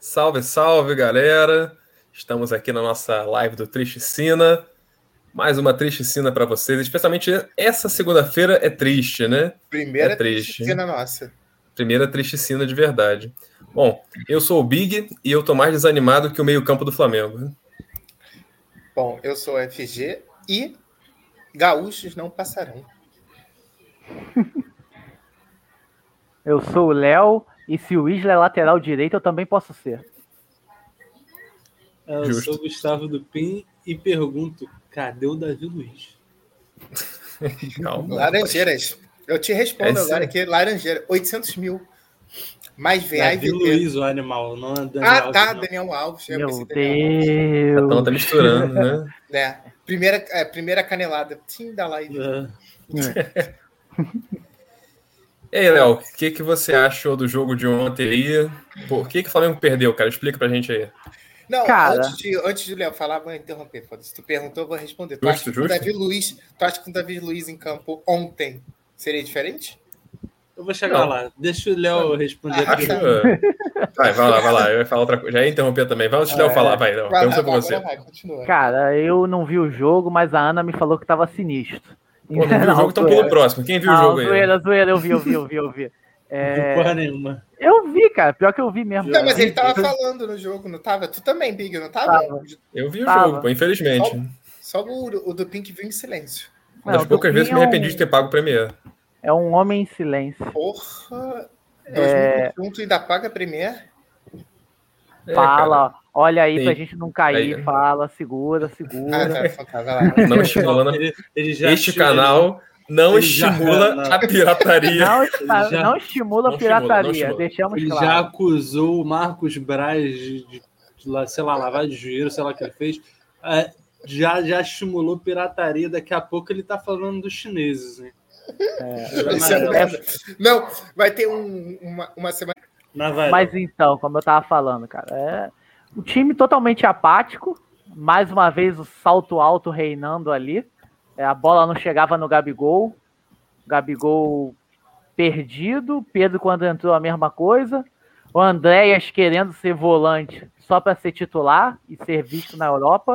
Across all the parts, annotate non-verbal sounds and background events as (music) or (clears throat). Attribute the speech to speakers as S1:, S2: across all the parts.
S1: Salve, salve, galera! Estamos aqui na nossa live do Triste Sina. Mais uma triste sina para vocês, especialmente essa segunda-feira é triste, né?
S2: Primeira
S1: é triste.
S2: sina nossa.
S1: Primeira triste sina de verdade. Bom, eu sou o Big e eu tô mais desanimado que o meio-campo do Flamengo.
S2: Bom, eu sou o FG e gaúchos não passarão.
S3: Eu sou o Léo e se o Isla é lateral direito, eu também posso ser.
S4: Ah, Eu
S1: Justo.
S4: sou o Gustavo Dupin e pergunto: cadê o Davi Luiz?
S1: Calma.
S2: Laranjeiras. Eu te
S1: É
S2: respondo
S1: isso
S2: agora
S1: aí.
S2: aqui. Laranjeira, 800 mil. Mais VA e
S4: Davi
S2: VT.
S4: Luiz, o animal, não é Daniel.
S2: Ah, tá,
S4: Alves, não.
S2: Daniel Alves. Eu
S3: Meu
S2: pensei Daniel Alves.
S1: Então
S3: Deus.
S1: tá misturando, né?
S2: Né? Primeira, é, primeira canelada. Sim, da live.
S1: Uhum.
S4: É.
S1: E aí, Léo, o que, que você achou do jogo de ontem aí? Por que, que o Flamengo perdeu, cara? Explica pra gente aí.
S2: Não,
S3: Cara.
S2: antes de, antes de Léo falar, vou interromper. foda-se. Tu perguntou, eu vou responder. Tu
S1: Justo,
S2: acha que com o
S1: justo.
S2: Davi Luiz, tu acha que com o Davi Luiz em campo ontem seria diferente?
S4: Eu vou chegar
S1: Não.
S4: lá. Deixa o Léo responder.
S2: Ah, (laughs)
S4: aqui.
S1: Acho... Vai, vai lá, vai lá. Eu ia falar outra coisa. Já ia interromper também. Vai, deixa o Léo
S4: Ah, é.
S1: falar, vai, Léo.
S2: Vai,
S1: Pergunta pra
S2: agora
S1: você.
S2: vai, continua.
S3: Cara, eu não vi o jogo, mas a Ana me falou que tava sinistro. (laughs)
S1: Pô, não viu o jogo, então pula o próximo. Quem viu o
S3: Não,
S1: jogo aí? né?
S3: zoeira, zoeira, eu vi, eu vi, eu vi, eu vi. É,
S4: Porra nenhuma.
S3: eu vi, cara, pior que eu vi mesmo.
S2: Não, mas ele tava
S3: Eu-
S2: falando no jogo, não tava? Tu também, Big, não tava?
S3: Tava.
S1: Eu vi o
S3: Tava.
S1: jogo, pô, infelizmente.
S2: Só o, o do Pink viu em silêncio.
S1: Uma das
S3: Não,
S1: poucas vezes que me
S3: Dupin é
S1: arrependi de ter pago o Premier.
S3: um- É um homem em silêncio.
S2: Porra!
S3: É.
S2: 2021 tu ainda paga a Premier?
S1: É,
S3: Fala, olha aí
S1: Sim.
S3: pra gente não cair,
S1: Aí.
S3: fala,
S2: (laughs)
S3: segura,
S2: Ah,
S3: segura. (laughs)
S2: tá, então tá, vai lá.
S1: cara,
S4: (laughs)
S1: Não estimulando.
S4: Ele- ele já
S1: né? Este
S4: tinha-
S1: canal não
S4: ele já-
S1: estimula
S4: não.
S1: a
S4: (laughs)
S1: pirataria.
S3: Não, está-
S4: já-
S3: tá,
S1: não
S3: não estimula a
S1: estimula, não
S3: pirataria,
S1: estimula.
S3: deixamos
S4: Ele
S3: claro.
S4: já acusou o Marcos Braz de, de, lá- sei lá, lavar de dinheiro, sei lá o que ele fez. Ah, já, já estimulou pirataria. Daqui a pouco ele tá falando dos chineses, né?
S2: Esse
S3: é
S2: ano merda. Não, vai ter um- uma, uma semana.
S4: Na vai.
S3: Mas então, como eu tava falando, cara, é um time totalmente apático. Mais uma vez o salto alto reinando ali. É, a bola não chegava no Gabigol. Gabigol perdido. Pedro, quando entrou, a mesma coisa. O Andréas querendo ser volante só para ser titular e ser visto na Europa.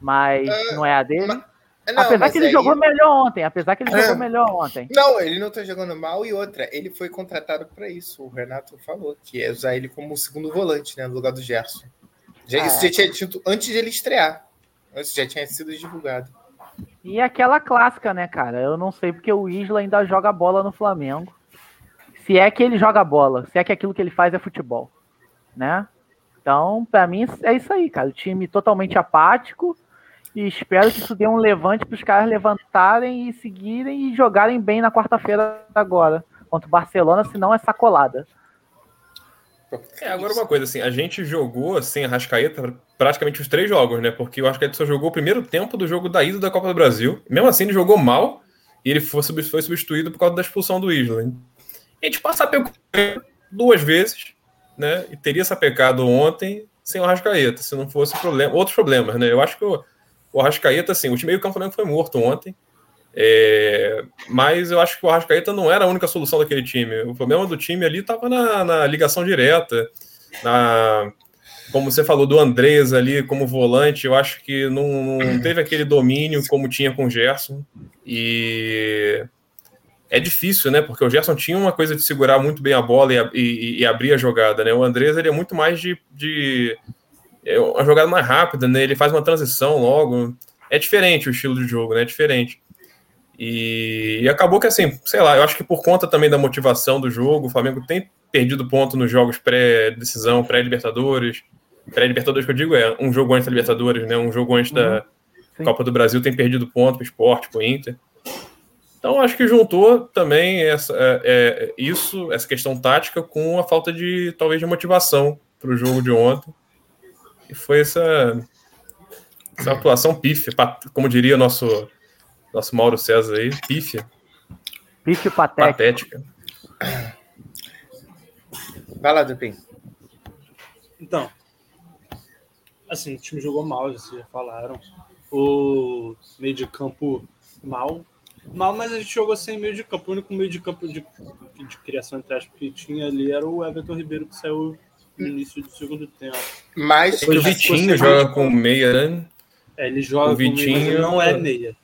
S3: Mas não é a dele.
S2: Não,
S3: apesar
S2: mas
S3: que ele
S2: aí-
S3: jogou melhor ontem. Apesar que ele
S2: É.
S3: jogou melhor ontem.
S2: Não, ele não tá jogando mal. E outra, ele foi contratado pra isso. O Renato falou que é usar ele como segundo volante, né? No lugar do Gerson. Já, Isso
S3: Ah,
S2: já tinha dito antes dele estrear. Isso já tinha sido divulgado.
S3: E aquela clássica, né, cara? Eu não sei porque o Isla ainda joga bola no Flamengo. Se é que ele joga bola, se é que aquilo que ele faz é futebol, né? Então, pra mim é isso aí, cara. O time totalmente apático e espero que isso dê um levante pros caras levantarem e seguirem e jogarem bem na quarta-feira agora contra o Barcelona, senão é sacolada.
S1: É, agora uma coisa assim, a gente jogou sem a Rascaeta praticamente os três jogos, né? Porque o Arrascaeta só jogou o primeiro tempo do jogo da ida da Copa do Brasil. Mesmo assim, ele jogou mal e ele foi, sub- foi substituído por causa da expulsão do Isla. hein? A gente passa pelo duas vezes, né? E teria essa pecado ontem sem o Arrascaeta, se não fosse problema, outros problemas, né? Eu acho que o, o Arrascaeta, assim, o time meio campo do Flamengo foi morto ontem. É, mas eu acho que o Arrascaeta não era a única solução daquele time. O problema do time ali estava na, na ligação direta, na, como você falou, do Andrés ali como volante. Eu acho que não, não teve aquele domínio como tinha com o Gerson. E é difícil, né? Porque o Gerson tinha uma coisa de segurar muito bem a bola e, a- e- e abrir a jogada, né? O Andrés ele é muito mais de. de é uma jogada mais rápida, né? Ele faz uma transição logo. É diferente o estilo de jogo, né? É diferente. E, e acabou que, assim, sei lá, eu acho que por conta também da motivação do jogo, o Flamengo tem perdido ponto nos jogos pré-decisão, pré-Libertadores. Pré-Libertadores, que eu digo, é um jogo antes da Libertadores, né? Um jogo antes da
S3: sim.
S1: Copa do Brasil tem perdido ponto pro esporte, pro Inter. Então, acho que juntou também essa, é, é, isso, essa questão tática, com a falta de, talvez, de motivação para o jogo de ontem. E foi essa, essa atuação pífia, pat- como diria nosso nosso Mauro César aí, pífia,
S3: Bicho patético.
S1: patética.
S2: Vai lá, Dupin.
S4: Então, assim, o time jogou mal, vocês já falaram. O meio de campo mal. Mal, mas a gente jogou sem meio de campo. O único meio de campo de, de criação, entre aspas, que tinha ali era o Everton Ribeiro, que saiu no início do segundo tempo.
S2: Mas assim,
S1: O Vitinho joga com meia, né?
S4: É, ele joga
S1: O
S4: com meia, mas ele
S1: Vitinho-
S4: não é meia.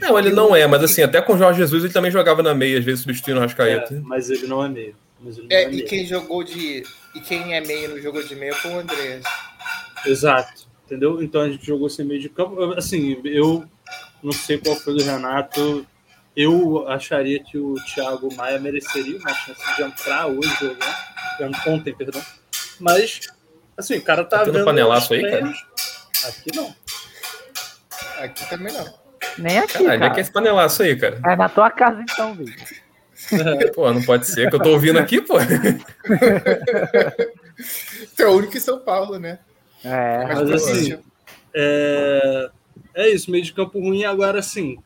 S1: Não, ele não é, mas assim, até com o Jorge Jesus ele também jogava na meia, às vezes substituindo o Rascaeta.
S4: É, mas ele não é meia. Mas ele não é,
S2: É, e
S4: meia.
S2: quem jogou de. E quem é meio no jogo de meio foi o André.
S4: Exato. Entendeu? Então a gente jogou sem meio de campo. Eu- Assim, eu não sei qual foi do Renato. Eu acharia que o Thiago Maia mereceria uma chance de entrar hoje jogar. de Ontem, perdão. Mas, assim, o cara tá,
S1: Tá tendo
S4: vendo.
S1: panelaço aí,
S4: os
S1: cara?
S4: treinos. Aqui não.
S2: Aqui também não.
S3: Nem aqui,
S1: Caralho,
S3: cara.
S1: é que é esse panelaço aí, cara.
S3: É na tua casa então, bicho.
S1: Pô, não pode ser, que eu tô ouvindo aqui,
S4: (laughs)
S1: pô. Ah,
S2: Tu é o único em São Paulo, né?
S3: É.
S4: Mas, assim, É, é isso, meio de campo ruim. Agora sim,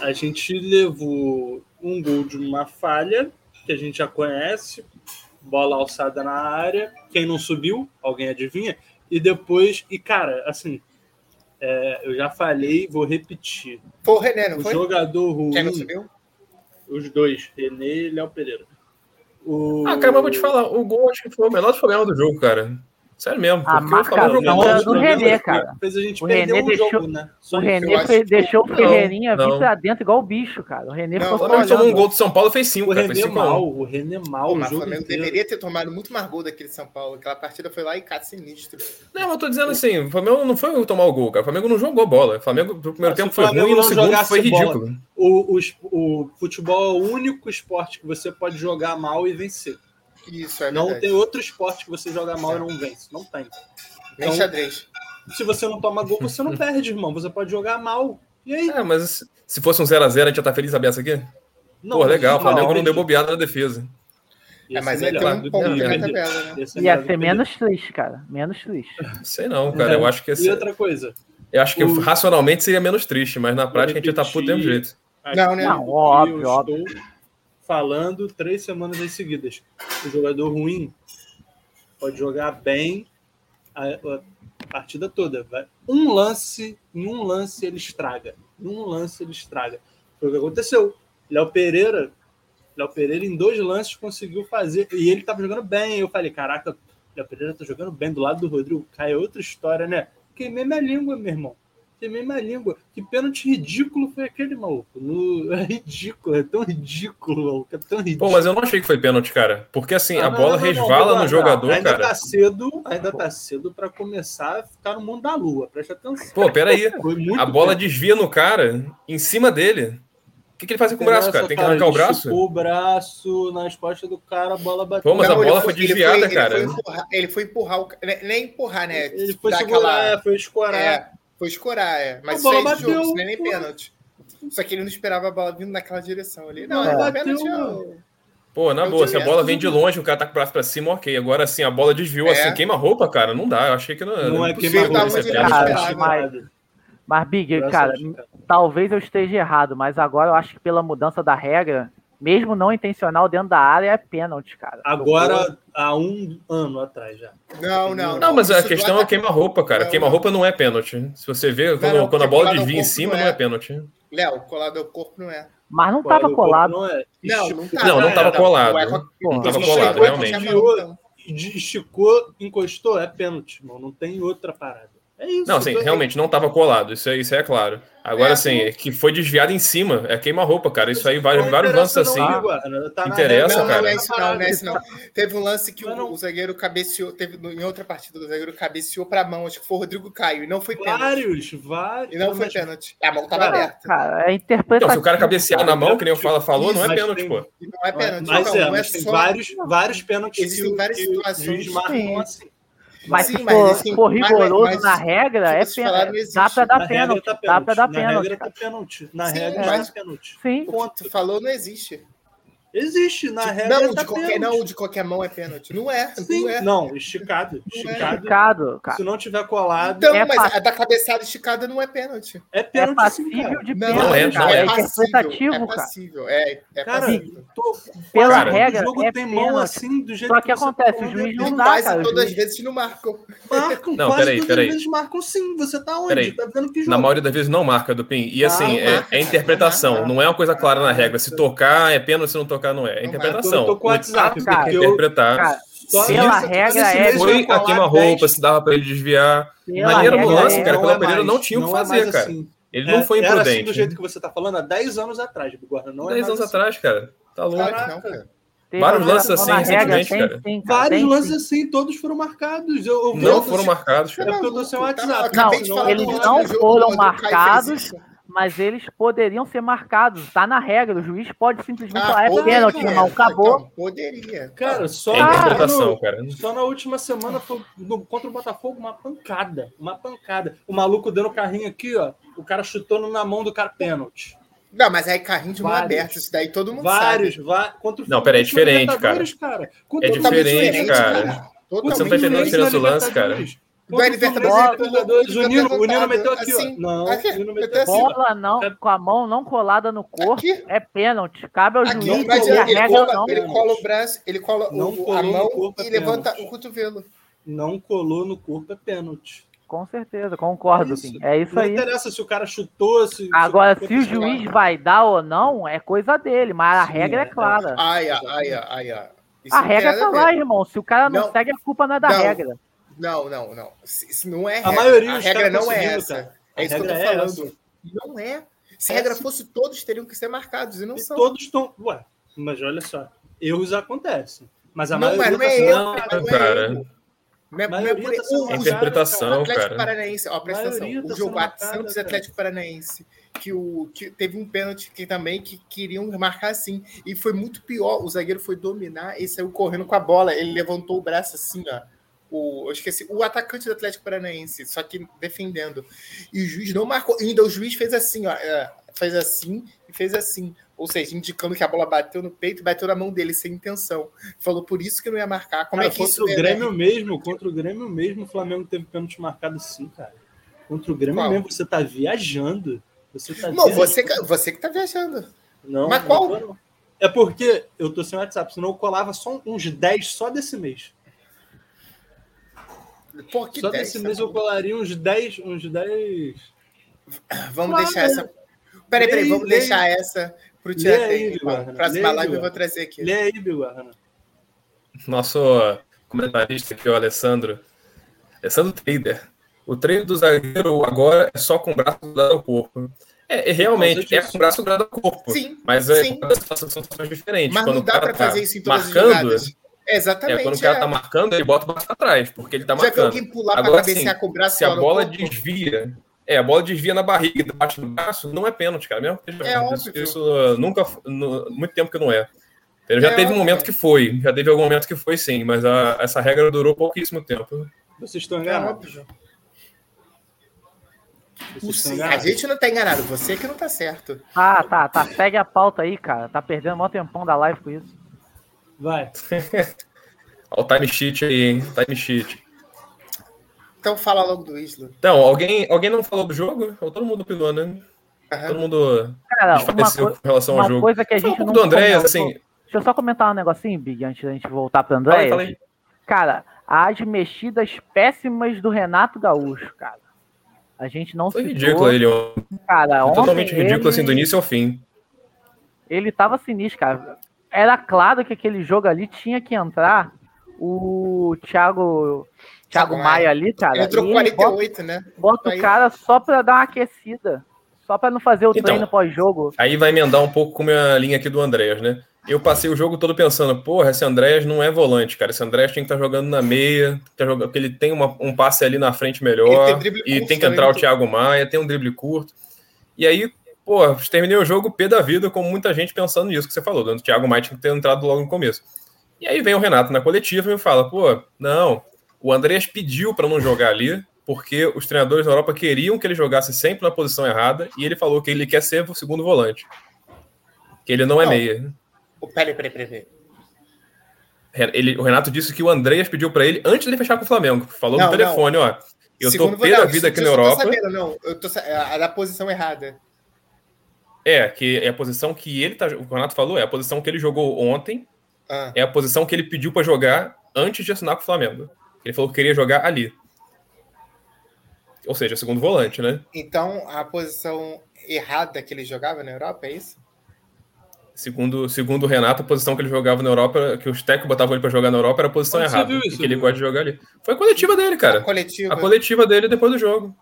S4: a gente levou um gol de uma falha, que a gente já conhece, bola alçada na área, quem não subiu, alguém adivinha, e depois, e cara, assim, é, eu já falei, vou repetir.
S2: Foi o René, não
S4: O
S2: foi?
S4: jogador ruim,
S2: Quem não subiu?
S4: os dois, René e Léo Pereira. O...
S1: Ah, cara, mas vou te falar, o gol acho que foi o menor dos problemas do jogo, cara. Sério mesmo.
S4: Ah,
S3: A
S1: porque eu
S3: marca
S1: falei,
S4: Não,
S1: não,
S4: não,
S3: do
S4: os problemas
S3: René,
S4: que
S3: cara.
S4: Fez a gente
S3: O
S4: perder
S3: René
S4: um
S3: deixou-
S4: jogo, né? Só
S3: O
S4: isso.
S3: René
S2: acho
S3: fe-
S2: que-
S3: deixou o
S1: Não,
S3: Ferreirinha vir
S1: não.
S3: pra dentro igual o bicho, cara. O René
S1: o
S2: Não,
S3: ficou só
S1: Flamengo tomou um
S3: olhando.
S1: gol do São Paulo, fez cinco,
S4: O
S1: cara. Fez
S4: René é
S1: cinco a
S4: mal,
S1: um.
S4: o René mal,
S2: Pô,
S4: ah, o
S2: mas o
S4: jogo
S2: Flamengo
S4: inteiro.
S2: deveria ter tomado muito mais gol daquele São Paulo. Aquela partida foi lá e cata sinistro.
S1: Não, mas eu tô dizendo assim, o Flamengo não foi tomar o gol, cara. O Flamengo não jogou bola. O Flamengo, no primeiro
S4: Ah, se
S1: tempo
S4: o
S1: foi
S4: Flamengo
S1: ruim e no
S4: não
S1: segundo
S4: jogasse
S1: foi
S4: bola.
S1: ridículo.
S4: O, o es- o futebol é o único esporte que você pode jogar mal e vencer.
S2: Isso, é
S4: não
S2: verdade.
S4: tem outro esporte que você joga mal e não vence. Não tem.
S2: Nem
S4: então-
S2: xadrez.
S4: Se você não toma gol,
S1: (laughs)
S4: você não perde, irmão. Você pode jogar mal. E aí?
S1: É, mas se fosse um 0x0, a, gente já tá feliz a beça aqui?
S4: Não,
S1: Pô, legal, o
S4: não,
S1: Flamengo não
S4: perdi.
S1: deu bobeada na defesa.
S4: Ia
S2: É, mas
S4: ser
S2: ele tem
S4: melhor
S2: um
S4: do
S2: ponto
S4: que
S2: na
S1: Flamengo.
S4: perder.
S2: tabela, né?
S4: Ia ser melhor
S3: Ia
S4: do
S3: ser
S4: que
S3: menos triste, cara. Menos triste.
S1: Sei não, cara. Eu acho que
S4: perder. E
S1: esse,
S4: outra coisa.
S1: eu acho que
S4: o-
S1: racionalmente seria menos triste, mas na prática a gente ia tá puto do mesmo jeito.
S2: Não, né?
S4: Aquilo
S3: Não,
S4: que
S3: óbvio,
S4: eu
S3: óbvio.
S4: Estou falando três semanas em seguidas. O jogador ruim pode jogar bem a, a partida toda. vai. Um lance, em um lance ele estraga. Em um lance ele estraga. Foi o que aconteceu. Léo Pereira, Léo Pereira em dois lances conseguiu fazer. E ele tava jogando bem. Eu falei, caraca, Léo Pereira tá jogando bem do lado do Rodrigo. Cai é outra história, né? Queimei minha língua, meu irmão. Queimei minha língua. Que pênalti ridículo foi aquele, maluco. No- (laughs) É ridículo, é tão ridículo, maluco. É tão ridículo.
S1: Pô, mas eu não achei que foi pênalti, cara. Porque assim, a
S4: Não,
S1: bola
S4: não, não, não,
S1: resvala
S4: não,
S1: no jogador,
S4: ainda
S1: cara.
S4: Tá cedo, ainda tá cedo pra começar a ficar no mundo da lua. Presta atenção.
S1: Pô, peraí.
S4: Foi (laughs) muito
S1: A bola
S4: tempo.
S1: desvia no cara, em cima dele. O que, que ele faz com o braço, cara? Tem que arrancar o
S4: Ele
S1: braço?
S4: esticou o braço nas costas do cara, a bola bateu.
S1: Pô, mas a
S2: Não, ele
S1: bola foi
S2: ele
S1: desviada, cara.
S2: Ele foi empurrar, ele foi empurrar o ca- né, Nem empurrar, né?
S4: Ele foi
S2: Dar
S4: segurar,
S2: aquela-
S4: foi escorar.
S2: É, foi escorar, é. Mas
S4: A
S2: isso
S4: bola
S2: aí é de
S4: bateu,
S2: jogo, isso não é nem
S4: pô.
S2: pênalti. Só que ele não esperava a bola vindo naquela direção ali.
S4: Não,
S2: Não, é
S4: bateu,
S2: pênalti.
S4: mano.
S2: é-
S1: Pô, na
S2: Eu
S1: boa, se
S2: diria,
S1: a bola vem
S4: tudo
S1: de longe, o cara tá com o braço pra cima, ok. Agora assim, a bola desviou
S2: É.
S1: assim, queima a roupa, cara. Não dá. Eu achei que não,
S4: Não
S1: era
S4: é
S1: impossível
S2: queima a roupa,
S1: isso é
S2: ele tá
S1: pênalti.
S2: Cara,
S3: Mas, Big, cara, talvez eu esteja errado, mas agora eu acho que pela mudança da regra, mesmo não intencional dentro da área, é pênalti, cara.
S4: Agora, há um ano atrás já.
S2: Não, não.
S1: Não, mas a
S2: Isso do
S1: questão é
S2: ataque-
S1: queima-roupa, cara.
S2: Não,
S1: Queima-roupa não é pênalti. Se você vê, quando,
S2: não,
S1: quando a bola
S2: porque colado ao
S1: desvia em
S2: corpo
S1: cima,
S2: não é.
S1: não é pênalti.
S2: Léo, colado ao corpo não é.
S3: Mas não
S4: Colado
S3: tava
S4: ao corpo
S3: colado.
S4: Não, é.
S2: Não, não
S4: Esticou-
S2: tava.
S1: Não, não tava
S4: era.
S1: colado.
S2: O erro-
S1: Não tava
S2: Não
S3: Porra.
S2: chegou,
S1: colado,
S2: não tinha
S1: realmente.
S2: falado, não.
S4: é, De- Esticou, encostou, é pênalti, irmão. Não tem outra parada. É isso.
S1: Não, assim,
S4: tô-
S1: realmente não tava colado. Isso aí, isso aí é claro. Agora,
S2: É,
S1: assim,
S2: não.
S1: é que foi desviado em cima. É queima-roupa, cara. Isso aí, vai,
S4: Não
S1: vários lances
S4: interessa
S1: assim.
S4: não, Iguana, tá na
S1: Interessa,
S4: regra,
S2: Não, não
S1: cara.
S2: é isso, não, não é isso, não. Teve um lance que o,
S4: Não, não.
S2: o zagueiro cabeceou, teve no- em outra partida, o zagueiro cabeceou pra mão, acho que foi o Rodrigo Caio, e não foi pênalti.
S4: Vários, vários.
S2: E não foi pênalti. A mão tava
S4: Cara,
S2: aberta.
S3: Cara, é
S1: Então,
S3: interpretativo.
S1: se o cara cabecear na mão, que nem o Fala falou, não é
S4: Mas
S1: pênalti,
S4: tem-
S1: pô.
S2: E Não é pênalti.
S4: Mas
S2: não,
S4: é,
S2: não é
S4: mas tem
S2: só-
S4: vários, vários pênaltis
S2: Existem
S4: que, o-
S2: várias
S4: que o
S2: situações
S4: juiz marcam
S3: diferentes.
S4: assim.
S3: Mas
S2: Sim,
S3: se
S2: mas
S3: for,
S2: assim,
S3: se for
S2: mas-
S3: rigoroso
S2: mas
S3: na regra,
S2: se
S3: é
S2: você falar, não
S3: pênalti.
S2: existe.
S3: Dá pra
S4: Na
S3: dar
S4: regra
S3: pênalti.
S4: tá
S3: Dá pra
S4: pênalti.
S3: dar
S4: Na regra
S3: pênalti.
S4: tá
S3: cara.
S4: pênalti. Na
S2: Sim,
S4: regra
S2: mas-
S4: tá pênalti.
S3: Sim.
S2: O que tu falou não existe.
S4: Existe, na
S2: Tipo,
S4: regra
S2: não,
S4: tá
S2: de qualquer,
S4: pênalti.
S2: não, de qualquer mão é pênalti. Não é, não é.
S4: Sim, não, esticado.
S2: é.
S4: Esticado.
S3: Esticado, cara.
S4: Se não tiver colado,
S2: Então,
S3: É
S2: mas
S3: pass-
S2: a da cabeçada esticada não é pênalti.
S4: é
S3: É
S4: pênalti sim,
S3: passível
S4: cara.
S3: de
S2: Não,
S3: pênalti,
S1: não é,
S3: cara.
S1: não é.
S3: É
S2: passível. É
S3: interpretativo, cara.
S2: passível. É, é
S4: Cara,
S2: passível.
S4: tô-
S3: Pela
S4: Cara,
S3: regra,
S4: o jogo
S3: é
S4: tem mão
S3: pênalti.
S4: assim do jeito
S3: Só que
S4: você
S3: acontece,
S4: falou,
S3: o juiz
S2: E
S4: né?
S3: não
S2: não
S3: dá,
S2: faz
S3: cara,
S2: e todas
S3: juiz.
S2: as vezes não marcam.
S4: Marcam,
S1: Não,
S4: quase
S1: peraí,
S4: todas
S1: peraí.
S4: as vezes marcam sim. Você tá onde?
S1: Peraí.
S4: Tá vendo que jogo?
S1: Na maioria das vezes não marca, Dupin. E
S4: Não,
S1: assim, é- é,
S2: marca, cara, não
S1: interpretação.
S2: marca.
S1: Não é uma coisa clara na regra. Se tocar é pênalti, se não tocar não é. É
S2: Não marca.
S1: interpretação.
S4: Eu tô com o WhatsApp,
S1: O árbitro
S3: cara.
S1: tem que
S4: Eu-
S1: interpretar.
S3: Cara,
S4: história.
S1: Sim,
S3: Pela
S4: Essa-
S3: regra
S4: esse
S3: é-
S4: assim, mesmo
S1: Foi a
S4: colar
S1: queima-roupa,
S4: teste
S1: se dava pra ele desviar.
S3: Pela
S1: Maneiro
S3: regra
S1: assim, lance,
S3: é-
S1: cara. Quando
S4: é
S1: o Pereira
S4: mais,
S1: não tinha o que
S4: é
S1: fazer,
S4: mais
S1: cara.
S4: assim.
S1: Ele não
S4: É,
S1: foi
S4: Era assim do
S1: imprudente.
S4: jeito que você tá falando há 10 anos atrás, Bigorna. Não é
S1: 10
S4: mais
S1: anos
S4: assim.
S1: atrás, cara. Tá louco.
S2: Claro que não, cara.
S3: tem
S1: vários
S3: uma
S1: lances
S3: relação
S1: assim,
S3: na regra,
S1: recentemente,
S3: tem
S1: cara.
S3: sim, cara,
S4: Vários
S3: tem
S4: lances
S3: sim.
S4: assim, todos foram marcados. Eu, eu
S1: Não
S4: vi-
S1: foram marcados,
S2: Você
S1: cara.
S4: É porque eu tô sem
S2: maluco,
S4: WhatsApp.
S2: tá? Eu
S4: Não,
S2: acabei de falar
S4: eles
S2: do lance
S4: não
S2: do jogo,
S3: foram
S2: o Kai fez
S3: marcados.
S2: isso.
S3: Mas eles poderiam ser marcados. Tá na regra. O juiz pode simplesmente falar, é
S2: poderia,
S3: pênalti, irmão. Acabou.
S2: Ah, então, poderia.
S4: Cara, só,
S1: É
S3: Ah,
S1: interpretação,
S4: no-
S1: cara.
S4: só na última semana foi no- contra o Botafogo uma pancada. Uma pancada. O maluco dando o carrinho aqui, ó. O cara chutou na mão do cara pênalti.
S2: Não, mas aí carrinho de mão
S4: Vários.
S2: aberta, isso daí todo mundo
S4: Vários,
S2: sabe.
S4: va- contra o
S1: Não, pera, é
S4: Fluminense na
S1: diferente, cara.
S4: Libertadores, cara. Contra
S1: É
S4: o
S2: Totalmente
S1: diferente, cara.
S2: Totalmente
S1: Você não tá entendendo a
S2: diferente.
S1: diferença do lance,
S4: Libertadores.
S2: cara.
S4: Contra o
S2: Libertadores,
S4: Fluminense na
S2: ele pegou
S4: Libertadores,
S2: o
S4: o Nino, o Nino
S2: levantado,
S4: meteu aqui, ó.
S2: assim,
S4: Não,
S2: aqui,
S4: o
S2: meteu
S4: Nino meteu
S2: assim,
S4: aqui. ó.
S3: Bola não, com a mão não colada no corpo,
S2: Aqui.
S3: é pênalti. Cabe ao
S2: Aqui,
S3: juiz
S2: mas
S3: e a
S2: ele, ele
S3: regra
S2: cola,
S3: não.
S2: ele cola o braço, ele cola
S4: Não
S2: o-
S4: colou
S2: a
S4: no
S2: mão
S4: corpo, é
S2: e levanta
S4: pênalti.
S2: o cotovelo.
S4: Não colou no corpo, é pênalti.
S3: Com certeza, concordo,
S4: É isso.
S3: Pim. É isso
S4: Não
S3: aí.
S4: interessa se o cara chutou, se.
S3: Agora,
S4: foi
S3: se o
S4: titular.
S3: juiz vai dar ou não, é coisa dele, mas a
S4: Sim,
S3: regra é
S4: é.
S3: clara.
S2: Ai, ai, ai, ai, ai. Ah, Isso é
S3: A
S2: não
S3: regra
S2: tem nada
S3: tá
S2: a ver.
S3: lá, irmão. Se o cara não,
S2: Não.
S3: segue, a culpa não é da
S2: Não.
S3: regra.
S2: Não, não, não. Se- Isso não é
S4: A
S2: regra.
S4: maioria
S2: a
S4: dos
S2: regra
S4: caras
S2: não é
S4: conseguiram,
S2: essa.
S4: cara.
S2: É isso que eu tô
S4: regra é
S2: falando. Não é. Se a
S4: É
S2: regra
S4: essa.
S2: fosse, todos teriam que ser marcados e não
S4: E
S2: são.
S4: todos estão. Ué, mas olha só. Erros acontecem. Mas a
S2: Não, mas
S4: maioria.
S2: não é
S4: tá-
S2: eu,
S1: Não,
S2: cara. Não é
S1: cara.
S2: eu. Não é- não é
S4: maioria
S2: por-
S4: tá sendo
S2: o-
S1: É
S2: o-
S1: interpretação,
S2: Atlético
S1: cara.
S2: Paranaense, ó, presta atenção.
S4: Maioria tá
S2: O jogo
S4: sendo marcada,
S2: Santos e
S4: cara.
S2: Atlético Paranaense. Que, o, que teve um pênalti que também que queriam marcar assim. E foi muito pior. O zagueiro foi dominar e saiu correndo com a bola. Ele levantou o braço assim, ó. O, eu esqueci, o atacante do Atlético Paranaense, só que defendendo. E o juiz não marcou. E ainda o juiz fez assim, ó. é, Fez assim e fez assim. Ou seja, indicando que a bola bateu no peito e bateu na mão dele, sem intenção. Falou por isso que não ia marcar. Como
S4: Cara,
S2: é que isso
S4: contra o
S2: é, né?
S4: Grêmio mesmo, contra o Grêmio mesmo, o Flamengo teve pênalti marcado sim, cara. Contra o Grêmio
S2: Qual?
S4: mesmo, você tá viajando. Você tá
S2: Não,
S4: viajando.
S2: você, que- você que tá viajando.
S4: Não,
S2: Mas
S4: não
S2: qual?
S4: tô, não. É porque eu tô sem WhatsApp, senão eu colava só uns 10 só desse mês.
S2: Pô, que
S4: só
S2: ideia,
S4: desse
S2: tá
S4: mês eu
S2: maluco.
S4: colaria uns 10, uns 10.
S2: Vamos
S4: Claro.
S2: deixar essa. Peraí, peraí,
S4: Lê
S2: vamos
S4: aí, lê
S2: deixar essa pro
S4: Lê
S2: Tiago.
S4: aí,
S2: então.
S4: Eduardo,
S2: Próxima
S4: lê aí,
S2: live eu
S4: Eduardo.
S2: vou trazer aqui.
S4: Lê aí, Biguarana.
S1: Nosso comentarista aqui, o Alessandro. Alessandro Trader. O treino do zagueiro agora é só com o braço grudado ao corpo. É, é, realmente, é com o braço grudado ao corpo.
S2: Sim,
S1: Mas é,
S2: sim.
S1: são situações diferentes.
S2: mas
S1: Quando
S2: não
S1: o
S2: dá
S1: cara
S2: pra
S1: tá
S2: fazer isso em todas
S1: marcando,
S2: as jogadas.
S1: É,
S2: Exatamente.
S1: quando o cara
S2: é.
S1: tá marcando, ele bota o braço atrás, porque ele tá
S2: Já viu
S1: marcando.
S2: alguém pular
S1: Agora,
S2: pra cabecear com o braço
S1: Se a
S2: fora do
S1: bola
S2: corpo?
S1: desvia, é, a bola desvia na barriga, bate no braço, não é pênalti, cara. Mesmo que seja
S2: É
S1: pênalti.
S2: óbvio.
S1: Isso, isso, uh, nunca, f- no- muito tempo que não é. Entendeu? Já
S2: É
S1: teve
S2: óbvio.
S1: um momento que foi, já teve algum momento que foi sim, mas a- essa regra durou pouquíssimo tempo.
S4: Vocês estão
S2: É
S4: enganados.
S2: óbvio.
S4: Vocês
S2: O
S4: estão
S2: sim- A
S4: enganados.
S2: gente não tá enganado, você que não tá certo.
S3: Tá, tá, tá. Segue a pauta aí, cara. Tá perdendo mó tempão da live com isso.
S4: Vai.
S1: Olha o time sheet aí, hein? Time sheet.
S2: Então fala logo do Isla.
S1: Então, alguém, alguém não falou do jogo? Ou todo mundo opinou, né?
S2: Aham.
S1: Todo mundo
S3: Cara, uma,
S1: desfaleceu
S3: co-
S1: com relação ao
S3: uma
S1: é jogo.
S3: coisa que a
S1: Fala um
S3: gente não
S1: pouco do André,
S3: comentou.
S1: assim.
S3: Deixa eu só comentar um negocinho, Big, antes da gente voltar para
S1: Fala
S3: André.
S1: aí, fala aí.
S3: Cara, as mexidas péssimas do Renato Gaúcho, cara. A gente não
S1: Foi
S3: citou,
S1: ridículo ele, ó.
S3: cara. Ontem
S1: totalmente ridículo
S3: ele,
S1: assim do início ao fim.
S3: Ele tava sinistro, cara. Era claro que aquele jogo ali tinha que entrar o Thiago, Thiago
S2: Maia.
S3: Maia ali, cara.
S2: Ele entrou
S3: e
S2: com 48, né?
S3: bota, bota
S2: aí.
S3: o cara só pra dar uma aquecida. Só pra não fazer o
S1: Então.
S3: treino pós-jogo.
S1: Aí vai emendar um pouco com a minha linha aqui do Andréas, né? Eu passei o jogo todo pensando, porra, esse Andréas não é volante, cara. Esse Andréas tem que estar jogando na meia, tá jogando- porque ele tem uma- um passe ali na frente
S2: Ele
S1: melhor.
S2: tem drible
S1: e
S2: curto
S1: tem que
S2: também,
S1: entrar o
S2: muito-
S1: Thiago Maia, tem um drible curto. E aí, porra, terminei o jogo pé da vida, com muita gente pensando nisso que você falou. né? O Thiago Maia tinha que ter entrado logo no começo. E aí vem o Renato na coletiva e me fala, pô, não, o Andreas pediu para não jogar ali, porque os treinadores na Europa queriam que ele jogasse sempre na posição errada, e ele falou que ele quer ser o segundo volante. Que ele não é
S2: Não.
S1: meia.
S2: Oh, Peraí, peraí, peraí. peraí.
S1: Re- ele- o Renato disse que o Andreas pediu para ele antes dele fechar com o Flamengo. Falou
S2: Não,
S1: no telefone, ó. Eu
S2: Segundo
S1: tô pé da
S2: Vodal,
S1: vida aqui na
S2: isso eu
S1: Europa.
S2: Tô sabendo, não. Eu tô sa- é, da posição errada.
S1: É, que é a posição que ele tá. O Renato falou, é a posição que ele jogou ontem,
S2: Ah.
S1: é a posição que ele pediu para jogar antes de assinar com o Flamengo. Ele falou que queria jogar ali. Ou seja, segundo volante, né?
S2: Então, a posição errada que ele jogava na Europa, é isso?
S1: Segundo, segundo o Renato, a posição que ele jogava na Europa, que os técnicos botavam ele pra jogar na Europa, era a posição
S4: Onde você
S1: errada.
S4: viu
S1: e
S4: isso,
S1: que ele
S4: viu?
S1: gosta de jogar ali. Foi a coletiva dele, cara.
S2: A coletiva.
S1: A coletiva dele depois do jogo.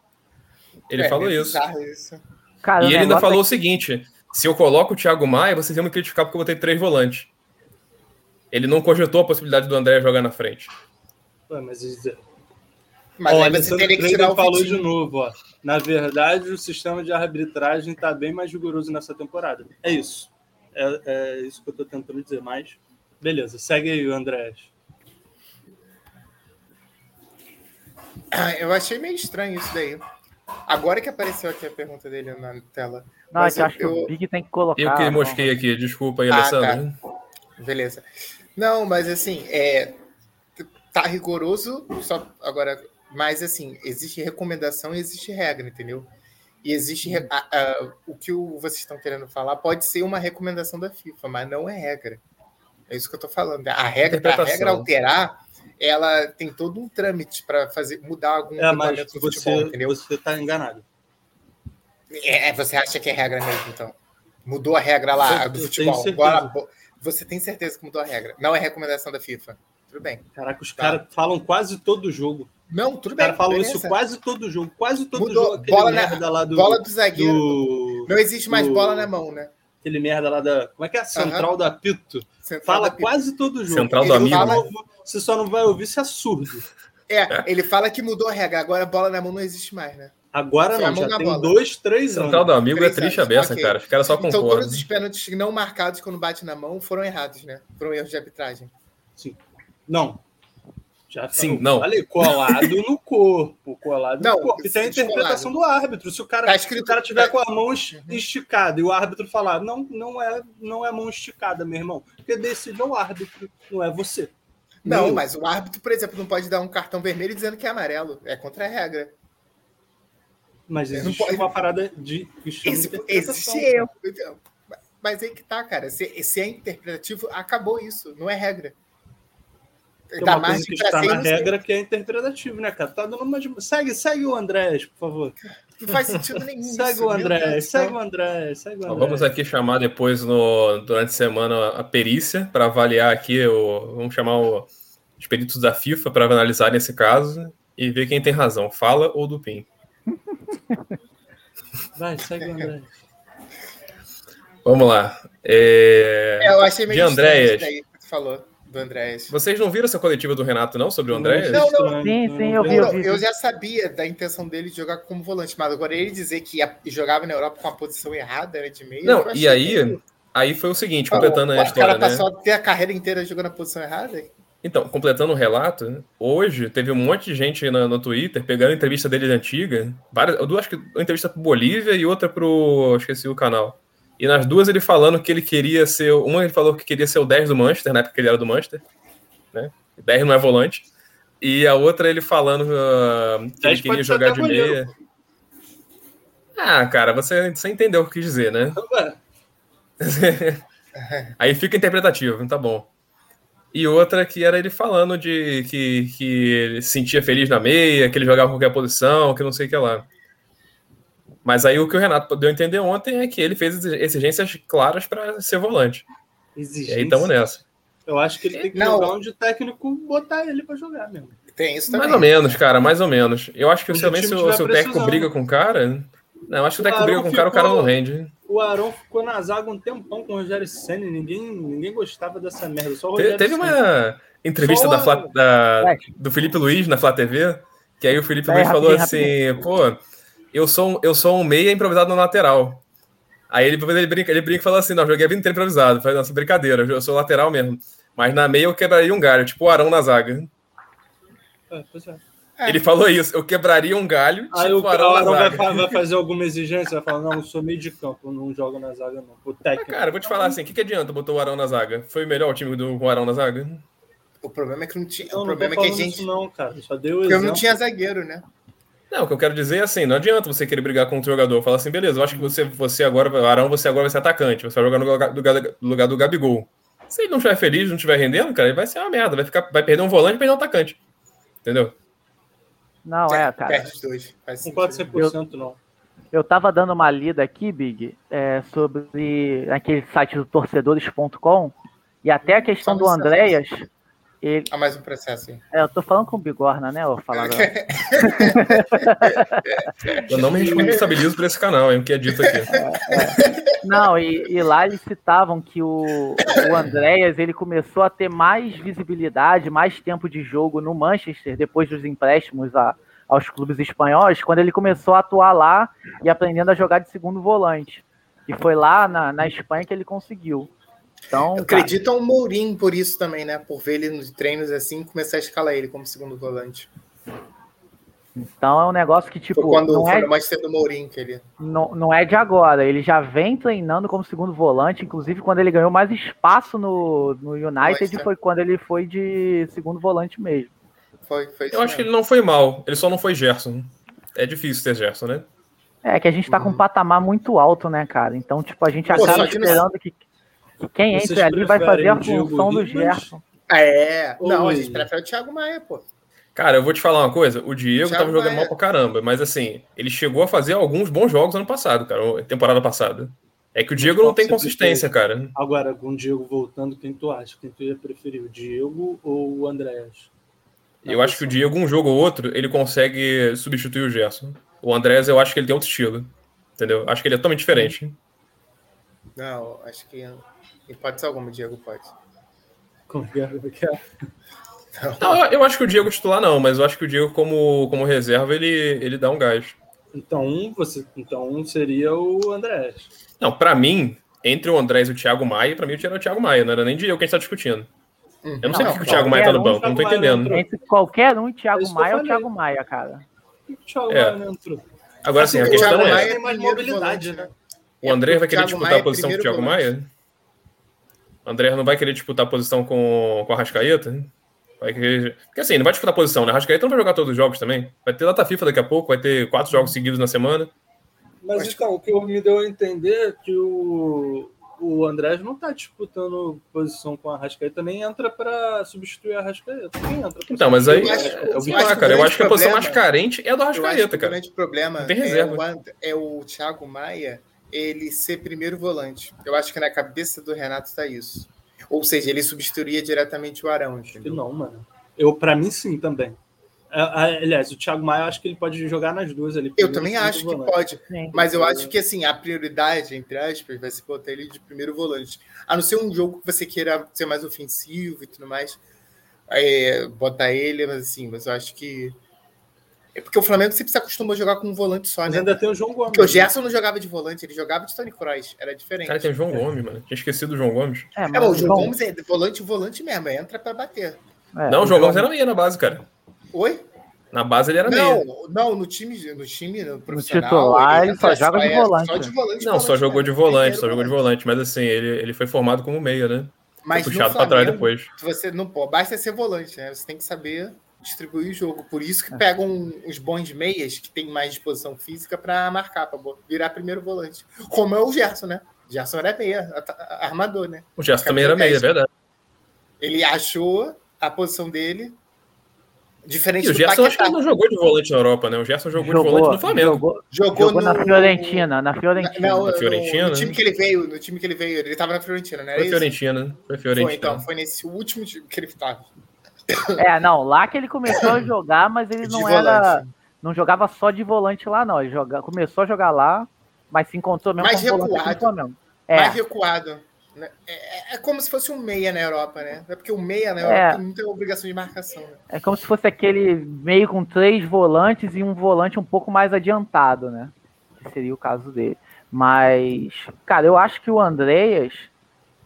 S1: Ele
S2: É,
S1: falou
S2: é
S1: isso.
S2: bizarro isso.
S3: Cara, o
S1: E ele ainda
S3: negócio é-
S1: falou o seguinte: se eu coloco o Thiago Maia, vocês iam me criticar porque eu botei três volantes. Ele não cogitou a possibilidade do André jogar na frente.
S4: Ué, mas isso- é-
S2: Mas
S4: Ó,
S2: aí você
S4: Alessandro
S2: teria que
S4: Trader
S2: tirar o
S4: falou
S2: Vitinho.
S4: de novo, ó. Na verdade, o sistema de arbitragem está bem mais rigoroso nessa temporada. É isso. É, é isso que eu estou tentando dizer, mas beleza. Segue aí, André.
S2: Ah, (laughs) Eu achei meio estranho isso daí. Agora que apareceu aqui a pergunta dele na tela.
S3: Não, é
S2: Mas
S3: que eu acho que o Big tem que colocar.
S1: assim,
S3: né?
S1: Eu que
S3: Ah, não.
S1: mosquei aqui, desculpa aí,
S2: Ah,
S1: Alessandro.
S2: Beleza. Não, mas assim, é, tá rigoroso, só agora, mas assim, existe recomendação e existe regra, entendeu? E existe
S4: Hum.
S2: re- a- a- o que o- vocês estão querendo falar pode ser uma recomendação da FIFA, mas não é regra. É isso que eu tô falando. A regra, pra
S1: Interpretação.
S2: regra alterar, ela tem todo um trâmite para fazer mudar algum
S4: É, mas
S2: regulamento do futebol,
S4: você
S2: entendeu?
S4: você está enganado.
S2: É, você acha que é regra mesmo, então? Mudou a regra lá
S4: Eu-
S2: do
S4: eu tenho
S2: futebol.
S4: certeza.
S2: Agora, bo- você tem certeza que mudou a regra? Não é recomendação da FIFA. Tudo bem.
S4: Caraca, os
S2: Tá.
S4: caras falam quase todo jogo.
S2: Não, tudo
S4: O
S2: bem. é
S4: cara falou
S2: beleza.
S4: isso quase todo jogo. Quase todo
S2: Mudou.
S4: jogo. Aquele
S2: Bola na-
S4: merda lá do.
S2: Bola do zagueiro.
S4: do-
S2: Não existe mais
S4: do-
S2: bola na mão, né?
S4: Aquele merda lá da. Como é que é? Central da Pito.
S2: Central
S4: Fala
S2: da-
S4: quase todo jogo.
S1: Central
S2: do
S4: Ele
S2: Amigo,
S4: fala-
S2: né?
S4: Você só não vai ouvir se é surdo.
S2: É, ele fala que mudou a regra. Agora bola na mão não existe mais, né?
S4: Agora
S2: Foi a
S4: não,
S2: mão
S4: já
S2: na
S4: tem
S2: bola.
S4: dois, três anos.
S1: Central do amigo é
S2: Três
S1: triste a
S2: anos,
S1: beça,
S2: ok.
S1: cara. Os caras só né?
S2: então
S1: concordam.
S2: todos os pênaltis não marcados quando bate na mão foram errados, né? Foram erros de arbitragem.
S4: Não. Já
S1: Sim,
S4: tá-
S1: não.
S4: Falei, colado no corpo. Colado
S2: Não,
S4: no corpo. E tem a
S2: descolado.
S4: interpretação do árbitro. Se o cara,
S2: Tá
S4: se
S2: escrito-
S4: o cara tiver com a mão es- esticada e o árbitro falar, não, não é, não é mão esticada, meu irmão. Porque decide é o árbitro, não é você.
S2: Não,
S4: Meu,
S2: mas o árbitro, por exemplo, não pode dar um cartão vermelho dizendo que é amarelo. É contra a regra.
S4: Mas
S2: não
S4: existe
S2: pode-
S4: uma parada de. que chama
S2: Esse,
S4: interpretação.
S2: existe erro. Então, Mas aí que tá, cara. Se, se é interpretativo, acabou isso. Não é regra.
S4: Tem
S2: Dá
S4: uma coisa que
S2: margem tá pra
S4: está
S2: ser
S4: na
S2: inocente.
S4: regra que é interpretativo, né, cara? Tá dando uma... de- Segue, segue o Andrés, por favor.
S2: Não faz sentido
S4: (laughs)
S2: nenhum.
S4: Segue
S2: isso, Então,
S4: o
S2: meu Deus
S4: Andrés,
S2: do
S4: segue
S2: céu.
S4: o Andrés, segue o
S1: Então,
S4: Andrés.
S1: vamos
S2: É.
S1: aqui chamar depois, no, durante a semana, a perícia para avaliar aqui, o, vamos chamar o, os peritos da FIFA para analisar nesse caso e ver quem tem razão, Fala ou Dupin.
S4: Vai, segue o Andrés.
S1: Vamos lá. É,
S2: É, eu achei meio
S1: De Andréas.
S2: estranho isso daí que tu falou do Andréas.
S1: Vocês não viram essa coletiva do Renato, não, sobre o André?
S2: Não,
S3: Sim, sim, eu vi,
S2: Não,
S3: eu
S2: não,
S3: vi.
S2: eu já sabia da intenção dele de jogar como volante, mas agora ele dizer que ia- jogava na Europa com a posição errada, era de meio.
S1: Não,
S2: eu achei
S1: e aí-
S2: meio-
S1: Aí foi o seguinte, completando a
S2: o cara
S1: história, né?
S2: passou a ter a carreira inteira jogando a posição errada?
S1: Então, completando o relato, né, hoje teve um monte de gente na- no, Twitter pegando a entrevista dele antiga, várias, eu acho que uma entrevista pro Bolívia e outra pro, esqueci o canal. E nas duas ele falando que ele queria ser, uma ele falou que queria ser o 10 do Manchester, na época que ele era do Manchester, né? 10 não é volante. E a outra ele falando ah, que
S4: 10
S1: ele
S4: pode
S1: queria
S4: ser
S1: jogar
S4: até
S1: de
S4: goleiro,
S1: meia. Ah, cara, você, você entendeu o que eu quis dizer, né?
S4: Ué,
S1: Aí fica interpretativo, tá bom. E outra que era ele falando de que, que ele se sentia feliz na meia, que ele jogava qualquer posição, que não sei o que lá. Mas aí o que o Renato deu a entender ontem é que ele fez exi- exigências claras para ser volante. E
S4: exigência.
S1: aí estamos nessa.
S4: Eu acho que ele tem que
S2: Não.
S4: jogar onde o técnico botar ele pra jogar mesmo.
S2: Tem isso também.
S1: Mais ou menos, cara, mais ou menos. Eu acho que
S4: Onde o
S1: também
S4: time
S1: se o,
S4: tiver
S1: se o técnico
S4: precisando.
S1: briga com o cara. Não, eu acho que o técnico briga
S4: Claro,
S1: com o cara, o
S4: ficou-
S1: cara não rende.
S4: O Arão ficou na zaga um tempão com o Rogério Senna e ninguém, ninguém gostava dessa merda. Só o
S1: Te-
S4: Rogério
S1: teve
S4: Ceni.
S1: uma entrevista
S4: assim. Só um
S1: da
S4: uma-
S1: Fla- da-
S3: Vai.
S1: do Felipe Luiz na Flá TV, que aí o Felipe
S3: Vai,
S1: Luiz falou assim,
S3: rapidinho,
S1: pô, eu sou, um, eu sou um meia improvisado na lateral. Aí ele, ele brinca, ele brinca e fala assim, não, eu joguei a vida inteira improvisado. Eu Falei, nossa, brincadeira, eu sou lateral mesmo. Mas na meia eu quebraria um galho, tipo o Arão na zaga.
S4: É, pois é.
S2: É.
S1: Ele falou isso, eu quebraria um galho, tipo
S4: Aí o
S1: o Arão
S4: Arão,
S1: na
S4: vai,
S1: zaga.
S4: fa- vai fazer alguma exigência, vai falar, não, eu sou meio de campo, eu não jogo na zaga não. O técnico.
S1: Cara, eu vou te falar assim, o que, que adianta botar o Arão na zaga? Foi melhor o time do com o Arão na zaga?
S2: O problema é que não tinha.
S4: Não,
S2: o
S4: não tô
S2: problema é que a
S4: falando
S2: gente.
S4: isso não, cara. Só deu
S2: Porque eu não
S4: exemplo.
S2: tinha zagueiro, né?
S1: Não, o que eu quero dizer é assim, não adianta você querer brigar com o jogador. Falar assim, beleza, eu acho que você, você agora, vai- Arão, você agora vai ser atacante, você vai jogar no lugar do, Ga- no lugar do Gabigol. Se ele não estiver feliz, não estiver rendendo, cara, ele vai ser uma merda, vai, ficar, vai perder um volante e perder um atacante. Entendeu?
S3: Não, é, cara.
S2: Perde os dois. Faz
S4: Não
S2: sentido.
S4: concordo 100% não.
S3: Eu tava dando uma lida aqui, Big, é, sobre aquele site do torcedores.com e até a questão
S1: um
S3: do Andréas. Ele,
S2: Ah, mais um processo aí.
S3: é, eu tô falando com o Bigorna, né? Eu
S1: É,
S3: falando.
S1: Eu não me responsabilizo por esse canal, é o que é dito aqui.
S3: Não, e, e lá eles citavam que o, o Andréas ele começou a ter mais visibilidade, mais tempo de jogo no Manchester, depois dos empréstimos a- aos clubes espanhóis, quando ele começou a atuar lá e aprendendo a jogar de segundo volante. E foi lá na, na Espanha que ele conseguiu. Então,
S2: Eu
S3: cara,
S2: acredito ao Mourinho por isso também, né? Por ver ele nos treinos assim, começar a escalar ele como segundo volante.
S3: então é um negócio que, tipo,
S2: Foi quando
S3: não
S2: foi
S3: é,
S2: no Manchester do Mourinho que ele.
S3: não, não é de agora. Ele já vem treinando como segundo volante, inclusive quando ele ganhou mais espaço no, no United
S2: Manchester.
S3: foi quando ele foi de segundo volante mesmo.
S2: Foi, foi isso
S1: Eu acho que
S2: mesmo.
S1: ele não foi mal, ele só não foi Gerson. É difícil ter Gerson, né?
S3: É que a gente tá com um patamar muito alto, né, cara? Então, tipo, a gente
S2: Uhum. Pô,
S3: acaba
S2: só que não-
S3: esperando que, que quem
S4: Vocês
S3: entre ali vai fazer a
S4: preferem o Diego
S3: função do
S4: Ribas?
S3: Gerson.
S2: É, não, a
S4: Oi.
S2: gente prefere o Thiago Maia, pô.
S1: Cara, eu vou te falar uma coisa, o Diego
S2: Já
S1: tava jogando
S2: vai-
S1: mal pra caramba, mas assim, ele chegou a fazer alguns bons jogos ano passado, cara, temporada passada. É que o Diego não
S4: qual
S1: tem
S4: você
S1: consistência, cara.
S4: Agora, com o Diego voltando, quem tu acha? Quem tu ia preferir, o Diego ou o Andréas?
S1: Eu acho que o Diego, um jogo ou outro, ele consegue substituir o Gerson. O Andrés, eu acho que ele tem outro estilo, entendeu? Acho que ele é totalmente diferente.
S2: Não, acho que em hipótese alguma o Diego pode.
S4: Como que é? Como que é?
S2: Tá.
S1: Não, eu, eu acho que o Diego titular não, mas eu acho que o Diego como, como reserva ele, ele dá um gás.
S4: Então, um, você, então um seria o Andréas.
S1: Não, pra mim, entre o Andrés e o Thiago Maia, pra mim eu tinha o Thiago Maia, não era nem Diego que a gente tá discutindo.
S2: Uhum.
S1: Eu não sei
S3: Não,
S1: por que o Thiago Maia tá no
S4: qualquer um,
S1: banco, não tô
S4: Thiago Maia
S1: entendendo.
S4: entrou.
S3: Entre qualquer um, Thiago
S4: É isso que eu
S3: Maia ou
S4: falei.
S3: Thiago Maia, cara.
S4: O Thiago
S1: É.
S4: Maia não entrou.
S1: Agora sim, a
S2: Assim, O
S1: questão
S2: Thiago
S1: é,
S2: Maia
S4: Tem mais
S2: primeiro
S4: mobilidade,
S2: volante,
S4: né?
S1: o Andrés vai querer
S2: É Thiago
S1: disputar
S2: Maia
S1: a posição com o
S2: primeiro
S1: Thiago Maia? O Andrés não vai querer disputar a posição com, com a Rascaeta? Vai querer... Porque assim, não vai disputar a posição, né? A Rascaeta não vai jogar todos os jogos também. Vai ter data FIFA daqui a pouco, vai ter quatro jogos seguidos na semana.
S4: Mas
S2: Acho-
S4: então, o que eu- me deu a entender é que o, o Andrés não está disputando posição com a Rascaeta, nem entra para substituir a Rascaeta. Nem entra pra
S1: Então, mas aí.
S2: Eu acho-
S1: Eu vou
S2: eu
S1: falar,
S2: acho que o
S1: cara. Eu
S2: grande
S1: acho que a posição mais
S2: problema-
S1: carente é a do
S2: Eu acho que
S1: Arrascaeta,
S2: o
S1: cara.
S2: grande problema
S1: Não tem
S2: é,
S1: reserva.
S2: o, And- é o Thiago Maia ele ser primeiro volante. Eu acho que na cabeça do Renato está isso. Ou seja, ele substituiria diretamente o Arão,
S4: Que
S2: entendeu?
S4: não, mano. Eu, para mim, sim, também. A- a- Aliás, o Thiago Maia, eu acho que ele pode jogar nas duas ali.
S2: Eu
S4: é primeiro
S2: também
S4: e segundo
S2: acho que
S4: volante. é
S2: pode.
S3: Sim.
S2: Mas eu acho que assim, a prioridade, entre aspas, vai ser botar ele de primeiro volante. A não ser um jogo que você queira ser mais ofensivo e tudo mais. é, botar ele, mas assim, mas eu acho que. É porque o Flamengo sempre se acostumou a jogar com um volante só,
S4: Mas
S2: né?
S4: ainda tem o João Gomes.
S2: Porque o
S4: né?
S2: Gerson não jogava de volante, ele jogava de Tony Kroos, era diferente.
S1: Cara, tem o João Gomes, mano. Tinha esquecido o João Gomes.
S3: É,
S2: É,
S3: mas,
S2: bom, o João
S3: bom,
S2: Gomes é volante, volante mesmo, é entra pra bater.
S3: é,
S1: não, o João Gomes era meia na base, cara.
S2: Oi?
S1: Na base ele era meia.
S2: Não, não, no time, no time no profissional.
S3: titular, ele só
S2: entra-
S3: joga de
S2: é
S3: volante.
S2: Só de volante.
S1: Não, só
S2: volante,
S1: jogou de
S2: né?
S1: volante,
S2: Primeiro
S1: só jogou de volante. Mas assim, ele, ele foi formado como meia, né? Foi
S2: Mas no
S1: puxado pra trás
S2: Flamengo,
S1: depois.
S2: Você não pô, basta ser volante, né? Você tem que saber distribuir o jogo. Por isso
S3: É.
S2: que pegam os bons meias que tem mais disposição física pra marcar, pra bo- virar primeiro volante. Como é o Gerson, né? Gerson era meia, ata- armador, né?
S1: O Gerson também era
S2: Capitão
S1: meia, é
S2: dez.
S1: verdade.
S2: Ele achou a posição dele diferente
S1: E o
S2: do
S1: Gerson, eu acho que
S2: Paquetá.
S1: ele não jogou de volante na Europa, né? O Gerson jogou, de volante no Flamengo.
S3: Jogou,
S2: Jogou,
S3: jogou na
S2: no-
S3: Fiorentina, na Fiorentina.
S2: Não,
S1: Na
S2: no-
S1: Fiorentina,
S2: no,
S1: né?
S2: time que ele veio, no time que ele veio, ele tava na Fiorentina, né?
S1: Foi Fiorentina, né? Foi Fiorentina.
S2: Foi, então, foi nesse último time que ele tava.
S3: É, não, lá que ele começou a jogar, mas ele
S2: De
S3: não
S2: volante.
S3: era. Não jogava só de volante lá, não. Ele joga, começou a jogar lá, mas se encontrou mesmo
S2: Mais
S3: como volante aqui no
S2: recuado.
S3: Flamengo. É,
S2: Mais recuado. né? É, é- é como se fosse um meia na Europa, né? É porque o meia na Europa
S3: É.
S2: tem muita obrigação de marcação. né?
S3: é como se fosse aquele meio com três volantes e um volante um pouco mais adiantado, né? Que seria o caso dele. Mas, cara, eu acho que o Andreas,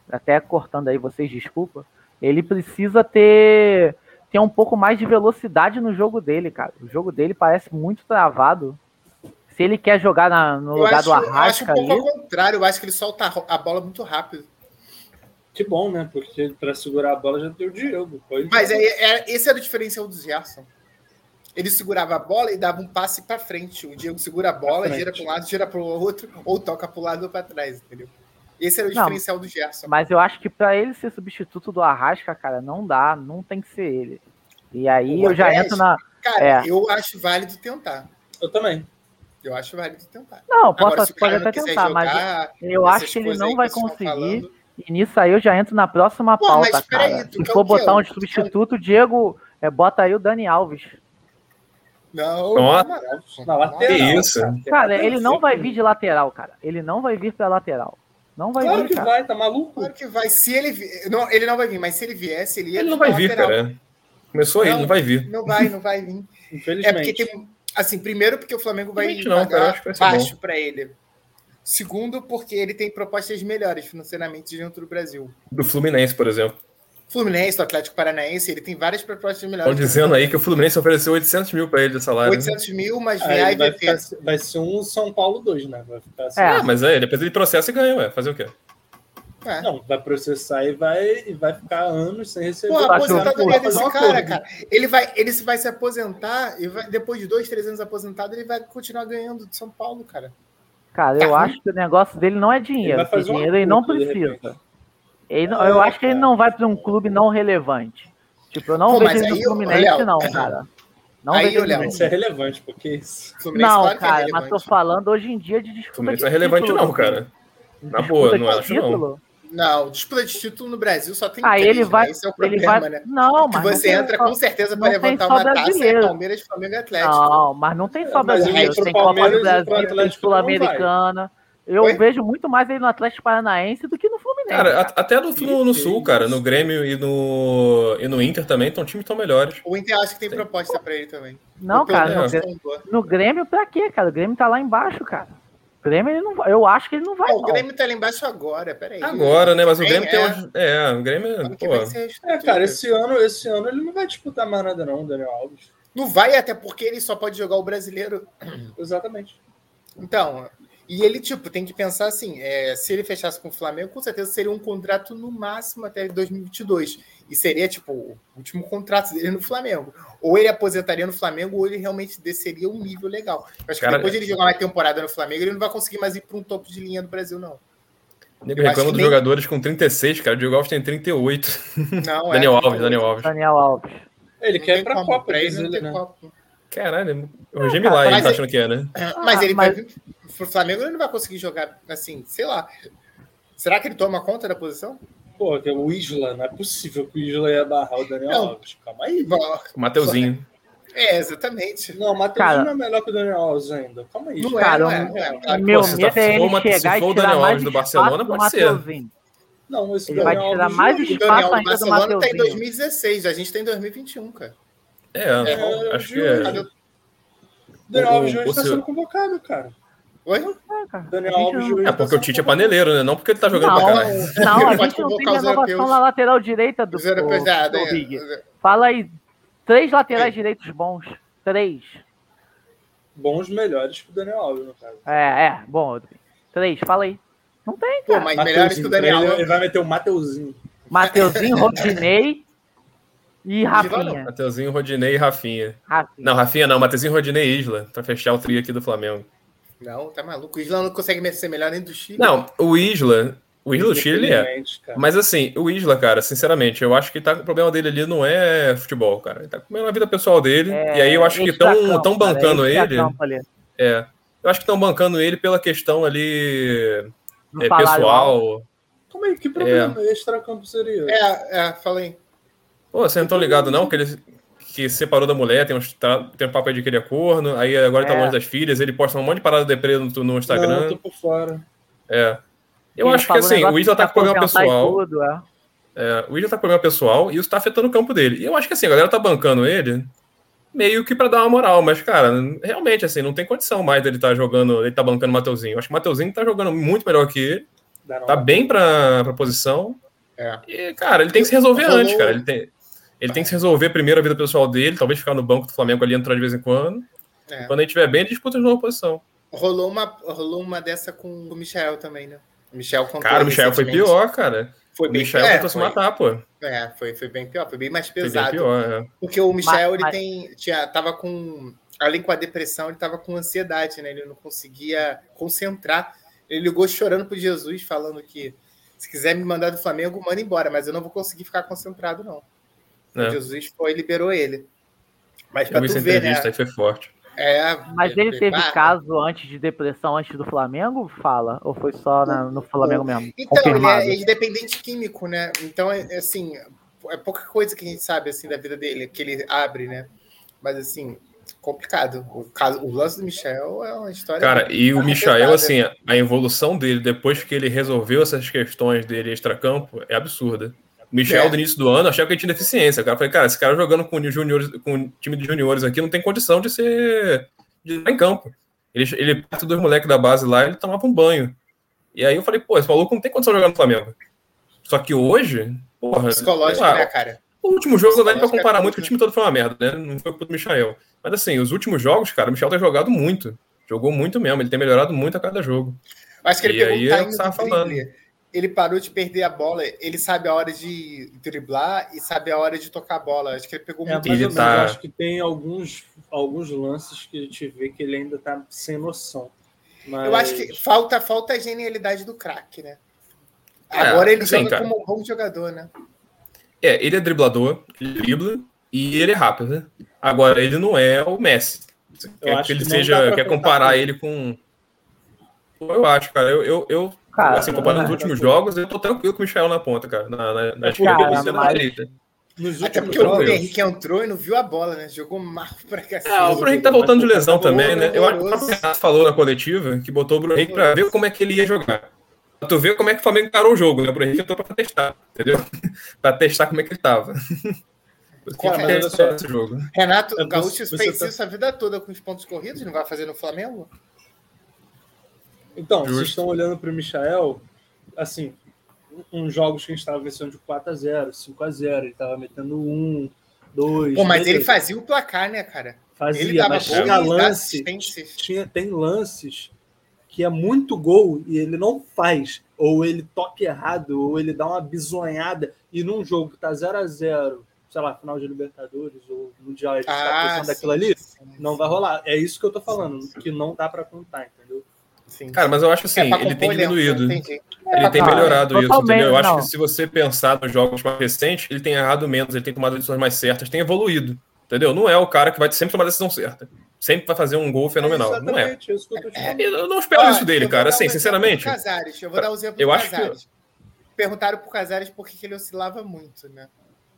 S3: até cortando aí vocês, desculpa, ele precisa ter, ter um pouco mais de velocidade no jogo dele, cara. O jogo dele parece muito travado. Se ele quer jogar na- no
S2: eu
S3: lugar
S2: acho,
S3: do
S2: eu acho um
S3: Arrasca
S2: pouco
S3: ali.
S2: ao contrário, eu acho que ele solta a ro- a bola muito rápido.
S4: Que bom, né? Porque para segurar a bola já tem o Diego. Pode
S2: Mas é, é- esse era o diferencial do Gerson. Ele segurava a bola e dava um passe pra frente. O Diego segura a bola,
S4: Pra frente.
S2: gira para um lado, gira para o outro, ou toca pro lado ou para trás, entendeu? Esse era o
S3: Não.
S2: diferencial do Gerson.
S3: Mas eu acho que pra ele ser substituto do Arrasca, cara, não dá, não tem que ser ele. E aí
S2: O
S3: eu já
S2: Andrés?
S3: entro na.
S2: Cara,
S3: É.
S2: eu acho válido tentar.
S4: Eu também.
S2: Eu acho válido tentar.
S3: Não, posso,
S2: Agora, se o
S3: pode
S2: cara não
S3: até
S2: quiser
S3: tentar, mas
S2: jogar,
S3: eu
S2: essas
S3: acho que ele
S2: coisas aí
S3: não
S2: que
S3: vai
S2: vocês estão
S3: conseguir.
S2: falando-
S3: E nisso aí eu já entro na próxima
S2: Pô,
S3: pauta,
S2: mas peraí,
S3: cara.
S2: tu
S3: Se
S2: quer
S3: for
S2: o quê?
S3: botar um
S2: Tu quer-
S3: substituto, Diego, é, bota aí o Dani Alves.
S2: Não,
S1: Ó.
S2: na moral, pô.
S4: Na
S1: Que
S4: lateral.
S2: É,
S1: isso?
S3: Cara, ele não
S2: né?
S3: vai vir de lateral, cara. Ele não vai vir pra lateral. Não vai
S4: Claro
S3: vir,
S4: que
S3: cara.
S4: vai, tá maluco?
S2: Claro que vai. Se ele vi- não, ele não vai vir, mas se ele viesse, ele ia
S1: Ele não
S2: pra
S1: vai vir,
S2: é lateral. É.
S1: cara. Começou aí,
S2: Não.
S1: ele não vai vir.
S2: Não vai, não vai vir. É
S4: Infelizmente.
S2: porque tem assim, primeiro porque o Flamengo vai
S1: Infelizmente não, cara,
S2: pagar
S1: acho que vai ser
S2: baixo para ele. Segundo porque ele tem propostas melhores financeiramente dentro do Brasil.
S1: Do Fluminense, por exemplo.
S2: Fluminense, do Atlético Paranaense, ele tem várias propostas
S1: Estão
S2: melhores.
S1: dizendo aí né? que o Fluminense ofereceu 800 mil pra ele de salário.
S2: 800 mil, mas
S4: Aí
S2: vem a
S4: ele vai,
S2: IVP.
S4: ficar- vai ser um São Paulo 2, né? Vai ficar assim.
S3: É.
S1: Ah, mas é, depois ele processa e ganha, ué. Fazer o quê?
S2: É.
S4: Não, vai processar e vai, e vai ficar anos sem receber.
S2: Pô, a
S3: Tá
S2: aposentadoria
S3: achando
S4: Fazer
S2: desse
S4: um
S2: cara,
S4: acordo.
S2: cara, ele vai, ele se- vai se aposentar e vai- depois de dois, três anos aposentado, ele vai continuar ganhando de São Paulo, cara.
S3: Cara, eu
S2: Tá.
S3: acho que o negócio dele não é dinheiro.
S4: vai
S3: Esse
S4: fazer um
S3: dinheiro ele não
S4: acordo, de
S3: precisa.
S4: repente.
S3: Ele não-
S4: É,
S3: eu acho que ele
S4: cara.
S3: não vai pra um clube não relevante. Tipo, eu não
S2: Pô,
S3: vejo
S2: mas
S3: ele
S2: aí,
S3: no
S2: ô,
S3: Fluminense,
S2: Léo,
S3: não,
S2: é.
S3: cara. Não
S2: Aí,
S3: vejo
S2: ô,
S3: ele
S2: Léo,
S3: no
S4: Isso é relevante, porque isso.
S2: Fluminense,
S3: Não,
S2: claro que é
S3: cara, mas tô
S2: relevante.
S3: falando hoje em dia de
S1: O
S3: disputa
S1: Fluminense
S3: de
S1: não é relevante,
S2: Tipo,
S3: título.
S1: não, cara. Na boa,
S3: Disputa
S1: não é,
S3: de
S1: acho, não.
S3: título.
S2: Não, disputa de título no Brasil só tem
S3: Aí
S2: três,
S3: Ah, ele
S2: né?
S3: vai-
S2: Esse é o
S3: Ele
S2: problema,
S3: vai...
S2: né?
S3: Não,
S2: que
S3: mas
S2: você
S3: não tem
S2: entra
S3: só-
S2: com certeza
S3: não
S2: para
S3: tem
S2: levantar
S3: só
S2: uma taça é
S3: brasileiro.
S2: Palmeiras, Flamengo e Atlético.
S3: Não, mas não tem só
S4: É, mas
S3: brasileiro.
S2: aí pro
S3: Tem Copa
S4: Palmeiras
S3: do
S4: e pro
S3: Brasil, tem
S4: Atlético não vai.
S3: Sul-Americana. Eu
S2: Oi?
S3: vejo muito mais ele no Atlético Paranaense do que no
S2: é.
S3: Fluminense.
S1: Cara,
S3: Cara,
S1: a- até no, no, no Sul, cara, no Grêmio e no, e no Inter também, então times tão melhores.
S2: O Inter acho que tem proposta para ele também. um
S3: Não,
S2: O Pelé
S3: cara, no,
S1: não.
S3: Grê-
S2: sondou.
S3: no Grêmio pra quê, cara? O Grêmio tá lá embaixo, cara. O Grêmio, ele não vai- eu acho que ele não vai,
S2: Ah, o
S3: não.
S2: Grêmio tá lá embaixo agora, peraí.
S1: Agora, né? Mas o
S2: É,
S1: Grêmio tem
S2: é.
S1: umas. É, o Grêmio.
S2: Ano
S1: Pô,
S2: que vem você reestrutura.
S4: É, cara, esse ano, esse ano ele não vai disputar mais nada, não, Daniel Alves.
S2: Não vai até porque ele só pode jogar o brasileiro.
S4: Exatamente.
S2: Então, e ele, tipo, tem que pensar assim: é, se ele fechasse com o Flamengo, com certeza seria um contrato no máximo até 2022. E seria, tipo, o último contrato dele no Flamengo. Ou ele aposentaria no Flamengo, ou ele realmente desceria um nível legal. Eu acho
S1: Cara,
S2: que depois de ele jogar uma temporada no Flamengo, ele não vai conseguir mais ir para um topo de linha do
S1: (laughs)
S2: Brasil, não.
S1: o nego
S2: eu acho
S1: reclama
S2: que
S1: dos
S2: nem-
S1: jogadores com 36, cara. O Diogo Alves tem 38.
S2: Não,
S1: Daniel
S2: é,
S1: Alves, Daniel Alves.
S3: Daniel Alves.
S4: Ele
S2: Não
S4: quer
S2: tem
S4: ir pra
S2: como,
S4: Copa,
S2: pra ele
S4: diz
S2: não
S4: ele,
S2: tem
S4: né?
S2: Copa.
S1: Caralho, é o Gêmeo lá, ele
S2: mas
S1: tá
S2: é-
S1: achando que é, né?
S2: Mas ele
S3: mas-
S2: vai vir pro Flamengo, ele não vai conseguir jogar assim, sei lá. Será que ele toma conta da posição?
S4: Pô, que é o Isla, não é possível que o Isla ia barrar o Daniel
S2: Não.
S4: Alves. Calma aí.
S2: Bom,
S1: O Mateuzinho.
S2: É, exatamente.
S4: Não, o
S3: Cara.
S4: Matheus não é melhor que o Daniel Alves ainda. Calma aí.
S2: Não
S4: gente.
S2: é,
S3: Cara,
S2: não
S3: um
S2: é, não é. Claro que
S3: Meu
S1: Pô, se
S3: medo
S1: tá- se for
S3: é ele
S1: o Mat- se
S3: chegar
S1: for
S3: e
S1: o
S3: tirar
S1: Daniel
S3: mais
S1: Alves do
S3: espaço
S1: Barcelona,
S3: do
S1: pode ser.
S3: Mateuzinho.
S4: Não, esse
S3: Ele vai
S4: Daniel
S3: tirar
S4: Alves
S3: mais
S4: não é.
S2: O Daniel
S3: espaço ainda do
S2: Barcelona tá em
S3: Mateuzinho.
S2: 2016, a gente tá em 2021, cara.
S1: É,
S4: É,
S1: acho que
S4: eu
S1: é.
S4: juro. O Daniel Alves
S1: O- o-
S4: hoje tá
S1: o seu-
S4: sendo convocado, cara.
S2: Oi?
S3: É, cara.
S4: Daniel
S3: A gente
S4: Alves
S3: não-
S4: hoje
S1: É
S4: tá
S1: porque o
S4: sendo
S1: Tite é
S4: convocado.
S1: paneleiro, né? Não porque ele tá jogando
S3: Não,
S1: pra caralho.
S3: não,
S2: (laughs)
S3: a
S2: Ele pode
S3: gente não
S2: convocar
S3: tem
S2: os
S3: renovação
S2: europeus.
S3: na lateral direita do,
S2: Os europeus, ah,
S3: do
S2: né,
S3: Big. Fala aí, três laterais direitos bons. Três.
S4: Bons melhores que o Daniel Alves, no caso.
S3: É, é, bom. Rodrigo. Três, fala aí. Não tem,
S2: Pô,
S3: cara.
S2: mas
S4: Mateuzinho,
S2: melhores que o Daniel. né?
S4: Ele, ele vai meter o Mateuzinho.
S3: Mateuzinho,
S2: (laughs)
S3: Rodinei e Rafinha.
S1: Mateuzinho, Rodinei e Rafinha.
S3: Rafinha.
S1: Não, Rafinha não, Mateuzinho, Rodinei e Isla, pra fechar o trio aqui do Flamengo.
S2: Não, tá maluco. O Islã não consegue ser melhor nem do Chile.
S1: Não, o Isla. O Isla do Chile ele é.
S4: Infelizmente, cara.
S1: Mas assim, o Isla, cara, sinceramente, eu acho que tá, o problema dele ali não é futebol, cara. Ele tá comendo a vida pessoal dele.
S3: É,
S1: e aí eu acho que
S3: esse da
S1: estão
S3: campo,
S1: tão
S3: cara,
S1: bancando
S3: esse da
S1: ele.
S3: campo ali.
S1: É. Eu acho que estão bancando ele pela questão ali
S3: No
S1: é,
S3: salário alto.
S1: pessoal.
S4: Como é que problema extracampo seria?
S2: É, é, fala aí.
S1: Pô, vocês não estão ligados, não? Que ele que separou da mulher, tem, uns, tá, tem um papo aí de que ele é corno, aí agora ele
S3: É.
S1: tá longe das filhas, ele posta um monte de parada de deprê no, no Instagram.
S4: Não, eu tô por fora.
S1: É. Eu
S3: Ele
S1: acho que
S3: falou um
S1: assim,
S3: negócio
S1: o Isla
S3: de
S1: tá com problema
S3: aposentar e
S1: pessoal.
S3: tudo, é.
S1: é, o Isla tá com problema pessoal e isso tá afetando o campo dele. E eu acho que assim, a galera tá bancando ele meio que pra dar uma moral, mas, cara, realmente, assim, não tem condição mais dele tá jogando, ele tá bancando o Mateuzinho. Eu acho que o Mateuzinho tá jogando muito melhor que ele,
S4: Dá não. É,
S1: tá bem pra, pra posição.
S2: É.
S1: E, cara, ele tem que se resolver
S2: Rolou-
S1: antes, cara. Ele tem, ele tem que se resolver primeiro a vida pessoal dele, talvez ficar no banco do Flamengo ali, entrar de vez em quando.
S2: É.
S1: Quando ele estiver bem, ele disputa de novo a posição.
S2: Rolou uma, rolou uma dessa com o Michel também, né? O Michel contou
S1: Cara, o Michel foi
S2: recentemente.
S1: pior, cara.
S2: Foi
S1: O
S2: bem
S1: Michel
S2: é,
S1: tentou se
S2: foi-
S1: matar, pô.
S2: É, foi, foi bem pior, foi bem mais
S1: Foi
S2: pesado.
S1: bem pior, é.
S2: Porque o Michel, ele
S3: mas-
S2: tem, tinha, tava com, além com a depressão, ele tava com ansiedade, né? Ele não conseguia concentrar. Ele ligou chorando pro Jesus, falando que se quiser me mandar do Flamengo, manda embora, mas eu não vou conseguir ficar concentrado, não.
S1: É.
S2: O Jesus foi e liberou ele. Mas pra
S1: Eu vi
S2: tu
S1: essa
S2: ver, né?
S1: entrevista aí, foi forte.
S2: É,
S3: Mas ele teve
S2: prepara.
S3: caso antes de depressão, antes do Flamengo? Fala. Ou foi só na- no Flamengo mesmo?
S2: Então, ele
S3: Confirmado.
S2: é independente químico, né? Então, é, é assim, é pouca coisa que a gente sabe, assim, da vida dele, que ele abre, né? Mas, assim, complicado. O, caso, o lance do Michel é uma história...
S1: Cara, e o
S2: Tá
S1: Michael,
S2: pesado,
S1: assim, a evolução dele depois que ele resolveu essas questões dele extracampo é absurda. O Michel,
S2: É.
S1: do início do ano, achava que ele tinha deficiência. Cara, Eu falei, cara, esse cara jogando com, o juniores, com o time de juniores aqui não tem condição de ser. de estar em campo. Ele, ele perto dos moleques da base lá, ele tomava um banho. E aí eu falei, pô, esse maluco não tem condição de jogar no Flamengo. Só que hoje, porra.
S2: psicológica,
S1: sei lá,
S2: né, cara?
S1: o último jogo não dá nem pra
S2: Acho que é
S1: comparar
S2: tudo,
S1: muito, que o time todo foi uma merda, né? Não foi culpa do Michael. Mas assim, os últimos jogos, cara, o Michel tem jogado muito. Jogou muito mesmo, ele tem melhorado muito a cada jogo.
S2: Acho que ele
S1: E
S2: pegou
S1: aí
S2: um
S1: é o que
S2: time
S1: você tava
S2: do drible. Ele parou de perder a bola. Ele sabe a hora de driblar e sabe a hora de tocar a bola. Acho que ele pegou
S4: É, mais
S2: muito...
S4: ou
S1: Ele
S4: menos.
S1: tá-
S4: Eu acho que tem alguns, alguns lances que a gente vê que ele ainda tá sem noção. Mas...
S2: Eu acho que falta, falta a genialidade do craque, né?
S1: É,
S2: Agora ele
S1: assim,
S2: joga
S1: cara.
S2: como um bom jogador, né?
S1: É, ele é driblador, ele dribla e ele é rápido, né? Agora, ele não é o Messi. Você Quer
S4: acho
S1: que ele
S4: que não dá
S1: seja.
S4: pra
S1: Quer
S4: contar
S1: comparar
S4: com-
S1: ele com. Pô, Eu acho, cara. Eu, eu, eu
S3: Cara,
S1: assim, comparando os
S4: né?
S1: últimos jogos, eu tô tranquilo com o Michael na ponta, cara. Na, na, na esquerda
S3: Cara,
S1: e você na
S3: mas-
S1: direita.
S4: Nos
S2: Até porque
S4: últimos
S2: o
S1: Meu
S4: jogos,
S2: Bruno
S1: Deus.
S2: Henrique entrou e não viu a bola, né? Jogou mal (laughs) pra cacete.
S1: Ah, o Bruno Henrique tá voltando de lesão também, né? Eu acho que o
S2: Horroroso.
S1: próprio Renato falou na coletiva que botou o Bruno Henrique pra ver como é que ele ia jogar. Pra tu ver como é que o Flamengo encarou o jogo, né? O Bruno Henrique entrou pra testar, entendeu? (laughs) pra testar como é que ele tava. Eu
S2: Cara,
S1: fiquei
S2: mas
S4: olha
S1: pensando
S4: só.
S1: nesse jogo.
S2: Renato
S4: É, você-
S2: Gaúcho
S4: você
S2: fez
S4: tá-
S2: isso a vida toda com os pontos corridos, não vai fazer no Flamengo?
S4: Então,
S1: Justo.
S4: vocês estão olhando para o Michael, assim, uns jogos que a gente estava vencendo de 4x0, 5x0, ele estava metendo 1, 2.
S2: Pô, mas ele fazia o placar, né, cara?
S4: fazia,
S2: ele dava
S4: mas
S2: gol e
S4: tinha
S2: dava
S4: lance,
S2: assistências.
S4: tinha, tem lances que é muito gol e ele não faz, ou ele toca errado, ou ele dá uma bisonhada, e num jogo que tá 0x0, sei lá, final de Libertadores ou Mundial, a gente tá pensando daquilo ali,
S2: Ah, sim,
S4: não vai rolar. É isso que eu tô falando, que não dá para contar, entendeu?
S2: sim.
S1: Cara, mas eu acho assim,
S2: É pra
S1: ele tem
S2: compor elenco,
S1: diminuído.
S4: né?
S2: entendi. É, tá.
S1: Ele tem
S3: cara,
S1: melhorado isso,
S3: totalmente,
S1: entendeu? Eu acho
S3: não.
S1: que se você pensar nos jogos mais recentes, ele tem errado menos, ele tem tomado decisões mais certas, tem evoluído, entendeu? Não é o cara que vai sempre tomar a decisão certa. Sempre vai fazer um gol fenomenal. não é.
S4: Exatamente, isso que eu tô te falando.
S1: Eu não espero
S2: Ó,
S1: isso dele,
S2: eu vou
S1: cara.
S2: dar um
S1: Assim,
S2: exemplo
S1: sinceramente.
S2: do Casares. Eu vou dar um exemplo
S1: eu
S2: do
S1: acho que-
S2: Casares. Perguntaram pro Casares por que que ele oscilava muito, né?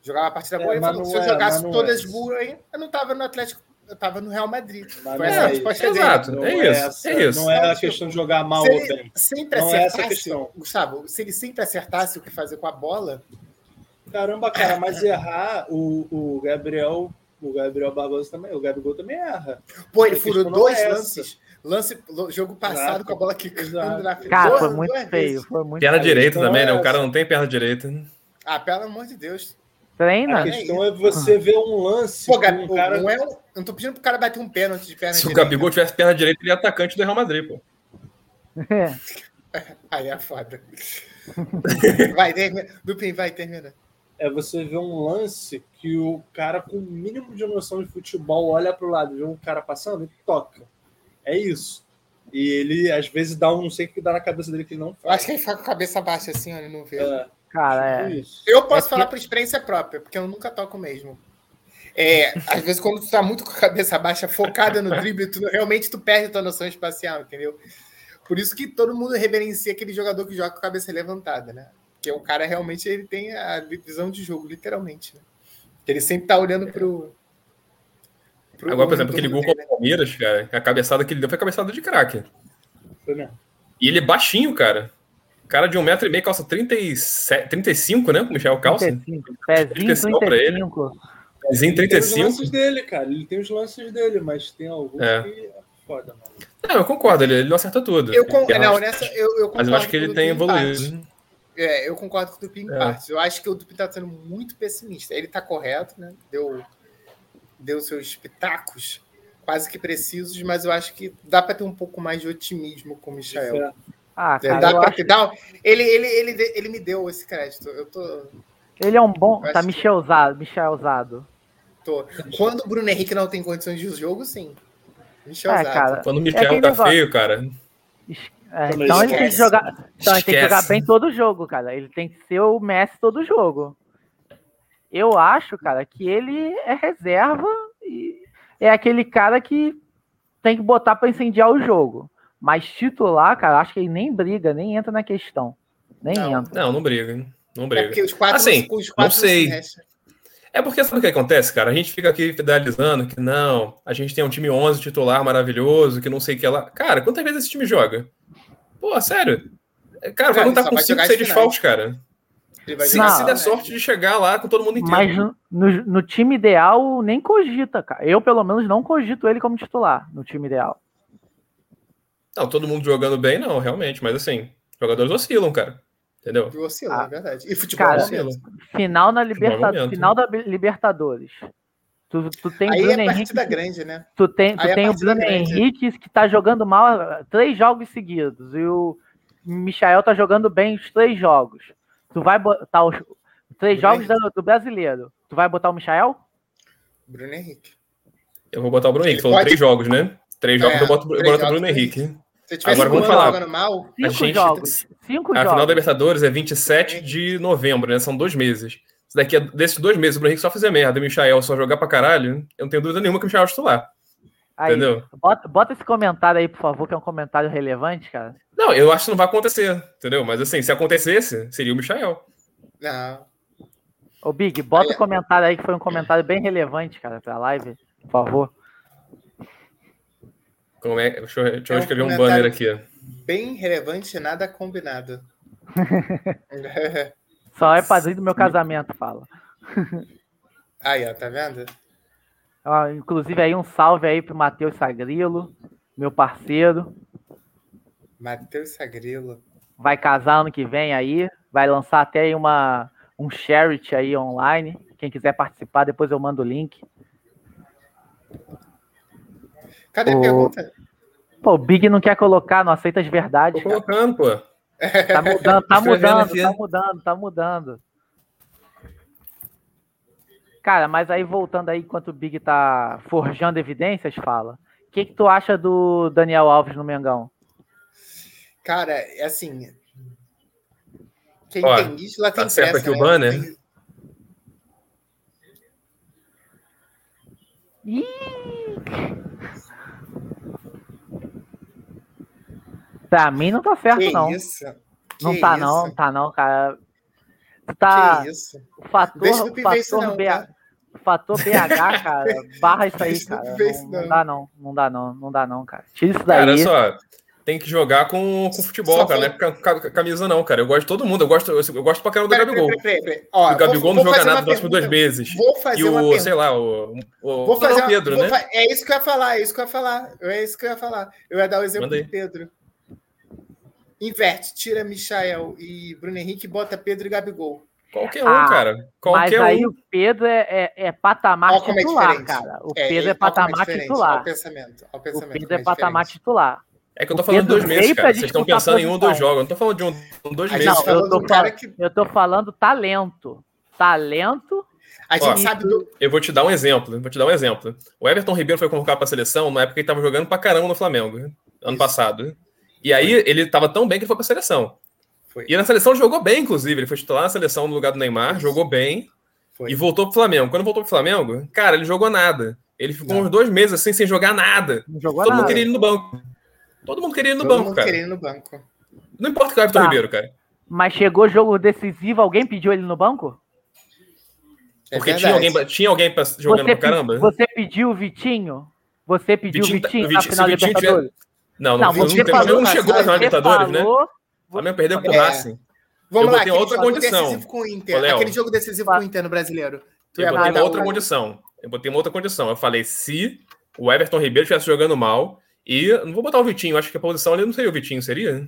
S2: Jogava a partida
S4: É,
S2: boa e
S4: mas
S2: falou:
S4: não
S2: se eu
S4: é,
S2: jogasse
S4: mas não
S2: todas
S4: é.
S2: boas, hein, eu não tava no Atlético, eu tava no Real Madrid. Foi
S4: Mas não
S2: essa a
S4: é
S2: resposta
S1: isso.
S2: dele.
S1: Exato,
S4: Não
S1: é isso,
S4: essa-
S1: é isso.
S4: Não é a
S2: Tipo,
S4: questão de jogar mal
S2: se
S4: ou
S2: ele
S4: bem.
S2: sempre
S4: Não é essa a
S2: acertasse,
S4: questão.
S2: Gustavo, se ele sempre acertasse o que fazer com a bola,
S4: Caramba, cara, mas errar o, o Gabriel, o Gabriel Barbosa também, o Gabigol também erra.
S2: pô, ele
S4: A
S2: furou
S4: questão não
S2: dois
S4: é essa.
S2: lances. Lance, lo- jogo passado
S4: Exato,
S2: com a bola quicando
S4: exato.
S2: na frente.
S3: Cara, foi
S2: Duas-
S3: muito
S2: duas
S3: feio.
S2: vezes.
S3: Foi muito
S1: Perna
S4: A
S1: direita
S2: então,
S4: questão
S1: também, né? O
S4: é
S1: cara
S2: assim.
S4: essa.
S1: não tem perna direita. né?
S2: Ah, pelo amor de Deus.
S4: A
S3: treina.
S2: Aqui-
S4: questão é você ver um lance
S2: Pô,
S4: com
S2: Gabi,
S4: um cara.
S2: não é um- eu não tô pedindo pro cara bater um pênalti de perna
S1: Se o
S2: direita.
S1: Gabigol tivesse perna direita, ele é atacante do Real Madrid, pô.
S2: Aí é foda. Vai, termina. Dupin, vai, termina.
S4: É você ver um lance que o cara com o mínimo de noção de futebol olha pro lado, vê um cara passando e toca. É isso. E ele, às vezes, dá um não sei o que dá na cabeça dele que ele não
S2: Eu acho que ele fica com a cabeça baixa assim, ó, ele não vê.
S4: é,
S3: (laughs) Cara, é.
S4: tipo isso.
S2: Eu posso
S3: É
S2: falar por experiência própria, porque eu nunca toco mesmo. É, às vezes, quando tu tá muito com a cabeça baixa, focada no drible, tu, realmente tu perde a tua noção espacial, entendeu? Por isso que todo mundo reverencia aquele jogador que joga com a cabeça levantada, né? Porque o cara realmente ele tem a visão de jogo, literalmente. Né? Ele sempre tá olhando pro. pro
S1: Agora, por exemplo, aquele gol
S2: entorno
S1: contra
S2: dele,
S1: o Palmeiras, cara, a cabeçada que ele deu foi cabeçada de craque.
S4: Foi né? mesmo.
S1: E ele é baixinho, cara. Cara de 1,5m, calça 37, 35, né? Com o Michel calça.
S3: 35, pezinho
S1: Especial pra ele.
S3: 35.
S1: Pezinho
S4: Tem os
S1: 35.
S4: lances dele, cara. Ele tem os lances dele, mas tem alguns
S1: É.
S4: que é foda, mano.
S1: Não, eu concordo, ele, ele não acerta tudo.
S2: né? Eu con-
S1: Ele erra-
S2: não, nessa, eu, eu
S1: Mas eu acho
S2: concordo
S1: que
S2: com
S1: ele
S2: o
S1: tem
S2: Dupin em partes.
S1: evoluído.
S2: É, eu concordo com o Dupin em
S1: É.
S2: partes. Eu acho que o Dupin está sendo muito pessimista. Ele está correto, né? Deu, deu seus pitacos quase que precisos, mas eu acho que dá para ter um pouco mais de otimismo com o Michael.
S4: É.
S3: Ah,
S2: É,
S3: cara,
S2: dá
S3: eu
S2: pra
S3: acho-
S2: ter- dá um- ele, ele, ele, de- ele me deu esse crédito. Eu tô,
S3: ele é um bom.
S2: Eu
S3: Tá
S2: acho que-
S3: Michelzado. Michelzado.
S2: tô- Quando o Bruno Henrique não tem condições de jogo, sim. Michel
S3: É,
S2: Zato.
S3: cara.
S1: Quando o
S3: É
S1: Michel
S3: aquele
S1: tá
S3: negócio.
S1: feio, cara.
S3: es- é,
S4: Também
S3: então ele tem que
S2: esquece.
S3: jogar. Então ele tem
S1: Esquece.
S3: que jogar bem todo jogo, cara. Ele tem que ser o Messi todo jogo. Eu acho, cara, que ele é reserva e é aquele cara que tem que botar para incendiar o jogo. Mas titular, cara, acho que ele nem briga, nem entra na questão. Nem
S1: não.
S3: entra.
S1: Não, não briga, hein? Não briga.
S2: É porque os quatro,
S1: Assim,
S2: os quatro assim, né?
S1: não sei.
S2: se restam.
S1: É porque sabe o que acontece, cara? A gente fica aqui fidelizando que não, a gente tem um time 11 titular maravilhoso, que não sei o que lá. Cara, quantas vezes esse time joga? Pô, sério? É, Cara, vai
S2: Cara,
S1: contar
S2: só
S1: com
S2: vai
S1: 5,
S2: jogar
S1: 6
S2: as
S1: desfalques, cara.
S2: Ele
S1: Se,
S3: jogar
S2: jogar
S3: Não.
S1: se
S2: só,
S1: der
S2: né?
S1: sorte de chegar lá com todo mundo inteiro.
S3: Mas no, no- no time ideal, nem cogita, cara. Eu, pelo menos, não cogito ele como titular no time ideal.
S1: Não, todo mundo jogando bem, não, realmente. Mas assim, jogadores oscilam, cara. Entendeu?
S2: Oscila,
S3: Ah.
S2: é verdade. E futebol
S3: Cara,
S2: oscila.
S1: Oscilam.
S3: Final na
S1: momento,
S3: Libertadores.
S1: né?
S3: Final da Bi- Libertadores. Tu, tu tem
S2: Aí é
S3: Bruno Henrique.
S2: partida grande, né?
S3: Tu tem, tu
S2: Aí a
S3: tem o
S2: partida
S3: Bruno
S2: grande.
S3: Henrique que tá jogando mal eh, três jogos seguidos. E o Michael tá jogando bem os três jogos. Tu vai botar os três
S2: Bruno
S3: jogos do, do brasileiro. Tu vai botar o Michael?
S2: Bruno Henrique.
S1: Eu vou botar o Bruno Henrique.
S2: Ele
S1: Foram
S2: pode-
S1: três jogos, né? Três
S2: É,
S1: jogos eu boto, eu
S2: três
S1: boto o
S2: jogos,
S1: Bruno
S2: três.
S1: Henrique.
S2: Se eu tivesse
S1: Agora vamos
S2: continuado
S1: falar.
S2: jogando mal,
S3: Cinco
S1: gente- tá-
S3: jogos.
S2: Tipo,
S3: Cinco
S1: A
S3: jogos.
S1: final da Libertadores é 27 de novembro, né? São dois meses. Se daqui a, desses dois meses o Bruno Henrique só fizer merda e o Michael só jogar pra caralho, eu não tenho dúvida nenhuma que o Michael é titular.
S3: Aí,
S1: Entendeu?
S3: Bota, bota esse comentário aí, por favor, que é um comentário relevante, cara.
S1: Não, eu acho que não vai acontecer, entendeu? Mas assim, se acontecesse, seria o Michael.
S2: não.
S3: Ô, Big, bota
S2: Aí-
S3: o comentário aí, que foi um comentário bem relevante, cara, pra live, por favor.
S1: Como é? Deixa eu, deixa eu
S2: É um
S1: escrever um
S2: comentário-
S1: banner aqui. ó.
S2: Bem relevante, nada
S3: (laughs)
S2: combinado.
S3: Só é padrinho do meu casamento, fala.
S2: Aí, ó, tá vendo?
S3: Ó, inclusive aí um salve aí pro Matheus Sagrilo, meu parceiro.
S2: Matheus Sagrilo.
S3: Vai casar ano que vem aí. Vai lançar até aí uma, um charity aí online. Quem quiser participar, depois eu mando o link.
S2: Cadê a
S3: Ô.
S2: pergunta?
S3: Pô, o Big não quer colocar, não aceita as verdades,
S1: Tô
S3: cara.
S1: colocando, pô.
S2: (laughs)
S3: Tá mudando, tá
S1: Escrevendo
S3: mudando,
S2: assim.
S1: aqui.
S3: tá mudando, tá mudando. Cara, mas aí voltando aí, enquanto o Big tá forjando evidências, fala. O que, que tu acha do Daniel Alves no Mengão?
S2: Cara, é assim. Quem
S1: Ó,
S2: tem isla tem
S1: acerta
S2: pressa,
S1: aqui o
S2: né?
S1: banner.
S2: Tem-
S3: Ih! Pra mim não tá certo,
S2: Que
S3: não.
S2: isso?
S3: não
S2: Que
S3: tá,
S2: isso?
S3: não, não tá, não, cara. Tu tá.
S2: Que isso?
S3: O fator,
S2: Deixa do
S3: o
S2: Pivense
S3: fator,
S2: não,
S3: BH,
S2: tá?
S3: o fator BH, cara,
S2: (laughs)
S3: barra isso aí,
S2: Deixa do
S3: cara.
S2: Pivense
S3: Não, não
S2: não.
S3: dá não, não dá não, não dá não, cara. Tira isso
S1: Cara,
S3: daí.
S1: olha só. Tem que jogar com, com futebol,
S2: Só
S1: cara.
S2: foi-
S1: Não é com ca- ca- camisa, não, cara. Eu gosto de todo mundo. Eu gosto, eu, eu gosto pra caramba do
S2: Pera,
S1: Gabigol.
S2: pera, pera, pera. Ó,
S1: o Gabigol
S2: vou-
S1: não
S2: vou
S1: joga
S2: fazer
S1: nada
S2: uma
S1: nas últimas duas
S2: pergunta.
S1: vezes.
S2: Vou fazer
S1: E
S2: uma
S1: o,
S2: pergunta.
S1: sei lá, o, o
S2: Vou fazer
S1: o
S2: uma-
S1: Pedro,
S2: vou
S1: né?
S2: fa- É isso que eu ia falar, é isso que eu ia falar. É isso que eu ia falar. Eu ia dar o exemplo
S1: Manda aí.
S2: do Pedro. Inverte, tira Michael e Bruno Henrique, bota Pedro e Gabigol.
S1: Qualquer um,
S3: Ah,
S1: cara.
S3: Mas
S1: Qualquer
S3: aí
S1: um.
S3: o Pedro é, é, é patamar
S2: Olha como é
S3: titular,
S2: diferente.
S3: cara. O
S2: É,
S3: Pedro é,
S2: olha como
S3: patamar
S2: diferente, olha
S3: titular.
S2: o pensamento, olha o
S3: O
S2: pensamento.
S3: Pedro
S2: como
S3: é patamar
S2: diferente.
S3: titular.
S1: É que eu tô
S3: o
S1: falando de
S3: Pedro
S1: dois meses,
S3: veio pra
S1: cara. Vocês estão
S3: disputar
S1: pensando em um, dois
S3: posição.
S1: jogos. Eu não tô falando de um, dois
S2: A
S1: meses.
S2: gente
S3: Não,
S2: falou
S3: eu tô
S2: de um cara
S3: falando-
S2: que
S3: Eu tô falando talento. Talento.
S2: a gente
S1: Ó.
S2: sabe do.
S1: Eu vou te dar um exemplo. Vou te dar um exemplo. O Everton Ribeiro foi convocado pra seleção na época que ele tava jogando pra caramba no Flamengo, ano
S2: Isso.
S1: passado. E aí ele tava tão bem que ele foi pra seleção.
S2: Foi.
S1: E na seleção jogou bem, inclusive. Ele foi titular na seleção no lugar do Neymar, jogou bem
S2: Foi.
S1: e voltou pro Flamengo. Quando voltou pro Flamengo, cara, ele jogou nada. Ele ficou
S2: Não.
S1: uns dois meses assim sem jogar nada.
S3: Não jogou
S1: Todo mundo
S3: nada.
S1: queria ele no banco. Todo mundo queria ele no
S2: todo
S1: banco,
S2: mundo
S1: cara.
S2: querendo no banco.
S1: Não importa o que é o Everton
S3: Tá.
S1: Ribeiro, cara.
S3: Mas chegou jogo decisivo, alguém pediu ele no banco?
S2: É
S1: Porque
S2: verdade.
S1: tinha alguém, pra- tinha alguém pra, jogando
S3: você,
S1: pra caramba. né?
S3: pe- você pediu o Vitinho? Você pediu o
S1: Vitinho tá-
S3: Vitinho, na
S1: Vitinho- se
S3: final da
S1: o Vitinho tiver-
S3: Libertadores?
S1: Não,
S3: Não,
S1: não, não,
S3: você
S1: não,
S3: falou,
S1: não chegou na final
S2: cara,
S1: da
S3: Você
S1: Libertadores, né?
S3: falou,
S1: O Flamengo perdeu pro
S2: É.
S1: Racing.
S2: Vamos
S1: Eu
S2: lá,
S1: botei outra
S2: jogo
S1: condição.
S2: decisivo com o Inter.
S1: Ô, Léo.
S2: Aquele jogo decisivo
S3: Fa-
S2: com o Inter no brasileiro. Tu ia
S1: Eu botei
S3: vai
S1: uma
S3: dar
S2: matar
S1: outra
S2: o-
S1: condição. Eu botei uma outra condição. Eu falei, se o Everton Ribeiro estivesse jogando mal, e não vou botar o Vitinho, acho que a posição ali não seria o Vitinho, seria?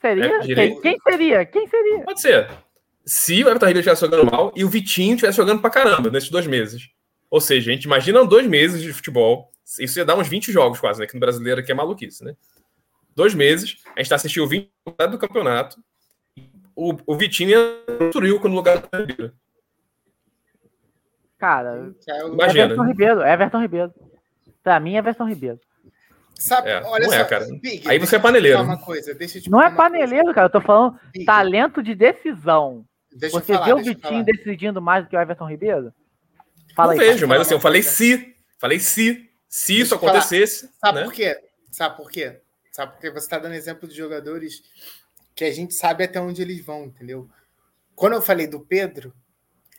S3: Seria?
S1: É, direito.
S3: Quem, quem seria? Quem seria?
S1: Pode ser. Se o Everton Ribeiro estivesse jogando mal e o Vitinho estivesse jogando pra caramba nesses dois meses. Ou seja, a gente imagina dois meses de futebol. Isso ia dar uns 20 jogos quase, né? Que no brasileiro aqui é maluquice, né? Dois meses, a gente tá assistindo o 20 do campeonato. O, o Vitinho construiu no lugar do Ribeiro.
S3: Cara,
S2: Michael-
S1: Mas- Imagina.
S3: Everton Ribeiro, Everton Ribeiro. Pra mim, é Everton Ribeiro.
S2: Sabe,
S1: É,
S2: olha
S1: não
S2: só,
S1: é, cara.
S2: Big,
S1: Aí
S2: deixa
S1: você é
S2: eu te falar
S1: paneleiro.
S2: uma coisa, deixa eu te
S3: Não
S2: falar
S3: é
S2: Tipo, uma coisa.
S3: paneleiro, Tá, cara. Eu tô falando
S2: Big,
S3: talento de decisão.
S2: Deixa
S3: Você
S2: eu falar,
S3: vê o
S2: deixa eu
S3: Vitinho
S2: falar.
S3: decidindo mais do que o Everton Ribeiro? Fala
S1: não
S3: aí.
S1: vejo, mas assim, eu falei se. Falei se. Se isso acontecesse.
S2: Sabe
S1: né?
S2: por quê? Sabe por quê? Sabe porque você está dando exemplo de jogadores que a gente sabe até onde eles vão, entendeu? Quando eu falei do Pedro,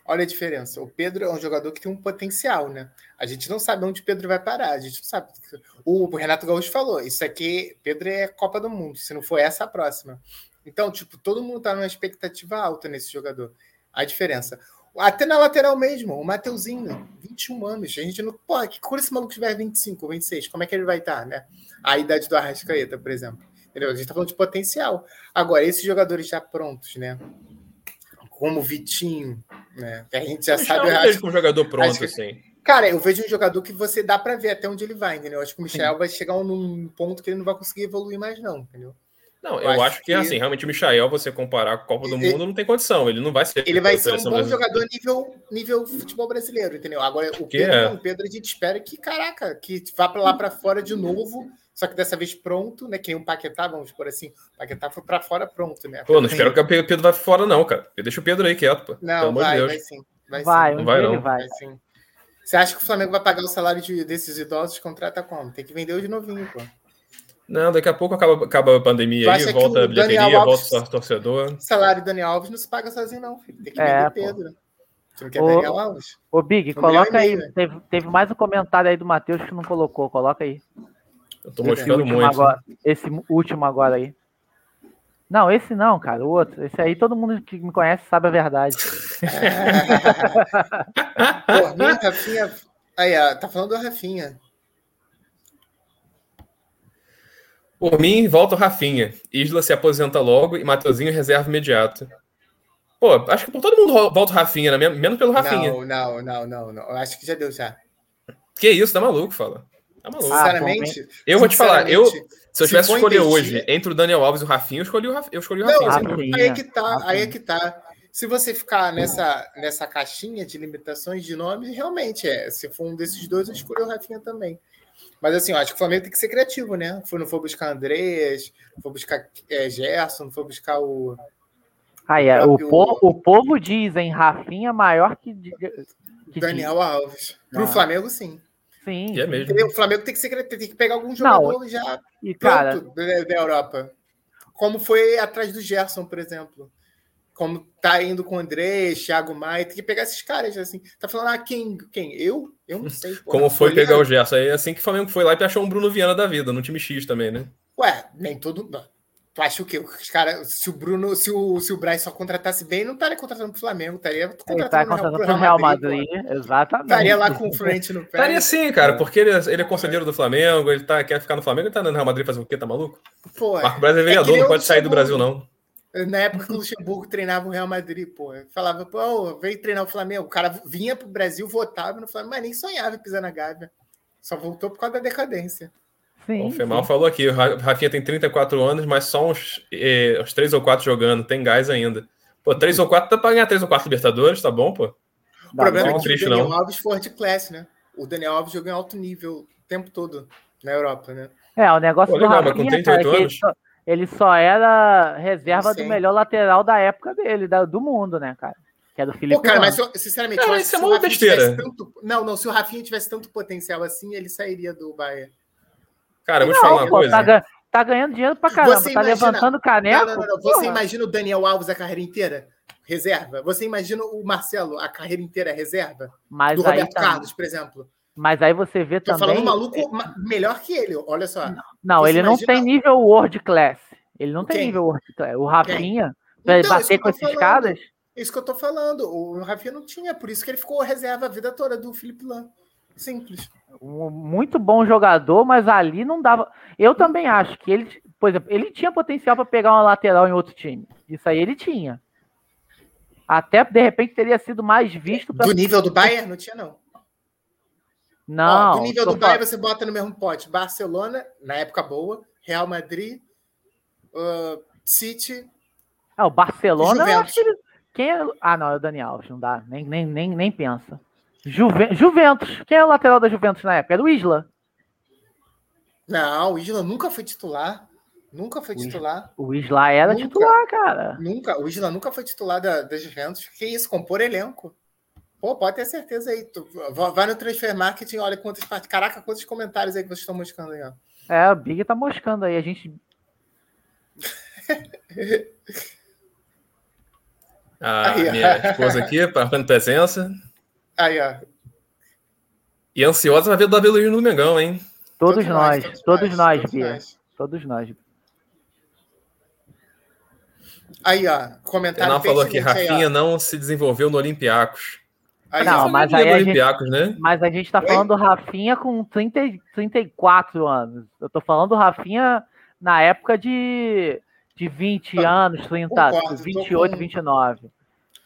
S2: olha a diferença. O Pedro é um jogador que tem um potencial, né? A gente não sabe onde o Pedro vai parar, a gente não sabe. O Renato Gaúcho falou: isso aqui, Pedro é Copa do Mundo, se não for essa, a próxima. Então, tipo, todo mundo tá numa expectativa alta nesse jogador. A diferença. Até na lateral mesmo, o Mateuzinho, 21 anos. A gente não. Porra, que quando esse maluco tiver 25, 26, como é que ele vai estar, né? A idade do Arrascaeta, por exemplo. Entendeu? A gente tá falando de potencial. Agora, esses jogadores já prontos, né? Como o Vitinho, né? Que a gente já
S1: Eu
S2: sabe.
S1: não vejo
S2: acho-
S1: como jogador pronto,
S2: acho que-
S1: assim.
S2: Cara, eu vejo um jogador que você dá pra ver até onde ele vai, entendeu? Acho que o Michel vai chegar num ponto que ele não vai conseguir evoluir mais, não, entendeu?
S1: Não,
S2: Eu
S1: eu,
S2: acho
S1: acho que,
S2: que-
S1: assim, realmente o Michael, você comparar com a Copa do
S2: Ele-
S1: Mundo, não tem condição. Ele não vai ser.
S2: Ele vai
S1: da
S2: ser um
S1: seleção
S2: bom
S1: brasileira.
S2: jogador nível, nível futebol brasileiro, entendeu? Agora, o
S1: Que
S2: Pedro,
S1: é.
S2: não, o Pedro a gente espera que, caraca, que vá pra lá pra fora de novo, só que dessa vez pronto, né? Que nem o Paquetá, vamos por assim, o Paquetá foi pra fora pronto, né?
S1: Pô, não espero que o Pedro vá fora, não, cara. Deixa o Pedro aí quieto, pô. Pelo
S2: Não,
S1: amor de
S2: vai,
S1: Deus.
S2: vai sim. Vai,
S3: Vai,
S2: sim.
S3: um
S1: Não vai,
S3: dia ele
S1: não.
S3: vai.
S2: Vai sim. Você acha que o Flamengo vai pagar o salário de- desses idosos? Contrata como? Tem que vender os novinhos, pô.
S1: Não, daqui a pouco acaba, acaba a
S2: Tu
S1: pandemia
S2: acha
S1: aí,
S2: que
S1: volta
S2: o
S1: a bilheteria,
S2: Daniel Alves-
S1: volta o torcedor.
S2: O salário do Daniel Alves não se paga sozinho, não, filho. Tem que
S3: É,
S2: vender
S3: pô.
S2: Pedro. Você não quer
S3: Ô.
S2: Daniel Alves?
S3: Ô, Big,
S2: Um
S3: coloca
S2: milhão e
S3: aí.
S2: meio, né?
S3: Teve, teve mais um comentário aí do Matheus que não colocou. Coloca aí.
S1: Eu tô
S2: Esse
S3: Esse
S1: mostrando
S3: último
S1: muito.
S3: agora. Esse último agora aí. Não, esse não, cara. O outro. Esse aí todo mundo que me conhece sabe a verdade.
S2: Por mim, Rafinha. Aí, ó, tá falando do Rafinha.
S1: Por mim, volta o Rafinha. Isla se aposenta logo e Mateuzinho reserva imediato. Pô, acho que por todo mundo ro- volta o Rafinha, né? Men- menos pelo Rafinha. Ah,
S2: Não, não, não, não, não. Eu acho que já deu já.
S1: Que isso, tá maluco, fala. Tá maluco.
S3: Ah,
S2: Sinceramente.
S1: eu vou te falar, eu, se
S2: sinceramente,
S1: eu
S2: se
S1: tivesse
S2: for
S1: que escolher
S2: investir-
S1: hoje entre o Daniel Alves e o Rafinha, eu escolhi o, Raf... eu escolhi o
S2: Não,
S1: Rafinha. assim.
S2: você
S1: sem dúvida.
S2: Aí é que tá, aí é que tá. Se você ficar nessa, nessa caixinha de limitações de nome, realmente é. Se for um desses dois, eu escolho o Rafinha também. Mas assim, eu acho que o Flamengo tem que ser criativo, né? Foi- Não for buscar Andrés, não for buscar é, Gerson, não for buscar o.
S3: Aí, é, o,
S2: Próprio-
S3: po- o povo diz, hein? Rafinha é maior que. de- que
S2: Daniel Alves. Pro
S4: Ah.
S2: Flamengo, sim.
S3: diz. Sim.
S1: E é mesmo.
S2: Entendeu? O Flamengo tem que, ser, criativo, tem que pegar algum jogador já
S3: E, cara,
S2: pronto né, da, da Europa. Como foi atrás do Gerson, por exemplo. Como tá indo com o André, Thiago Maia, tem que pegar esses caras assim. Tá falando, ah, quem? Quem? Eu? Eu não sei. porra.
S1: Como foi
S2: Olhar-
S1: pegar o Gerson? Aí assim que o Flamengo foi lá e achou um Bruno Viana da vida, no time X também, né?
S2: Ué, nem todo mundo. Tu acha o quê? Os cara, se o Bruno, se o, se o Braz só contratasse bem, não estaria contratando pro Flamengo, estaria
S3: ele
S2: contratando
S3: tá
S2: pro
S3: contratando pro Real Madrid.
S2: pô. Tá
S3: Exatamente.
S2: Estaria lá com o frente no pé.
S1: Estaria sim, cara, porque ele, é- ele é conselheiro do Flamengo, ele tá, quer ficar no Flamengo, ele tá no Real Madrid fazer o quê? Tá maluco?
S2: Pô,
S1: Marco Braz é
S2: que um
S1: vereador,
S2: nem
S1: não
S2: o
S1: pode sair do Brasil,
S2: Luxemburgo.
S1: não.
S2: Na época que o Luxemburgo treinava o Real Madrid, pô. Falava, pô, ô, veio treinar o Flamengo. O cara vinha pro Brasil, votava no Flamengo, mas nem sonhava em pisar na Gávea. Só voltou por causa da decadência.
S3: Sim,
S1: o
S3: sim.
S1: Femal falou aqui, o Ra- Rafinha tem 34 anos, mas só uns, eh, uns 3 ou 4 jogando, tem gás ainda. Pô, 3 ou 4 dá pra ganhar 3 ou 4 Libertadores, tá bom, pô?
S2: O
S3: Dá
S2: problema
S1: bom.
S2: é que
S1: Triste,
S2: o Daniel
S1: não.
S2: Alves foi de classe, né? O Daniel Alves jogou em alto nível o tempo todo na Europa, né?
S3: É, o negócio
S1: Pô,
S3: do
S1: legal, mas
S3: Rafinha,
S1: com 38
S3: cara, que ele
S1: anos?
S3: só, ele só era reserva do
S2: Sim.
S3: melhor lateral da época dele, da- do mundo, né, cara? Que é do Felipe
S2: Pô, cara, mas
S3: Melo.
S2: eu- sinceramente,
S1: Cara,
S2: eu acho
S1: isso
S2: que
S1: é
S2: se o
S1: uma
S2: Rafinha
S1: besteira.
S2: tivesse tanto- Não, não, se o Rafinha tivesse tanto potencial assim, ele sairia do Bahia.
S1: Cara, eu vou te
S3: Não,
S1: falar uma
S3: pô, tá,
S1: coisa.
S3: ga- tá ganhando dinheiro pra caramba,
S2: Você
S3: tá
S2: imagina-
S3: levantando
S2: Não,
S3: caneco.
S2: não, não, não. Você
S3: porra.
S2: imagina o Daniel Alves a carreira inteira? Reserva? Você imagina o Marcelo a carreira inteira reserva?
S3: Mas
S2: do
S3: aí
S2: Roberto
S3: tá-
S2: Carlos, por exemplo.
S3: Mas aí você vê
S2: Tô
S3: também.
S2: falando um maluco ma- melhor que ele, olha só.
S3: Não,
S2: você
S3: ele não
S2: imagina-
S3: tem nível world class. Ele não
S2: Quem?
S3: tem nível world class. O Rafinha, pra ele
S2: Então, isso que
S3: bater
S2: eu
S3: com
S2: tô
S3: esses
S2: falando.
S3: caras,
S2: Isso que eu tô falando. O Rafinha não tinha, por isso que ele ficou reserva a vida toda do Felipe Lan. Simples.
S3: um muito bom jogador, mas ali não dava. Eu também acho que ele, por exemplo, ele tinha potencial pra pegar uma lateral em outro time. Isso aí ele tinha. Até de repente teria sido mais visto pra.
S2: Do nível do Bayern, não tinha, não.
S3: Não,
S2: Ó, do nível
S3: tô
S2: do Bayern, você bota no mesmo pote. Barcelona, na época boa, Real Madrid, ah, City.
S3: Ah, o Barcelona, eu
S2: Juventus.
S3: acho que ele. Quem é... Ah, não, é o Dani Alves, não dá. Nem, nem, nem, nem pensa. Juve- Juventus. Quem é o lateral da Juventus na época? Era o Isla.
S2: Não, o Isla nunca foi titular. Nunca foi
S3: Isla.
S2: titular.
S3: O Isla era
S2: Nunca.
S3: titular, cara.
S2: Nunca. O Isla nunca foi titular da, da Juventus. Que isso, compor elenco. Pô, pode ter certeza aí. Tu, va- vai no Transfer Marketing, olha quantas partes. Caraca, quantos comentários aí que vocês estão buscando aí, ó.
S3: É, o Big tá moscando aí. A gente.
S1: A
S2: Aí, ó.
S1: minha esposa aqui, marcando presença.
S2: Aí, ó.
S1: E ansiosa pra ver o Davi Luiz no Mengão, hein?
S3: Todos nós, todos nós,
S2: todos
S3: Bia.
S2: nós.
S3: Todos nós.
S2: Aí, ó. Comentário.
S1: Renan falou aqui,
S2: pertinente aí, ó.
S1: Rafinha não se desenvolveu no Olympiacos.
S2: Aí,
S3: Não,
S2: ó.
S1: Essa
S3: mas
S1: mania
S3: aí
S1: do
S3: a gente-
S1: Olympiacos, né?
S3: Mas a gente tá
S2: Oi?
S3: falando do Rafinha com 30, e- 34 anos. Eu tô falando do Rafinha na época de, de 20
S2: Tá.
S3: anos, 30,
S2: Concordo, tô
S3: 28,
S2: com-
S3: 29.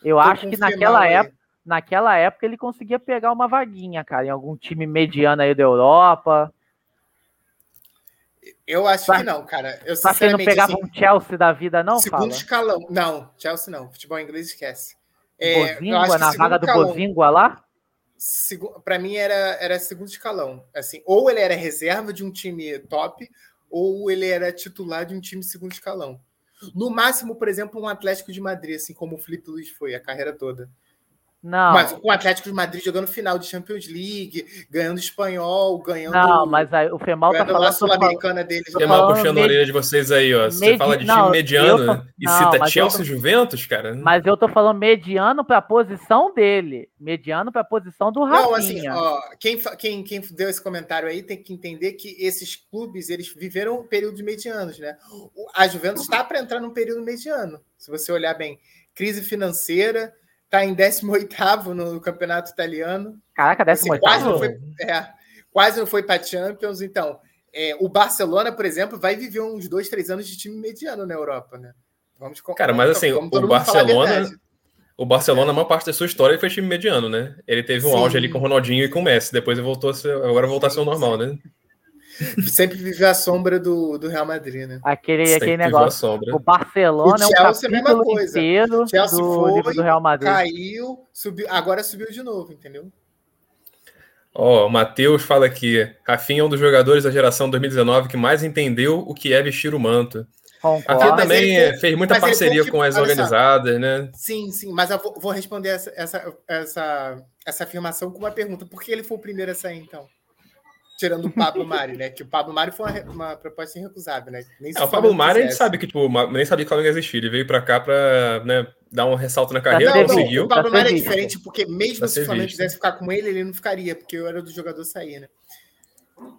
S3: Eu
S2: Tô
S3: acho que
S2: confirmando
S3: naquela
S2: aí.
S3: época, naquela época ele conseguia pegar uma vaguinha, cara, em algum time mediano aí da Europa.
S2: Eu acho
S3: Tá.
S2: que não, cara. Eu
S3: Só que ele não
S2: sinceramente.
S3: pegava
S2: assim,
S3: um Chelsea da vida, não,
S2: segundo
S3: fala?
S2: escalão. Não, Chelsea não. Futebol inglês esquece. É, eu acho
S3: Bozingua,
S2: que
S3: na
S2: segundo
S3: vaga do
S2: escalão.
S3: Bozingua lá?
S2: segu- Pra mim era, era segundo escalão. Assim, ou ele era reserva de um time top, ou ele era titular de um time segundo escalão. No máximo, por exemplo, um Atlético de Madrid, assim como o Felipe Luiz foi a carreira toda.
S3: Não.
S2: Mas com o Atlético de Madrid jogando final de Champions League, ganhando espanhol, ganhando,
S3: Não, mas aí o Femal tá
S2: ganhando a
S3: falando. tô falando-
S2: sul-americana dele.
S3: tô
S1: E mal
S3: falando
S1: puxando a
S3: medi-
S1: orelha de vocês aí, ó. Você
S3: medi-
S1: fala de
S3: não,
S1: time mediano
S3: eu tô-
S1: e
S3: não,
S1: cita
S3: mas eu
S1: Chelsea
S3: tô-
S1: e Juventus, cara.
S3: Mas eu tô falando mediano pra posição dele. Mediano pra posição do Rafinha.
S2: Não, assim, ó, quem, fa- quem, quem deu esse comentário aí tem que entender que esses clubes, eles viveram períodos medianos, né? O- A Juventus está para entrar num período mediano, se você olhar bem. Crise financeira, está em 18º no campeonato italiano.
S3: Caraca,
S2: Assim, quase,
S3: 18
S2: não foi, é, quase não foi para Champions, então... é, o Barcelona, por exemplo, vai viver uns dois, três anos de time mediano na Europa, né? Vamos con-
S1: Cara, mas assim,
S2: vamos
S1: o
S2: todo mundo falar a
S1: Barcelona-
S2: verdade.
S1: O Barcelona, a maior parte da sua história, ele foi time mediano, né? Ele teve um
S2: Sim.
S1: auge ali com o Ronaldinho e com o Messi. Depois ele voltou a ser, agora voltou a ser o normal, né?
S2: sempre viveu a sombra do, do Real Madrid, né?
S3: Aquele,
S1: Sempre
S3: aquele
S1: viveu a
S3: negócio.
S1: sombra.
S3: O Barcelona
S2: O
S3: é um
S2: Chelsea é a mesma
S3: capítulo
S2: coisa.
S3: inteiro do
S2: Chelsea foi,
S3: livro do Real Madrid.
S2: Caiu, subiu, agora subiu de novo, entendeu?
S1: Ó, o Matheus fala aqui. Rafinha é um dos jogadores da geração 2019 que mais entendeu o que é vestir o manto.
S3: Concordo.
S1: Rafinha
S2: mas
S1: também é,
S2: ele
S1: fez muita
S2: mas ele
S1: parceria
S2: foi um
S1: com as
S2: tipo- olha só.
S1: organizadas, né?
S2: Sim, sim, mas eu vou, vou responder essa, essa, essa, essa afirmação com uma pergunta. Por que ele foi o primeiro a sair, então? Tirando o Pablo Mari, né? Que o Pablo Mari foi uma, re- uma proposta irrecusável, né? Nem se
S1: É, o Pablo
S2: Flamengo
S1: Mara, a gente
S2: quisesse.
S1: sabe que, tipo, ma- nem sabia que o Flamengo existia. Ele veio pra cá pra, né, dar um ressalto na carreira,
S2: Não,
S3: Ele
S2: não,
S1: conseguiu. Tá
S2: o Pablo
S3: Pra ser
S2: Mari é
S3: visto.
S2: diferente, porque mesmo
S1: Pra
S2: se
S1: ser
S2: o Flamengo
S1: visto.
S2: quisesse ficar com ele, ele não ficaria, porque eu era do jogador sair, né?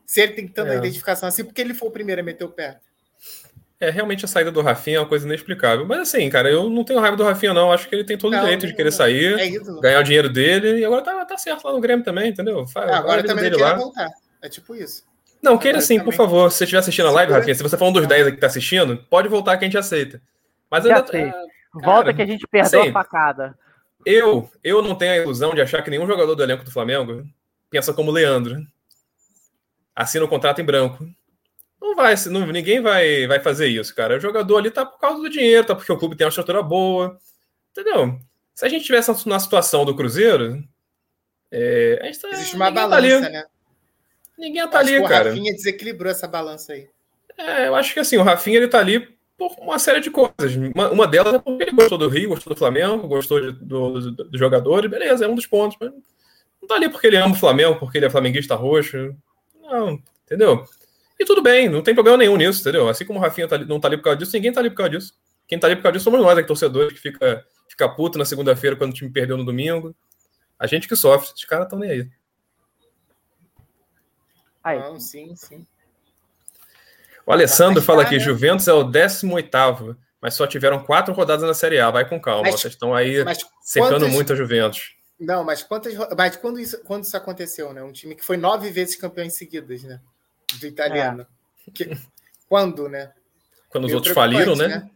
S2: Se ele tem tanta
S1: É.
S2: identificação assim, por que ele foi o primeiro a meter o pé?
S1: É, realmente a saída do Rafinha é uma coisa inexplicável. Mas assim, cara, eu não tenho raiva do Rafinha, não. Acho que ele tem todo o
S2: Não,
S1: direito de
S2: não,
S1: querer
S2: não.
S1: sair,
S2: É ídolo.
S1: ganhar o dinheiro dele, e agora tá, tá certo lá no Grêmio também, entendeu? Faz,
S2: Ah,
S1: faz
S2: agora
S1: a vida
S2: também não
S1: dele
S2: queria
S1: lá.
S2: voltar. É tipo isso.
S1: Não, queira sim, por
S2: Também.
S1: favor. Se você estiver assistindo a live,
S2: Segura.
S1: Rafinha, se você for um dos 10 aqui que tá assistindo, pode voltar que a gente aceita. Mas eu
S3: Já
S1: ainda-
S3: sei.
S1: cara,
S3: Volta que a gente perdoa
S1: assim,
S3: a facada.
S1: Eu, eu não tenho a ilusão de achar que nenhum jogador do elenco do Flamengo pensa como o Leandro. Assina o contrato em branco. Não vai, se- não- ninguém vai, vai fazer isso, cara. O jogador ali tá por causa do dinheiro, tá porque o clube tem uma estrutura boa. Entendeu? Se a gente tivesse na situação do Cruzeiro, é, a gente tá,
S2: Existe uma
S1: ninguém
S2: balança,
S1: tá ali,
S2: né?
S1: ninguém tá
S2: Acho que
S1: ali
S2: o
S1: cara.
S2: Rafinha desequilibrou essa balança aí.
S1: É, eu acho que assim, o Rafinha ele tá ali por uma série de coisas. Uma, uma delas é porque ele gostou do Rio, gostou do Flamengo, gostou de- do, do, do jogador, e beleza, é um dos pontos. Mas não tá ali porque ele ama o Flamengo, porque ele é flamenguista roxo. Não, entendeu? E tudo bem, não tem problema nenhum nisso, entendeu? Assim como o Rafinha tá ali- não tá ali por causa disso, ninguém tá ali por causa disso. Quem tá ali por causa disso somos nós, aqui, torcedores, que fica, fica puto na segunda-feira quando o time perdeu no domingo. A gente que sofre, esses caras tão nem aí.
S3: Aí,
S2: Não, sim, sim.
S1: O Alessandro
S2: Mas
S1: fala
S2: tá,
S1: aqui,
S2: né?
S1: Juventus é o 18º, mas só tiveram quatro rodadas na Série A. Vai com calma,
S2: Mas-
S1: vocês estão aí
S2: Mas
S1: secando
S2: quantas-
S1: muito a Juventus.
S2: não, mas quantas ro- mas quando isso, quando isso aconteceu, né? Um time que foi nove vezes campeão em seguidas, né? Do italiano.
S3: É.
S2: Que- quando, né?
S1: Quando os
S2: Meio
S1: outros faliram, né?
S2: preocupante,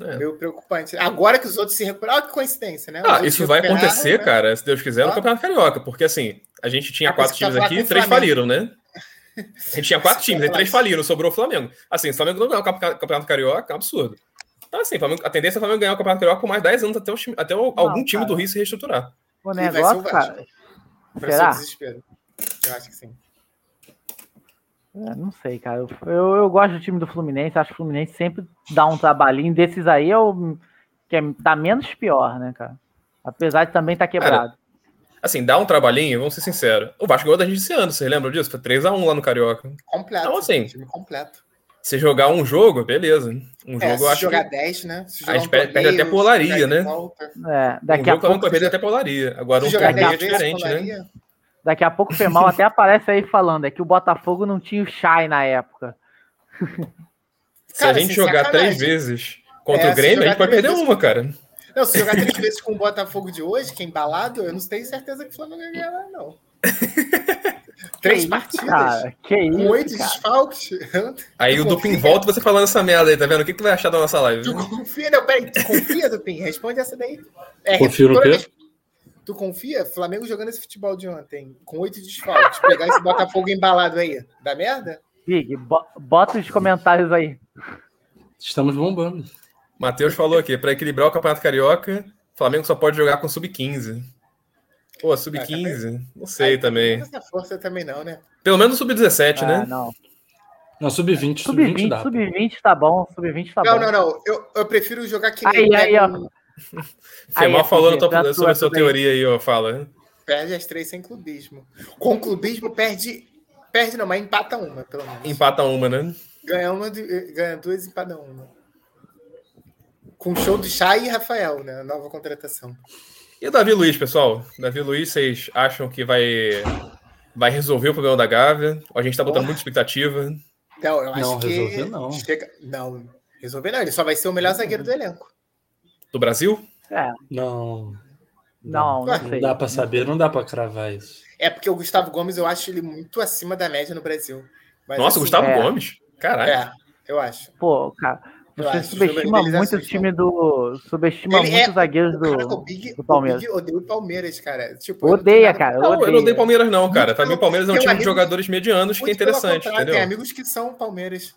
S1: É.
S2: Meio preocupante. Agora que os outros se recuperaram, olha que coincidência, né? Os
S1: Ah,
S2: outros se
S1: isso vai
S2: recuperaram,
S1: acontecer,
S2: né?
S1: cara, se Deus quiser, no
S2: Ó.
S1: Campeonato Carioca, porque assim, a gente tinha
S2: Ah,
S1: quatro
S2: pensei que
S1: times
S2: ia falar
S1: aqui e
S2: com o
S1: três
S2: Flamengo.
S1: faliram, né? A gente tinha
S2: (laughs)
S1: quatro
S2: Pensei que
S1: times,
S2: ia
S1: aí três
S2: falar isso.
S1: faliram, sobrou o Flamengo. Assim, se o Flamengo não ganhar o Campe- Campeonato Carioca, é um absurdo. Então, assim, Flamengo- a tendência é o Flamengo ganhar o Campeonato Carioca por mais 10 anos até, o time- até o- algum time
S3: cara.
S1: do Rio se reestruturar.
S3: o
S2: vai ser
S3: negócio,
S2: um Vasco.
S3: cara.
S2: Pra seu
S3: Será?
S2: desespero. Eu acho que sim.
S3: é, Não sei, cara. Eu, eu, eu gosto do time do Fluminense. Acho que o Fluminense sempre dá um trabalhinho. Desses aí é o que é, tá menos pior, né, cara? Apesar de também estar tá quebrado.
S1: Assim, dá um trabalhinho, vamos ser sinceros. O Vasco ganhou da gente esse ano, vocês lembram disso? Foi 3x1 lá no Carioca.
S2: Completo.
S1: Então, assim,
S2: Time completo.
S1: se jogar um jogo, beleza. Um jogo,
S2: É,
S1: eu
S2: se
S1: acho
S2: jogar
S1: que
S2: 10, né? Se
S1: a gente
S2: um
S1: perde- perde
S2: torneio,
S1: até polaria,
S2: se jogar de
S1: né?
S2: volta.
S3: É,
S1: um
S3: daqui, a
S1: jogo que
S3: pouco,
S1: vai perder até polaria. Agora
S2: Se
S1: um
S2: jogar
S1: torneio é
S2: 10 vezes,
S1: diferente, né?
S2: polaria.
S3: daqui a pouco o Femal até aparece aí falando, é que o Botafogo não tinha o Chay na época.
S1: Se
S2: Cara,
S1: a gente
S2: sem
S1: jogar três
S2: sacanagem.
S1: vezes contra
S2: É,
S1: o
S2: se
S1: Grêmio, a
S2: jogar
S1: gente vai
S2: três
S1: perder
S2: vezes-
S1: uma, cara.
S2: Não, se jogar três vezes com o Botafogo de hoje, que é embalado, eu não tenho certeza que o Flamengo ia ganhar,
S3: (laughs)
S2: não. três partidas. Um
S3: É Cara, que
S2: Com oito
S3: isso, cara.
S2: desfalques.
S1: Aí o
S2: Confia.
S1: Dupin volta você falando essa merda aí, tá vendo? O que, que vai achar da nossa live?
S2: (laughs) Tu confia? Não, peraí, tu confia, Dupin? Responde essa daí. É,
S4: Confio no
S2: toda
S4: quê?
S2: vez- Tu confia? Flamengo jogando esse futebol de ontem, com oito desfalques, pegar esse Botafogo embalado aí, dá merda?
S3: Big, bo- bota os comentários aí.
S4: Estamos bombando.
S1: Matheus falou aqui, pra equilibrar o Campeonato Carioca, o Flamengo só pode jogar com sub-15. Pô, sub-15? Não sei
S2: Ah, Aí,
S1: também.
S2: Essa força também não, né?
S1: Pelo menos sub-17,
S3: Ah,
S1: né?
S3: não.
S4: Não, sub-20, sub-20
S3: Sub-20,
S4: dá.
S3: sub-20 tá bom, sub-20 tá
S2: não,
S3: bom.
S2: não, não. Eu, eu prefiro jogar que
S3: Aí, aí,
S2: pega
S3: ó.
S2: um-
S1: Foi mal
S3: Aí,
S1: falou
S3: FG,
S1: no top
S3: dá
S1: é sobre
S3: tua
S1: a sua
S3: também.
S1: teoria aí, ó, fala.
S2: perde as três sem clubismo. Com clubismo perde, perde não, mas empata uma, pelo menos.
S1: Empata uma, né?
S2: Ganha uma, de- eh, ganha duas, empata uma. Com um show do Chay e Rafael, né? Nova contratação.
S1: E o Davi Luiz, pessoal? Davi Luiz, vocês acham que vai, vai resolver o problema da Gávea? Ou a gente tá botando muita expectativa?
S2: Então, eu acho
S4: Não,
S2: que.
S4: resolver não.
S2: Chega... Não, resolver não. Ele só vai ser o melhor zagueiro do elenco.
S1: Do Brasil?
S3: É,
S4: Não.
S3: não, não
S2: Ué,
S4: Não
S3: sei.
S4: dá pra saber, não dá pra cravar isso.
S2: É porque o Gustavo Gomes, eu acho ele muito acima da média no Brasil. Mas,
S1: Nossa,
S2: assim,
S1: Gustavo
S3: é.
S1: Gomes? né? Caralho.
S2: É, eu acho.
S3: Pô, cara,
S2: Eu
S3: você
S2: acho,
S3: subestima
S2: eles
S3: muito o
S2: assustam.
S3: time do. Subestima
S2: Ele
S3: muito
S2: é-
S3: os zagueiros
S2: Caraca,
S3: do,
S2: o Big,
S3: do Palmeiras.
S2: O Big odeia o Palmeiras, cara. Tipo,
S3: Odeia,
S2: cara.
S3: cara.
S1: Não, eu não
S3: odeia.
S1: dei Palmeiras, não, cara. Pra mim, o
S2: Não,
S1: Palmeiras é um
S2: tem um
S1: time de
S2: amigo-
S1: jogadores medianos que é
S2: Muito pelo
S1: interessante,
S2: contrário, Tem
S1: entendeu?
S2: amigos que são Palmeiras.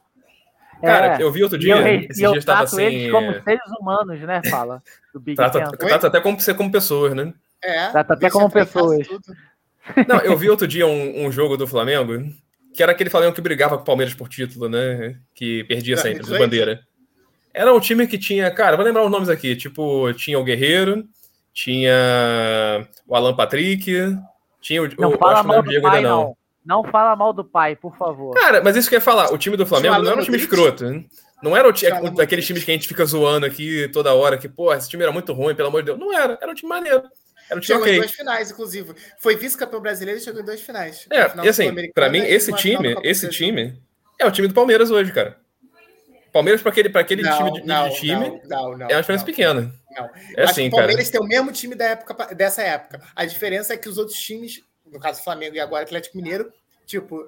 S3: É,
S1: Cara, eu vi outro
S3: e eu,
S1: dia,
S3: re-
S1: esses
S3: e eu
S1: dias estava
S3: trato
S1: assim.
S3: eles como seres humanos, né? Fala. Do Big
S1: Trata,
S3: Ten.
S1: trata até como ser como pessoas, né?
S2: É.
S3: Tá- tá até
S2: deixa
S3: como
S2: pra casa
S3: pessoas.
S2: tudo.
S1: Não, eu vi outro dia um, um jogo do Flamengo, que era aquele Flamengo que brigava com o Palmeiras por título, né? Que perdia sempre, do
S2: 2018?
S1: bandeira. Era um time que tinha, cara, vou lembrar os nomes aqui. Tipo, tinha o Guerreiro, tinha o Alan Patrick, tinha o,
S3: Não
S1: o
S3: fala
S1: acho que não
S3: mal
S1: era o
S3: do
S1: Diego
S3: pai,
S1: ainda não.
S3: não. Não fala mal do pai, por favor.
S1: Cara, mas isso que eu ia falar, o time do Flamengo
S2: Tinha o
S1: não era um
S2: Alan
S1: time
S2: Rodrigues.
S1: escroto. né? Não era o ti-
S2: Tinha o Alan
S1: um daqueles
S2: Rodrigues.
S1: times que a gente fica zoando aqui toda hora, que, pô, esse time era muito ruim, pelo amor de Deus. Não era, era um time maneiro. Era um time
S2: Chegou em
S1: ok.
S2: duas finais, inclusive. Foi vice-campeão brasileiro e chegou em duas finais. Uma final
S1: É, e assim,
S2: sul-americana
S1: pra mim,
S2: e
S1: esse
S2: uma final da
S1: time,
S2: Copa do
S1: esse
S2: Brasil.
S1: time é o time do Palmeiras hoje, cara. Palmeiras, pra aquele, pra aquele
S2: Não,
S1: time de, de
S2: não,
S1: time,
S2: não, não, não,
S1: é uma diferença
S2: não.
S1: pequena.
S2: Não.
S1: É
S2: Acho
S1: assim,
S2: que o
S1: cara.
S2: Palmeiras tem o mesmo time da época, dessa época. A diferença é que os outros times, no caso Flamengo e agora Atlético Mineiro, tipo,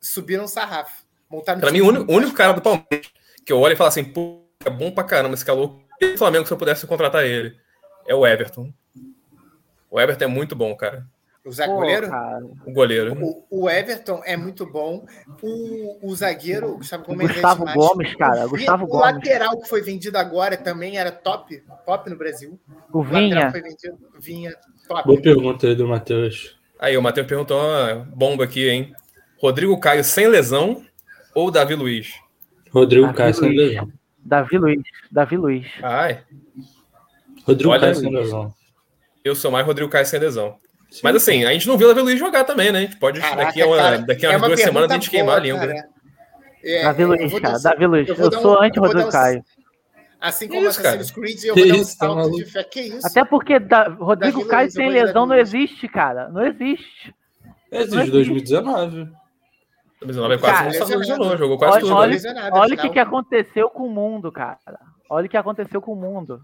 S2: subiram o sarrafo. Montaram um
S1: Pra mim, o único, o único cara do Palmeiras que eu olho e falo assim, pô, é bom pra caramba esse calor. E o Flamengo, se eu pudesse contratar ele, é o Everton. O Everton é muito bom, cara.
S2: O Zé
S3: Pô,
S2: é Goleiro?
S3: cara,
S1: O goleiro.
S2: O, o Everton é muito bom. O, o zagueiro, o Gustavo Gomes.
S3: Gustavo
S2: é demais.
S3: Gomes, cara.
S2: O Vi-
S3: Gustavo
S2: o
S3: Gomes.
S2: lateral que foi vendido agora também era top. Top no Brasil.
S3: O
S2: O lateral
S3: Vinha.
S2: que foi vendido, vinha top.
S4: Boa pergunta aí do Matheus.
S1: Aí, o Matheus perguntou uma bomba aqui, hein? Rodrigo Caio sem lesão ou Davi Luiz?
S4: Rodrigo
S2: Ah,
S3: Davi
S4: Caio sem
S3: Luiz.
S4: lesão.
S3: Davi Luiz. Davi Luiz.
S1: Ai,
S4: Rodrigo
S1: Olha
S4: Caio sem
S1: aí.
S4: lesão.
S1: eu sou mais Rodrigo Caio sem lesão. Mas assim, a gente não viu o Davi Luiz jogar também, né? A gente pode,
S2: Caraca,
S1: daqui a, uma,
S2: cara,
S1: daqui a
S2: é
S1: umas
S2: uma
S1: duas
S2: pergunta
S1: semanas, a gente
S2: boa,
S1: queimar a língua. né?
S2: cara. É,
S3: Davi
S2: eu
S3: Luiz,
S2: vou
S3: cara.
S2: dar-
S3: Davi Luiz.
S2: eu
S3: Eu,
S2: vou dar um-
S3: sou
S2: eu vou dar
S3: anti-Rodrigo
S2: um-
S3: Caio.
S2: Assim
S1: Que
S2: como
S1: isso, cara?
S2: Assassin's Creed, eu
S4: Que
S2: vou dar um
S4: isso, tá
S2: salto
S4: maluco?
S2: de fé. Que isso?
S3: Até porque da- Rodrigo
S2: Davi
S3: Caio
S2: Luiz, é eu
S3: sem
S2: vou de Davi
S3: lesão não
S2: Luiz.
S3: existe, cara. Não existe.
S4: Exige 2019.
S1: 2019 é quase
S3: Cara,
S1: um
S2: lesionado.
S1: lesionou, jogou quase
S3: Olha-
S1: tudo.
S3: olha-
S1: né?
S2: Lesionado,
S3: Olha o que,
S2: afinal.
S3: que é- aconteceu com o mundo, cara. Olha o que aconteceu com o mundo.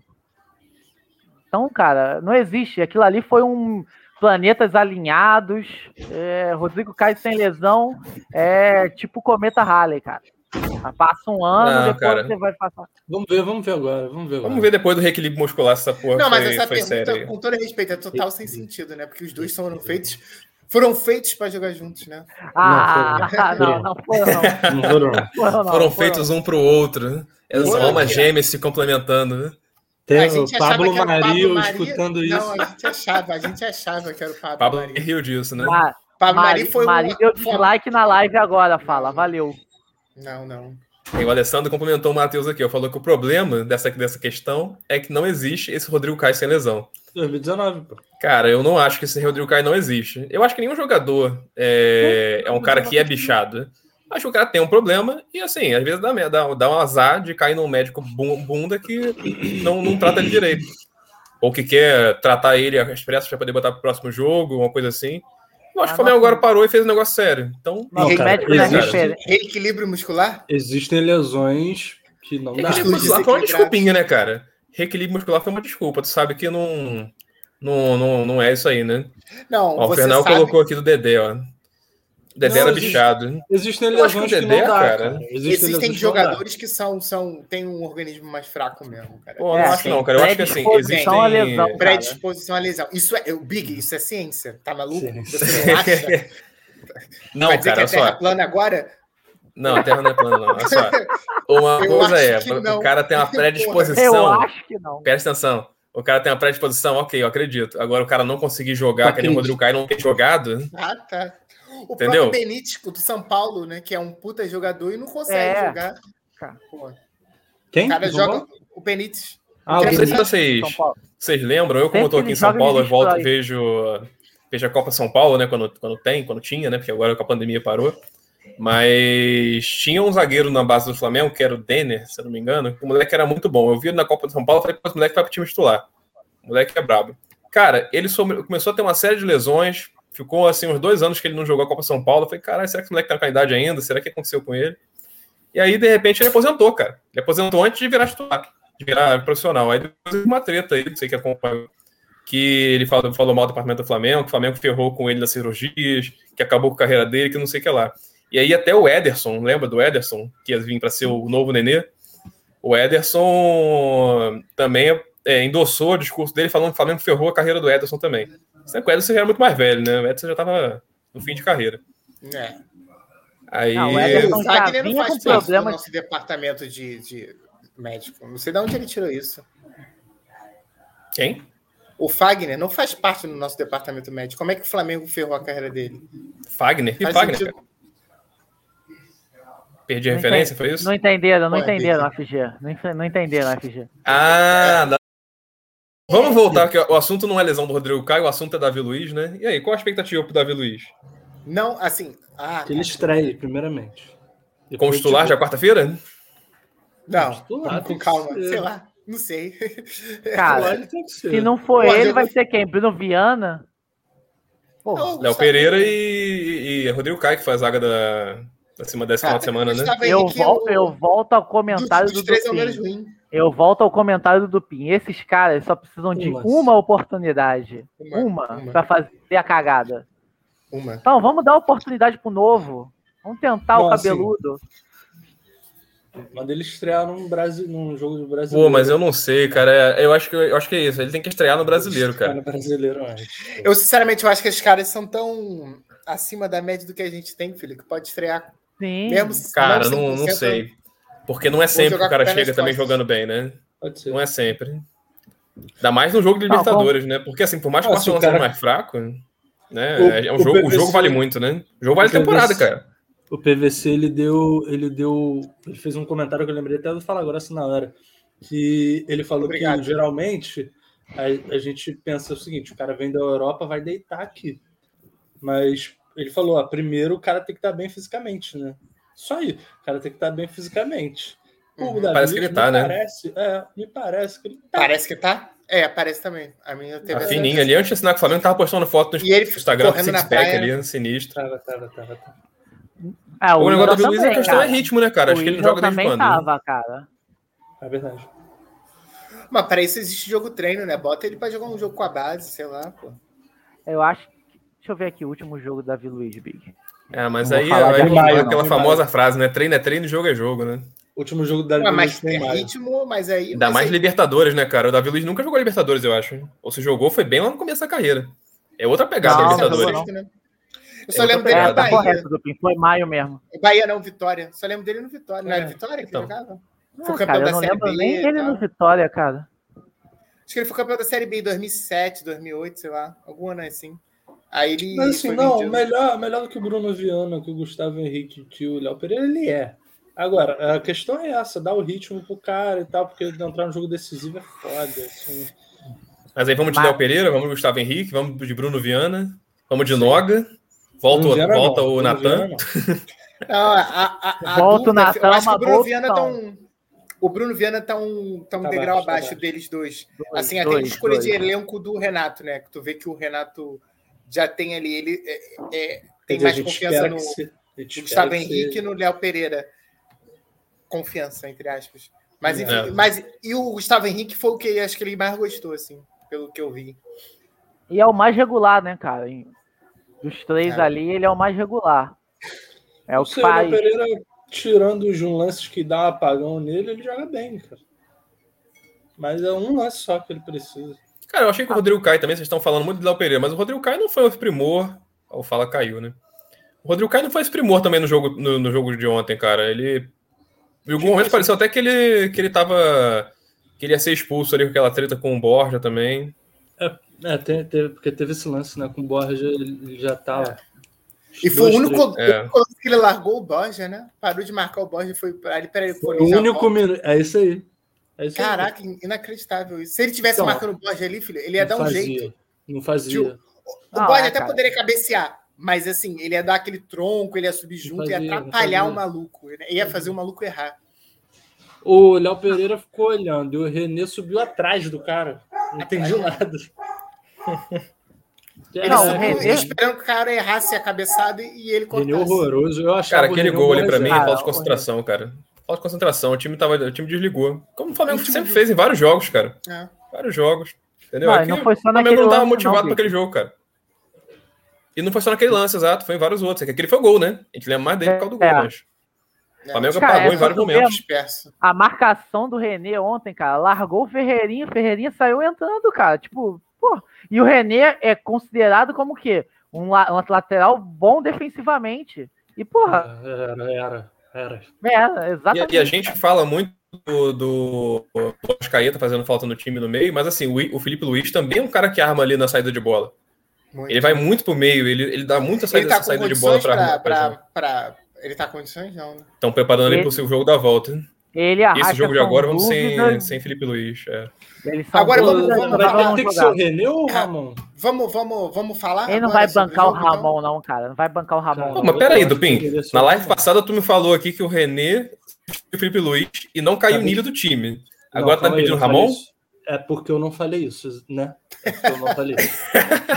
S3: Então, cara, não existe. Aquilo ali foi um planetas alinhados. é, Rodrigo Caio sem lesão é tipo cometa Halley, cara. Passa um ano,
S1: Não,
S3: depois
S1: cara.
S3: você vai passar.
S4: Vamos ver, vamos ver agora. Vamos ver agora.
S1: Vamos ver depois do reequilíbrio muscular se essa porra
S2: Não, mas
S1: foi,
S2: essa
S1: foi
S2: pergunta,
S1: séria. aí.
S2: com todo respeito, é total sem sentido, né? Porque os dois foram feitos, foram feitos para jogar juntos, né?
S3: Ah, não,
S4: foram.
S3: (laughs) não
S1: (laughs)
S3: foram, não.
S4: Não foram, não.
S3: Foram, não,
S1: Foram feitos um pro outro, né? Elas são
S2: Foram,
S1: almas
S2: cara.
S1: gêmeas se complementando, né?
S4: Tem
S2: gente
S4: o
S2: achava
S4: Pablo
S2: que era o Pablo
S4: Mario
S2: Maria.
S4: escutando
S2: Não,
S4: isso.
S2: a gente achava, a gente achava que era o Pablo,
S1: Pablo
S2: Mari.
S1: riu disso, né?
S3: Ma-
S2: Pablo Mari
S3: Mari,
S2: foi um-
S3: Mari deu dislike na live agora, fala. Valeu.
S2: Não, não.
S1: E o Alessandro complementou o Matheus aqui, ó, falou que o problema dessa, dessa questão é que não existe esse Rodrigo Caio sem lesão.
S4: 2019, pô.
S1: Cara, eu não acho que esse Rodrigo Caio não existe. Eu acho que nenhum jogador é, é um cara que é bichado. Acho que o cara tem um problema e, assim, às vezes dá, me- dá, dá um azar de cair num médico bu- bunda que não, não trata ele direito. Ou que quer tratar ele às pressas para poder botar pro próximo jogo, uma coisa assim. Eu acho que o Flamengo agora parou e fez um negócio sério. Então,
S4: Não,
S3: Ninguém
S4: cara,
S3: médico não é
S4: existe.
S3: referência.
S2: Reequilíbrio muscular?
S4: Existem lesões que não dá.
S1: Reequilíbrio
S2: Estudos
S1: muscular foi uma
S2: desequilibrados.
S1: desculpinha, né, cara? Reequilíbrio muscular foi uma desculpa. Tu sabe que não, não, não, não é isso aí, né?
S2: Não,
S1: Ó, o
S2: você
S1: Fernal
S2: sabe.
S1: colocou aqui do Dedé, ó. O Dedé
S4: Não,
S1: era
S4: existe-
S1: bichado.
S4: Existem
S1: Eu acho que o
S4: lesões que,
S1: Dedé,
S4: não dá,
S1: cara,
S4: cara. Existem, lesões
S2: Existem
S4: que não dá.
S2: jogadores que são, são, têm um organismo mais fraco mesmo, cara.
S1: Pô, eu
S3: É,
S1: não acho
S3: assim,
S1: não, cara. Eu acho que assim, existem...
S3: predisposição à lesão, cara.
S2: Predisposição à lesão. Isso é, o Big, isso é ciência, tá maluco?
S4: Ciência.
S2: Você não acha?
S1: (laughs) Não,
S2: Vai dizer
S1: cara, olha
S2: que a Terra
S1: só.
S2: plana agora?
S1: Não, terra não é plana, não. Olha só. Uma
S2: (laughs) Eu
S1: coisa
S2: acho
S1: é,
S2: que
S1: o
S2: não.
S1: cara
S2: (laughs)
S1: tem é uma
S3: Eu
S1: predisposição.
S3: acho que não.
S1: Presta atenção. O cara tem uma predisposição, ok, eu acredito. Agora o cara não conseguir jogar, que nem o Rodrigo Caio não tem jogado.
S2: Ah, tá. O
S1: Entendeu?
S2: próprio Benítico do São Paulo, né? Que é um puta jogador e não consegue
S3: É.
S2: jogar.
S3: Cara.
S2: Pô, o
S4: Quem?
S2: cara
S4: Não dá?
S2: joga o Benítez.
S4: Ah, o
S1: Não sei
S4: Benítez.
S1: se vocês,
S3: São Paulo.
S1: vocês lembram, eu como
S3: Sempre
S1: estou aqui em
S3: ele
S1: São
S3: joga,
S1: Paulo, eu
S3: ele
S1: volto e
S3: destrói.
S1: vejo, vejo a Copa São Paulo, né? Quando, quando tem, quando tinha, né? Porque agora com a pandemia parou. Mas tinha um zagueiro na base do Flamengo, que era o Denner, se eu não me engano, que o moleque era muito bom. Eu vi ele na Copa de São Paulo, falei, pô, esse moleque vai pro time titular. O moleque é brabo. Cara, ele some- começou a ter uma série de lesões, ficou assim uns dois anos que ele não jogou a Copa São Paulo. Eu falei, caralho, será que esse moleque tá com a idade ainda? Será que aconteceu com ele? E aí, de repente, ele aposentou, cara. Ele aposentou antes de virar titular, de virar profissional. Aí depois teve uma treta aí, não sei que acompanhou, que ele falou, falou mal do departamento do Flamengo, que o Flamengo ferrou com ele nas cirurgias, que acabou com a carreira dele, que não sei o que lá. E aí até o Ederson, lembra do Ederson, que ia vir para ser o novo Nenê? O Ederson também é, endossou o discurso dele falando que o Flamengo ferrou a carreira do Ederson também. Sendo que o Ederson já era muito mais velho, né? O Ederson já estava no fim de carreira.
S2: É.
S1: Aí...
S3: Não, o Ederson-
S2: O Wagner não
S3: Chavinha
S2: faz
S3: com
S2: parte
S3: problema
S2: do nosso departamento de, de médico. Não sei de onde ele tirou isso.
S1: Quem?
S2: O Fagner não faz parte do nosso departamento médico. Como é que o Flamengo ferrou a carreira dele?
S1: Fagner? Que
S2: Faz
S1: Fagner,
S2: sentido?
S1: cara? Perdi a
S3: Não
S1: referência,
S3: entendi.
S1: foi isso?
S3: Não entenderam, não
S2: Ué,
S3: entenderam, FG. Não ent- Não entenderam, FG.
S1: Ah, da- Vamos voltar, que o assunto não é lesão do Rodrigo Caio, o assunto é Davi Luiz, né? E aí, qual a expectativa pro Davi Luiz?
S2: Não, assim. Ah,
S4: Que ele estreia, primeiramente.
S1: Como
S4: Depois,
S1: titular já é
S4: tipo,
S1: quarta-feira?
S2: não.
S4: titular,
S2: Vamos com
S4: tem que
S2: calma.
S4: ser.
S3: É.
S2: Sei lá. Não sei.
S4: titular,
S3: Cara,
S4: Ah, ele tem que ser.
S3: se não for
S2: Pô,
S3: ele,
S2: É, eu-
S3: vai ser quem? Bruno Viana? Pô,
S2: Não,
S1: Léo
S2: Gustavo-
S1: Pereira e, e Rodrigo Caio, que foi a zaga da, da cima dessa final de semana, né?
S2: Gustavo
S3: eu,
S2: Henrique é
S3: vol-
S2: o-
S3: eu volto ao
S2: dos-
S3: comentário do
S2: dos três é o menos
S3: Dupin.
S2: ruim.
S3: Eu volto ao comentário do Dupin. Esses caras só precisam de
S4: Uma.
S3: uma oportunidade. Uma,
S2: Uma.
S3: pra fazer a cagada.
S2: Uma.
S3: Então, vamos dar oportunidade pro novo. Vamos tentar
S4: Bom,
S3: o
S4: assim,
S3: cabeludo.
S4: né? Manda ele estrear num, Brasi... num jogo do brasileiro.
S1: Pô, mas é eu não sei, cara. Eu acho, que, eu acho que é isso. Ele tem que estrear no brasileiro, cara.
S4: No brasileiro, eu acho.
S2: Eu, sinceramente, eu acho que os caras são tão acima da média do que a gente tem, filho, que pode estrear
S3: Sim.
S2: mesmo. se-
S1: Cara, não,
S2: 100%,
S1: não sei. Porque não é sempre que
S2: tá jogar
S1: o cara
S2: com o pé
S1: chega
S2: nas
S1: também
S2: costas.
S1: jogando bem, né?
S4: Pode ser.
S1: Não é sempre. Ainda mais no jogo de
S3: Não,
S1: Libertadores, né? Porque assim, por mais que o
S4: Ah, se o
S1: Barcelona seja
S4: cara-
S1: mais fraco, né?
S4: O-
S1: é um
S4: o
S1: jogo, o
S4: PVC
S1: jogo vale muito, né? O jogo vale
S4: o
S1: temporada,
S4: PVC
S1: cara.
S4: O PVC ele deu, ele deu, ele fez um comentário que eu lembrei até de falar agora assim na hora, que ele falou
S2: Obrigado.
S4: que geralmente a, a gente pensa o seguinte, o cara vem da Europa, vai deitar aqui. Mas ele falou, ó, primeiro o cara tem que estar bem fisicamente, né? Isso aí, o cara tem que estar bem fisicamente.
S2: Uhum.
S4: Davi,
S1: Parece que ele
S4: me
S1: tá, né?
S4: Parece, é, me parece que ele tá.
S2: Parece que tá? É, parece também. A minha teve
S1: Tá
S2: essa-
S1: fininho ali. Antes de assinar com o Flamengo, tava postando foto no
S2: E ele
S1: Instagram do
S2: correndo na
S1: Sixpack
S2: praia.
S1: ali, sinistro.
S4: Tava, tava, tava, tava.
S3: É,
S1: O negócio do
S3: Isla
S1: Luiz é a
S3: também,
S1: questão é
S3: cara.
S1: ritmo, né, cara? Acho
S3: O
S1: que ele
S3: Isla
S1: joga desde
S3: também tá.
S1: quando. né?
S3: tava, cara.
S4: É verdade.
S2: Mas para isso existe jogo treino, né? Bota ele pra jogar um jogo com a base, sei lá, pô.
S3: Eu acho. que- Deixa eu ver aqui o último jogo da Davi Luiz, Big.
S1: É, mas
S3: Não vou
S1: aí
S3: falar
S1: aí
S3: de
S1: vamos lá,
S4: Maio, não,
S1: aquela
S4: de
S1: famosa frase, né? Treino é treino, jogo é jogo, né?
S4: Último jogo da
S2: Ah, mas
S4: Libertadores
S2: é
S4: em maio.
S2: ritmo, mas aí.
S1: Ainda
S2: mas é
S1: mais
S2: aí-
S1: Libertadores, né, cara? O Davi Luiz nunca jogou Libertadores, eu acho. Ou se jogou, foi bem lá no começo da carreira. É outra pegada,
S3: Não,
S2: Esse é o
S1: Libertadores.
S3: não.
S2: Francisco, né? Eu só
S1: Eu tô
S2: lembro dele
S1: pegado.
S3: É,
S2: no
S3: tá
S2: Bahia.
S3: correto, Dupin. Foi maio mesmo.
S2: Bahia não, Vitória. Só lembro dele no Vitória. Não
S4: É,
S2: era Vitória que
S1: então.
S2: jogava? Foi
S3: Ah,
S2: campeão
S3: cara,
S2: da
S3: eu não
S2: Série
S3: lembro
S2: B
S3: nem
S2: e
S3: dele
S2: tal.
S3: no Vitória, cara.
S2: Acho que ele foi campeão da Série B em 2007, 2008, sei lá. Algum ano assim. Aí ele.
S4: Mas assim,
S2: foi
S4: não,
S2: vendido.
S4: melhor, melhor do que o Bruno Viana, que o Gustavo Henrique, que o Léo Pereira, ele é. Agora, a questão é essa, dar o ritmo pro cara e tal, porque entrar no jogo decisivo é foda. Assim.
S1: Mas aí vamos de
S3: Mas-
S1: Léo Pereira, vamos de Gustavo Henrique, vamos de Bruno Viana, vamos de Noga, volta,
S4: Bruno Viana não,
S1: volta o
S4: Bruno
S1: Natan.
S4: Viana não.
S2: Não, a, a, a
S3: Volta o
S2: dúvida-
S3: Natan,
S2: eu acho que
S3: uma
S2: o Bruno
S3: boa
S2: Viana tá
S3: opção.
S2: um. O Bruno Viana tá um, tá um
S4: Tá
S2: degrau
S4: abaixo, tá
S2: abaixo
S4: abaixo.
S2: deles dois.
S3: Dois,
S2: Assim, até a
S3: dois,
S2: escolha de
S3: dois.
S2: elenco do Renato, né? Que tu vê que o Renato já tem ali, ele é, é,
S4: Quer
S2: tem
S4: dizer, a
S2: mais
S4: gente
S2: confiança
S4: espera
S2: no
S4: que se- a gente
S2: no
S4: espera
S2: Gustavo
S4: que se-
S2: Henrique e no Léo Pereira. Confiança, entre aspas. Mas, enfim,
S1: É.
S2: mas e o Gustavo Henrique foi o que acho que ele mais gostou, assim, pelo que eu vi.
S3: E é o mais regular, né, cara? Em- Dos três
S2: É.
S3: ali, ele é o mais regular. É o
S4: Não
S3: que
S4: sei, o Léo
S3: faz.
S4: Pereira, tirando os lances que dá um apagão nele, ele joga bem, cara. Mas é um lance só que ele precisa.
S1: Cara, eu achei que o Rodrigo Caio também, vocês estão falando muito de Léo Pereira, mas o Rodrigo Caio não foi o primor. Ó, O Fala caiu, né? O Rodrigo Caio não foi esse primor também no jogo, no, no jogo de ontem, cara. Ele. Em algum momento pareceu até que ele, que ele tava. que ele ia ser expulso ali com aquela treta com o Borja também.
S4: É, te- teve- porque teve esse lance, né? Com o Borja, ele já tava.
S2: E foi o
S4: Dois,
S2: único
S1: É.
S2: o único que ele largou o Borja, né? Parou de marcar o Borja e foi pra ali. Peraí,
S4: três- O único minuto. É isso aí. É isso aí.
S2: Caraca, inacreditável isso. Se ele tivesse
S4: Então,
S2: marcando o Borja ali, filho, ele ia
S4: Não
S2: dar um
S4: fazia,
S2: jeito.
S4: Não fazia.
S2: Tio, O
S3: Não,
S2: Borja
S3: é,
S2: até
S3: cara.
S2: poderia cabecear, mas assim, ele ia dar aquele tronco, ele ia subir junto, ia
S4: fazia, não
S2: atrapalhar
S4: fazia.
S2: o maluco. né? Ia fazer o maluco errar.
S4: O Léo Pereira ficou olhando e o René subiu atrás do cara. Não entendi nada.
S2: (laughs) Ele
S3: Não, o
S4: é,
S2: subiu
S3: René-
S2: esperando que o cara errasse a cabeçada e ele
S4: René
S2: cortasse.
S4: horroroso. Eu achava
S1: Cara, aquele
S4: o René
S1: gol ali pra
S4: horroroso.
S1: mim é
S3: Cara,
S1: falta de
S3: horrível.
S1: concentração, cara. Falta de concentração. O time, tava, o time desligou. Como o Flamengo
S2: O time
S1: sempre fez em vários jogos, cara.
S2: É.
S1: Vários jogos. Entendeu?
S3: Não,
S1: É
S3: e
S1: que
S3: não foi só
S1: o Flamengo
S3: naquele
S1: não tava
S3: lance, não,
S1: motivado pra
S3: Vitor.
S1: aquele jogo, cara. E não foi só naquele lance, exato. Foi em vários outros. É que aquele foi o gol, né? A gente lembra mais dele por causa do gol,
S3: É.
S1: mas.
S2: É,
S1: O Flamengo
S3: Cara,
S1: apagou
S3: é
S1: em vários
S3: tudo
S1: momentos.
S2: disperso.
S3: A marcação do Renê ontem, cara, largou o Ferreirinha, o Ferreirinha saiu entrando, cara. Tipo, pô. E o Renê é considerado como o quê? Um, la- um lateral bom defensivamente. E, porra,
S4: Era, era, era.
S3: é,
S1: E a-
S3: exatamente.
S1: E, a gente fala muito do, do, do Ascaeta fazendo falta no time no meio, mas assim, o, I- o Felipe Luiz também é um cara que arma ali na saída de bola.
S2: Muito.
S1: Ele vai muito pro meio, ele, ele dá muita saída,
S2: Ele tá
S1: essa
S2: com
S1: saída de bola
S2: condições
S1: pra
S2: pra,
S1: armar. pra-
S2: pra, pra- Ele tá com condições, não, né?
S1: Estão preparando ele
S3: Ele-
S1: pro seu jogo da volta.
S3: Ele
S1: E
S3: arrasta
S1: esse jogo de
S3: são
S1: agora vamos sem,
S3: dúvidas,
S1: sem Felipe Luiz. é.
S3: eles são
S2: Agora vamos-
S3: dúvidas,
S2: vamos-
S3: mas
S4: Vai
S3: vamos
S4: ter que ser
S3: jogar.
S4: o René ou o Ramon?
S2: Vamos, vamos, vamos falar.
S3: Ele não
S2: agora
S3: vai
S2: sobre
S3: bancar o
S2: jogo, então?
S3: Ramon, não, cara. Não vai bancar o
S2: Tá
S3: Ramon.
S1: Pô,
S3: não.
S1: mas peraí, Dupin.
S4: Ele é só
S1: Na
S4: o
S1: live
S4: Ramon.
S1: passada, tu me falou aqui que o René e o Felipe Luiz e não caiu o
S4: Cadê?
S1: nílio do time.
S4: Tá Não,
S1: Agora tá
S4: calma aí,
S1: pedindo
S4: eu não falei
S1: Ramon?
S4: isso. É porque eu não falei isso, né? É porque eu não falei isso.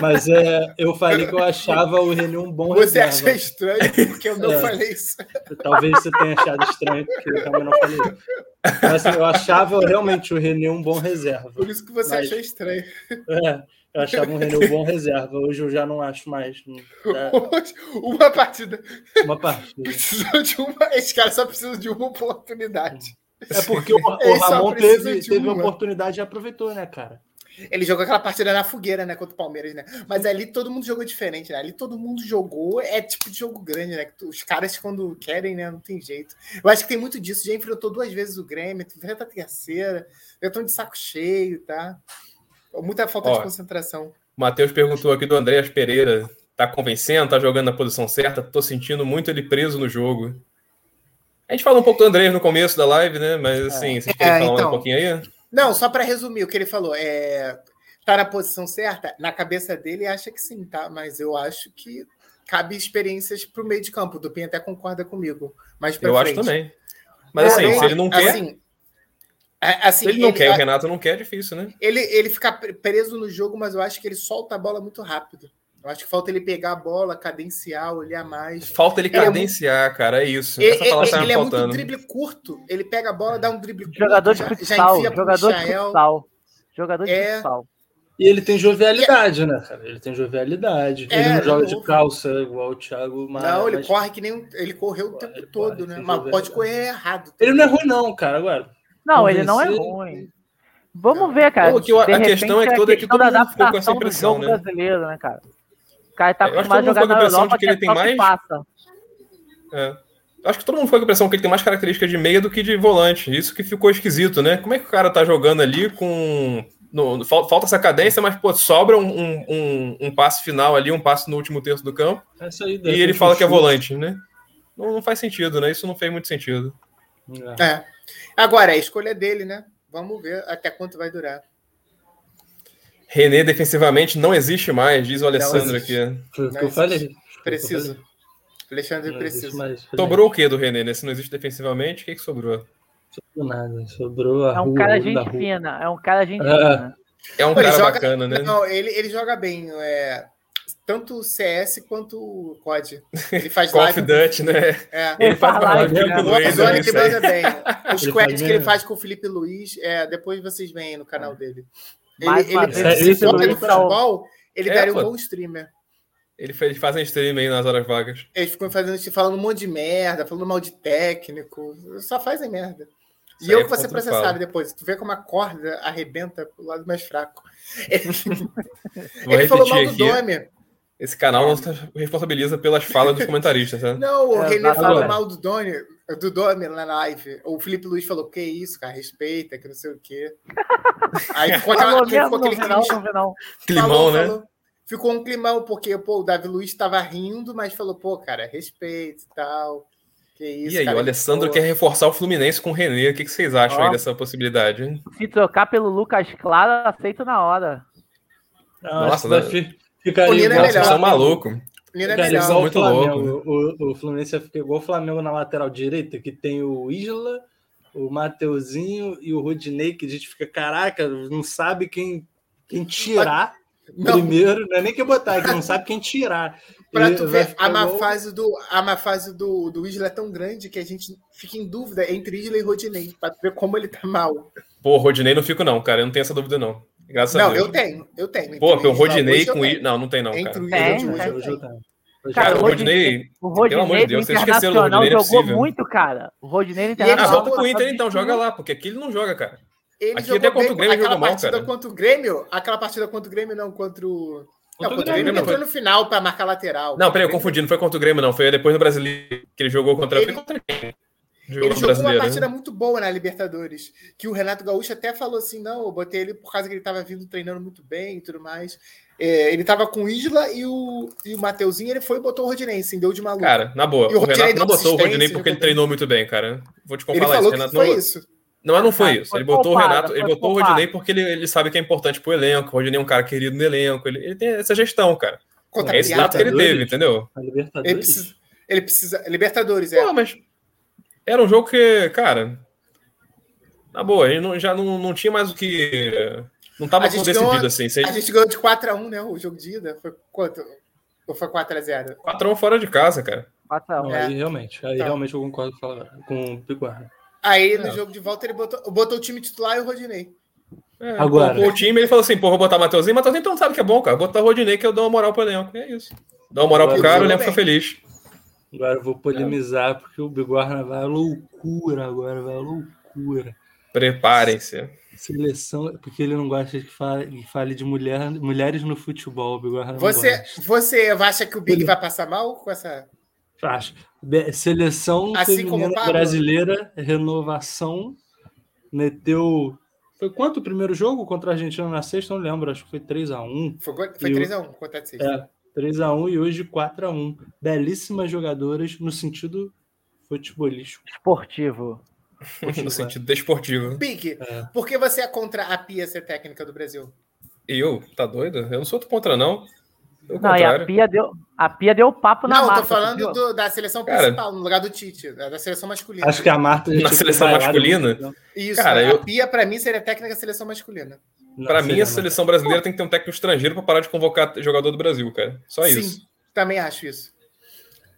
S4: Mas é, eu falei que eu achava o René um bom
S2: então. Você
S4: reserva.
S2: achou estranho porque eu não
S4: É.
S2: falei isso.
S4: Talvez você tenha achado estranho, porque eu também não falei isso. Mas assim, eu achava realmente o René um bom reserva.
S2: Por isso que você
S4: Mas-
S2: achou estranho. (laughs)
S4: É, eu achava o René um bom reserva. Hoje eu já não acho mais. Não- é,
S2: Hoje, uma partida
S4: uma né? partida.
S2: precisou de uma. Esse cara só precisa de uma oportunidade.
S4: É porque o, o
S2: Ele só
S4: Ramon
S2: precisa
S4: teve,
S2: de
S4: teve a
S2: uma.
S4: oportunidade e aproveitou, né, cara?
S2: Ele jogou aquela partida na fogueira, né? Contra o Palmeiras, né? Mas ali todo mundo jogou diferente, né? Ali todo mundo jogou. É tipo de jogo grande, né? que tu- Os caras, quando querem, né? Não tem jeito. Eu acho que tem muito disso. Já enfrentou duas vezes o Grêmio, enfrenta a terceira. Eu tô de saco cheio, tá? Muita falta
S1: Ó.
S2: de concentração.
S1: O Matheus perguntou aqui do Andréas Pereira. Tá convencendo? Tá jogando na posição certa? Tô sentindo muito ele preso no jogo. A gente falou um pouco do Andrés no começo da live, né? Mas assim, vocês querem falar
S2: É,
S1: mais um
S2: então.
S1: pouquinho aí?
S2: Não, só para resumir o que ele falou, é, tá na posição certa? Na cabeça dele acha que sim, tá? Mas eu acho que cabe experiências pro meio de campo. O Dupin até concorda comigo. Mas
S1: Eu acho também. Mas assim,
S2: Porém,
S1: se ele não quer,
S2: É, assim, a- assim,
S1: se ele não quer, o Renato não quer, é difícil, né?
S2: ele, ele fica pre- preso no jogo, mas eu acho que ele solta a bola muito rápido. Eu acho que falta ele pegar a bola, cadenciar, olhar mais.
S1: Falta ele
S2: é muito-
S1: cadenciar, cara. É isso.
S2: Ele,
S1: Essa palavra tá
S2: ele
S1: me
S2: é muito
S1: faltando.
S2: drible curto. Ele pega a bola, dá um drible curto.
S3: Jogador de
S2: já- já
S3: futsal.
S2: enfia pro
S3: Jogador de
S2: Michael.
S3: futsal. Jogador de
S2: É.
S3: futsal.
S4: E ele tem jovialidade, né, cara? Ele tem jovialidade.
S2: É,
S4: ele não joga de
S2: novo.
S4: calça igual o Thiago Maia.
S2: Não, ele
S4: mas-
S2: corre que nem. um- Ele correu o tempo
S4: Ele
S2: todo,
S4: corre,
S2: né?
S4: sem
S2: Mas
S4: dúvida.
S2: pode correr errado.
S4: Ele não é ruim, não, cara. Agora,
S3: Não, ele não é
S4: Convencer-
S3: ruim. Vamos ver, cara.
S1: Não, que eu-
S3: De
S1: a questão é
S3: repente,
S1: que toda-
S3: a
S1: que
S3: questão
S1: todo
S3: da
S1: mundo ficou com essa
S3: adaptação do
S1: impressão,
S3: jogo
S1: né?
S3: brasileiro, né, cara? O cara
S1: Eu
S3: tá
S1: acho que
S3: acostumado a
S1: todo mundo ficou com
S3: jogar na
S1: a impressão
S3: Europa,
S1: de que
S3: que
S1: ele
S3: é
S1: tem
S3: só que
S1: mais-
S3: passa.
S1: É. Acho que todo mundo foi com a impressão que ele tem mais características de meia do que de volante. Isso que ficou esquisito, né? Como é que o cara tá jogando ali com. no- no- fal- falta essa cadência, mas pô, sobra um, um, um- um passe final ali, um passe no último terço do campo,
S4: essa aí.
S2: É, um
S1: é e ele fala que é volante, né? Não, não faz sentido, né? Isso não fez muito sentido.
S4: É.
S2: É. Agora, é a escolha dele, né? Vamos ver até quanto vai durar.
S1: René defensivamente não existe mais, diz o Alessandro
S2: existe.
S1: aqui.
S4: Foi o que
S2: Não
S4: eu falei.
S2: existe.
S4: (laughs)
S2: Preciso. Alexandre precisa.
S1: Sobrou o que do René, né? Se não existe defensivamente, o que, que sobrou?
S4: Sobrou nada. Sobrou a
S3: É um
S4: rua,
S3: cara
S4: o olho da
S3: gente
S4: rua.
S3: fina, é um cara gente
S4: É.
S3: fina.
S1: É um
S2: Pô, ele
S1: cara
S2: joga-
S1: bacana, né?
S2: Não, ele, ele joga bem. É... Tanto CS quanto o COD.
S1: (laughs)
S2: Ele faz
S1: Call of
S2: live.
S1: Duty, né? (laughs)
S2: É.
S1: Ele faz
S3: faz
S1: live
S3: live,
S4: né?
S1: com o
S2: Mas
S1: Blazer,
S2: olha
S1: isso
S2: que
S1: aí.
S2: manda
S1: (laughs)
S2: bem. Os
S4: Ele
S2: quests
S4: faz
S2: que ele
S4: bem.
S2: faz com o Felipe Luiz, é, depois vocês veem aí no canal dele.
S3: Mais
S2: Ele,
S3: uma
S2: ele,
S4: vez,
S2: se
S4: Felipe
S2: bota no
S3: Luiz salva.
S2: futebol, ele
S1: É,
S2: daria
S1: pô.
S2: um bom streamer.
S1: Ele fez- eles fazem stream aí nas horas vagas.
S2: Eles ficam fazendo, falando um monte de merda, falando mal de técnico, só fazem merda.
S1: Isso
S2: E eu
S1: aí é
S2: que vou ser
S1: contra o
S2: processado
S1: Paulo.
S2: depois. Tu vê como a corda arrebenta pro lado mais fraco.
S1: Vou
S2: ele falou mal
S1: repetir
S2: do
S1: aqui.
S2: Domi.
S1: Esse canal não se responsabiliza pelas falas dos comentaristas, tá?
S2: Não, o
S3: É,
S2: René falou
S4: agora.
S2: mal do Domi, do Domi na live. O Felipe Luiz falou, que isso, cara, respeita, que não sei o
S3: (laughs)
S2: quê. Aí ficou, aquela-
S3: Falou
S2: ficou
S3: mesmo no
S2: aquele
S3: final,
S2: clima
S3: no final.
S1: Climão,
S2: Falou,
S1: né?
S2: falou. Ficou um climão, porque pô, o Davi Luiz estava rindo, mas falou, pô, cara, respeito e tal. Que isso,
S1: E aí,
S2: cara,
S1: o Alessandro
S2: pô.
S1: quer reforçar o Fluminense com o René. O que, que vocês acham
S3: Ó.
S1: aí dessa possibilidade? hein?
S3: Se trocar pelo Lucas Claro, aceito na hora.
S4: Ah,
S1: Nossa,
S4: acho que vai
S1: né?
S4: fi- ficaria
S2: Olheira é
S4: igual-
S1: Nossa, vocês
S2: melhor.
S1: são maluco.
S2: Menino é
S4: Ficaria
S2: melhor.
S4: igual o
S1: Muito né?
S4: Flamengo. O, o Fluminense fica igual o Flamengo na lateral direita, que tem o Isla, o Mateuzinho e o Rodinei, que a gente fica, caraca, não sabe quem, quem tirar
S2: Não.
S4: primeiro, não é nem que botar, que não sabe quem tirar.
S2: Pra
S4: Ele
S2: tu
S4: vai
S2: ver,
S4: ficar
S2: a má
S4: igual-
S2: fase do, a má fase do, do Isla é tão grande que a gente fica em dúvida entre Isla e Rodinei, pra tu ver como ele tá mal.
S1: Pô, Rodinei não fico, não, cara. Eu não tenho essa dúvida, não. Graças a
S2: não,
S1: Deus.
S2: eu tenho, eu tenho.
S1: Pô,
S2: Entre
S1: pelo
S2: Isla
S1: Rodinei
S2: hoje eu
S1: com. I-
S2: tenho.
S1: Não, não tem, não,
S2: Entre
S1: cara.
S2: o Isla
S3: Tem,
S2: de hoje
S3: tem,
S2: eu
S4: Hoje
S2: tenho.
S4: eu tenho.
S3: Cara,
S4: Hoje
S1: Cara,
S4: eu
S1: o
S4: tenho.
S1: Rodinei.
S3: O
S1: Pelo amor
S3: Rodinei
S1: de
S3: do
S1: Deus, vocês esqueceram do
S3: Internacional
S1: Rodinei, não é
S3: jogou
S1: possível.
S3: muito, cara. O Rodinei do
S2: ele
S1: Ah,
S3: Internacional.
S1: volta pro Inter então, joga lá, porque aqui ele não joga, cara.
S2: Ele
S1: Aqui
S2: jogou
S1: até contra o
S2: bem,
S1: Grêmio
S2: aquela
S1: jogou mal,
S2: partida
S1: cara.
S2: contra o Grêmio, aquela partida contra o Grêmio não, contra o... Não,
S4: Contra o
S2: contra o
S4: Grêmio,
S2: Grêmio ele
S1: não,
S2: entrou no final pra marcar lateral.
S1: Não, peraí, eu
S2: Contra o Grêmio-
S1: confundi. Não foi contra o Grêmio, não. Foi depois do Brasileiro que ele jogou contra.
S2: Ele-
S1: foi contra quem?
S2: Ele
S1: Jogou no
S2: jogou uma
S1: Brasileiro. né?
S2: partida muito boa na Libertadores, que o Renato Gaúcho até falou assim, não, eu botei ele por causa que ele estava vindo treinando muito bem e tudo mais. É, ele estava com o Isla e o, e o Mateuzinho, ele foi e botou o Rodinei, assim, deu de maluco.
S1: Cara, na boa.
S2: E
S1: O
S2: o Rodinei
S1: Renato
S2: deu
S1: não botou o
S2: assistência,
S1: Rodinei porque
S2: jogou
S1: ele treinou muito bem, cara. Vou te
S2: ele
S1: falar isso.
S2: falou
S1: Renato
S2: que foi
S1: não-
S2: isso.
S1: Não, mas não foi
S3: Cara,
S1: isso.
S3: foi
S1: Ele botou
S3: poupado,
S1: o Renato, ele
S3: foi
S1: botou o
S3: poupado.
S1: Rodinei porque ele, ele sabe que é importante pro elenco. O Rodinei é um cara querido no elenco. Ele, ele tem essa gestão, cara.
S2: Contra
S1: É esse
S2: Piata.
S1: tato que ele
S4: Libertadores.
S1: teve, entendeu?
S4: A
S2: Ele
S4: Libertadores?
S2: precisa, ele precisa- Libertadores, é.
S1: Pô, mas era um jogo que, cara, na boa, ele não, já não, não tinha mais o que. Não tava
S2: A gente
S1: tudo decidido
S2: ganhou-
S1: assim. Se
S2: A gente ganhou de 4x1, né, o jogo de ida. Foi quanto? Ou foi 4x0?
S1: Patrão um fora de casa, cara.
S3: Passa um.
S4: Não,
S2: É.
S4: aí realmente, aí
S2: Tá.
S4: realmente eu concordo com a- com o Piguarna.
S2: Aí, no
S1: É.
S2: jogo de volta, ele botou, botou o time titular e o Rodinei.
S1: É,
S4: Agora.
S1: colocou O time ele falou assim: pô, vou botar Mateuzinho. Mateuzinho então sabe que é bom, cara. Vou botar Rodinei que eu dou uma moral pro elenco. É isso. Dá uma moral pro
S4: Agora,
S1: cara, o
S2: tudo
S1: elenco fica
S2: bem.
S1: feliz.
S4: Agora eu vou polemizar, porque o Biguarna vai à loucura agora, vai à loucura.
S1: Preparem-se.
S4: Seleção, porque ele não gosta que fale, que fale de mulher, mulheres no futebol, o Biguarna não
S2: Você,
S4: gosta.
S2: você acha que o Big
S4: Ele-
S2: vai passar mal com essa...
S4: Acho. Be- Seleção
S2: Assim como o
S4: feminina
S2: Pablo.
S4: brasileira, renovação, meteu... Foi quanto o primeiro jogo contra a Argentina na sexta? Não lembro, acho que foi 3x1.
S2: Foi, go-
S4: E
S2: foi
S4: o-
S2: 3x1 contra a Sexta.
S4: É, 3x1 e hoje 4x1. Belíssimas jogadoras no sentido futebolístico.
S3: Esportivo.
S1: No sentido desportivo.
S2: Big,
S4: É.
S2: por que você é contra a Pia ser técnica do Brasil?
S1: E eu? Tá doido? Eu não sou contra, não. Pelo
S3: Não, e a
S1: contrário.
S3: Pia deu, a Pia deu papo na
S2: Não,
S3: massa.
S2: tô falando
S3: viu?
S2: do- da seleção
S1: Cara.
S2: principal, no lugar do Tite, da, da seleção masculina.
S4: Acho que a Marta já
S1: Na
S4: tinha
S1: seleção
S4: que ter parado.
S1: masculina?
S2: Isso,
S1: cara,
S2: né?
S1: eu-
S2: a Pia, pra mim, seria técnica da seleção masculina.
S4: Não,
S1: Pra mim,
S4: seria
S1: a seleção brasileira tem que ter um técnico estrangeiro pra parar de convocar jogador do Brasil, cara. Só isso.
S2: também acho isso.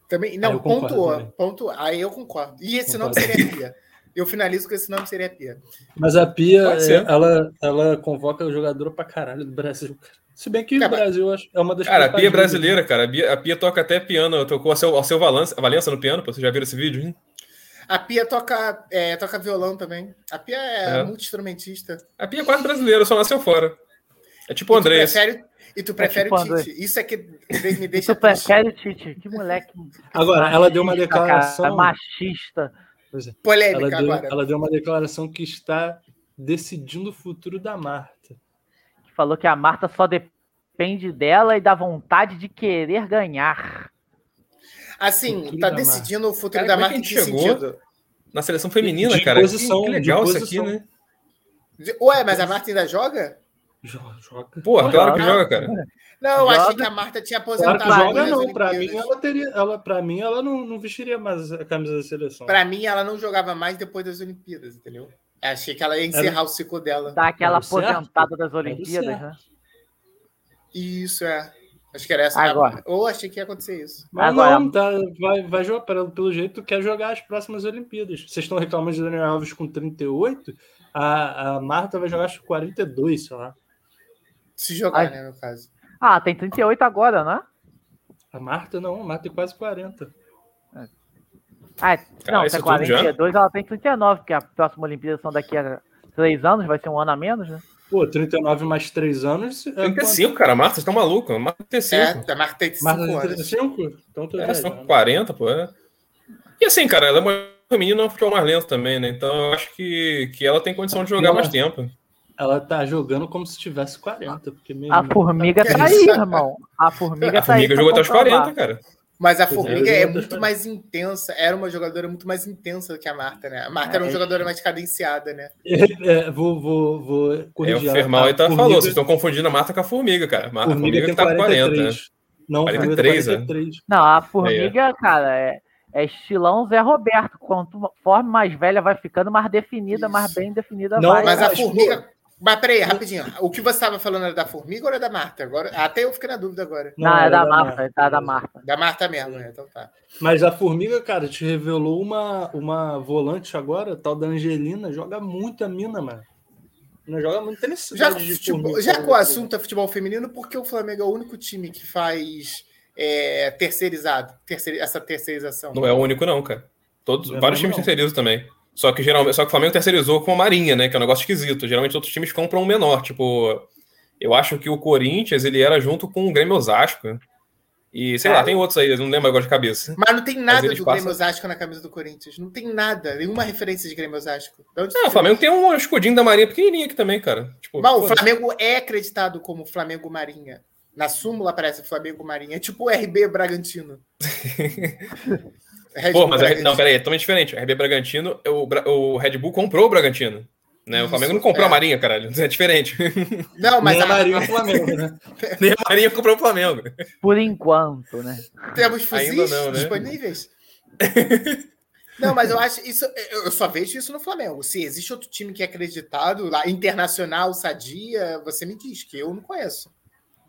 S2: Também,
S4: Ah,
S2: não,
S4: eu concordo
S2: pontua,
S4: também.
S2: pontua. Aí eu concordo. E esse
S4: Concordo.
S2: nome seria Pia. Eu finalizo com esse nome seria Pia.
S4: nada. Mas a Pia,
S1: Pode
S4: é,
S1: ser.
S4: ela, ela convoca o jogador pra caralho do Brasil. cara. Se bem que
S2: Cara,
S4: o Brasil acho- é uma das
S1: Cara, a Pia é
S4: principais
S1: brasileira, cara. A Pia, a Pia toca até piano. Tocou ao seu, ao seu Valença, Valença no piano, pô. Vocês já viram esse vídeo, hein?
S2: A Pia toca, é, toca violão também. A Pia é,
S1: É.
S2: multi-instrumentista.
S1: A Pia é quase brasileira, só nasceu fora. É tipo o
S2: E tu
S1: Andrés.
S2: prefere- E tu prefere
S3: tipo
S2: o
S3: Andrés.
S2: Tite. Isso é que me
S3: E
S2: deixa
S3: (laughs) tu
S2: triste.
S3: prefere o Tite? Que moleque.
S4: jogadoras. Agora, ela deu uma
S3: machista, cara,
S4: declaração.
S3: machista.
S2: polêmica
S4: Ela deu,
S2: agora.
S4: ela deu uma declaração que está decidindo o futuro da Marta.
S3: Que falou que a Marta só depende dela e da vontade de querer ganhar.
S2: Assim,
S4: Futuro
S2: tá
S4: da
S2: decidindo o futuro
S1: Cara,
S2: da
S1: como é que
S2: marca
S1: a
S2: em
S1: gente
S2: que
S1: chegou?
S2: sentido?
S1: na seleção feminina,
S4: De
S1: cara. Que-
S4: posição,
S1: que, legal
S4: de
S1: isso aqui,
S4: posição.
S1: né?
S2: Ué, mas a Marta ainda joga?
S4: Joga, joga.
S1: Porra, claro é que
S3: Joga.
S1: joga, cara.
S2: Não, eu achei
S3: Joga.
S2: que a Marta tinha
S4: Claro
S2: aposentado.
S4: que
S3: Tá,
S1: né,
S4: joga
S2: nas
S4: não. Pra mim,
S2: Olimpíadas.
S4: ela teria. Ela, pra mim, ela não, não vestiria mais a camisa da seleção.
S2: Pra mim, ela não jogava mais depois das Olimpíadas, entendeu? Achei que ela ia encerrar o ciclo dela.
S3: Dá aquela
S4: Deu é certo.
S3: aposentada das Olimpíadas,
S4: certo.
S3: né?
S2: Isso, é. Acho que era essa.
S3: Agora.
S2: Ou achei que ia acontecer isso.
S4: Mas
S3: Agora-
S4: não, tá, vai, vai jogar, pelo, pelo jeito, quer jogar as próximas Olimpíadas. Vocês estão reclamando de Daniel Alves com 38, a, a Marta vai jogar acho que 42, sei lá.
S2: Se jogar,
S3: Ai.
S2: né, no caso.
S3: Ah, tem 38 agora, né?
S4: A Marta não, a Marta tem quase 40.
S3: Ah, não,
S1: isso
S3: até
S1: tudo já?
S3: 42 ela tem 39, porque a próxima Olimpíada são daqui a 3 anos, vai ser um ano a menos, né?
S4: Pô, 39 mais 3 anos. É
S1: 35, cara. Marta, vocês estão malucos. Marta tem 5.
S2: É, a Marta tem
S4: quanto?
S2: 5
S4: Marta tem
S2: anos.
S4: 35? Então tô
S1: É, são
S4: viajando.
S1: 40, pô. é. E assim, cara, ela é uma feminina, é um futebol mais lento também, né? Então eu acho que, que ela tem condição de jogar
S4: Não.
S1: mais tempo.
S4: Ela tá jogando como se tivesse 40, porque mesmo.
S3: A formiga tá aí, irmão. A formiga
S1: A
S3: tá aí.
S1: formiga
S3: pra
S1: jogou até os
S3: comprovar.
S1: 40, cara.
S2: Mas a
S4: Pois é,
S2: Formiga
S4: eu
S2: é,
S4: já tô
S2: muito
S4: falando.
S2: mais intensa. Era uma jogadora muito mais intensa do que a Marta, né? A Marta
S3: É.
S2: era uma jogadora mais cadenciada, né?
S4: (laughs) É, vou, vou, vou
S1: É, o
S4: corrigir.
S1: Fermal
S4: A
S1: aí tá,
S4: Formiga-
S1: falou, vocês estão confundindo a Marta com a Formiga, cara. Marta, a Formiga que tá com 40. né?
S4: Não, tá
S1: 43,
S4: 43,
S1: né?
S4: 43.
S3: Não, a formiga, cara, é, é estilão Zé Roberto. Quanto conforme mais velha vai ficando, mais definida,
S2: Isso.
S3: mais bem definida
S4: Não,
S3: vai.
S2: Mas
S4: Mas,
S2: a
S4: pô,
S2: Formiga... Mas peraí, rapidinho. O que você estava falando era da Formiga ou era da Marta? Agora, até eu fiquei na dúvida agora.
S3: Não, é da Marta, tá da Marta.
S2: Da Marta mesmo, né? Então tá.
S4: Mas a Formiga, cara, te revelou uma, uma volante agora, tal da Angelina, joga muito a mina, mano. Não joga muito tem
S2: Já,
S4: necessidade
S2: que
S4: de
S2: futebol-
S4: Formiga. né?
S2: já que o assunto é futebol feminino, por que o Flamengo é o único time que faz é, terceirizado, terceiri- essa terceirização?
S1: Não é o único, não, cara. Todos,
S4: Não é
S1: vários
S4: mesmo,
S1: times
S4: não.
S1: terceirizam também. Só que geralmente, só que o Flamengo terceirizou com a Marinha, né? Que é um negócio esquisito. Geralmente outros times compram um menor. Tipo, eu acho que o Corinthians ele era junto com o Grêmio Osasco. né? E sei lá,
S4: Cara.
S1: tem outros aí, eu não lembro agora de cabeça.
S2: Mas não tem nada
S1: eles
S2: do
S1: passam-
S2: Grêmio Osasco na camisa do Corinthians. Não tem nada, nenhuma referência de Grêmio Osasco. De onde
S1: Não,
S2: você-
S1: o Flamengo tem um escudinho da Marinha pequenininho aqui também, cara. Tipo,
S2: Bom, o
S1: pô,
S2: Flamengo é acreditado como Flamengo Marinha. Na súmula aparece Flamengo Marinha. É tipo o RB Bragantino.
S1: (laughs)
S2: Red
S1: Pô,
S2: Bull
S1: mas a,
S2: Bragantino.
S1: não, peraí, é totalmente diferente. A RB Bragantino, é o, Bra- o Red Bull comprou o Bragantino. Né? o
S2: Isso,
S1: Flamengo não comprou
S2: é.
S1: a Marinha, caralho. (laughs) É diferente.
S2: Não, mas
S4: Nem a
S2: a-
S4: Maria e o Flamengo,
S2: (laughs)
S4: né?
S1: Nem a Marinha comprou o Flamengo.
S3: Por enquanto, né?
S2: Temos fuzis
S1: Ainda não, né? (laughs)
S2: disponíveis? Não, mas eu acho isso. Eu só vejo isso no Flamengo. Se existe outro time que é acreditado, lá, internacional, sadia, você me diz, que eu não conheço.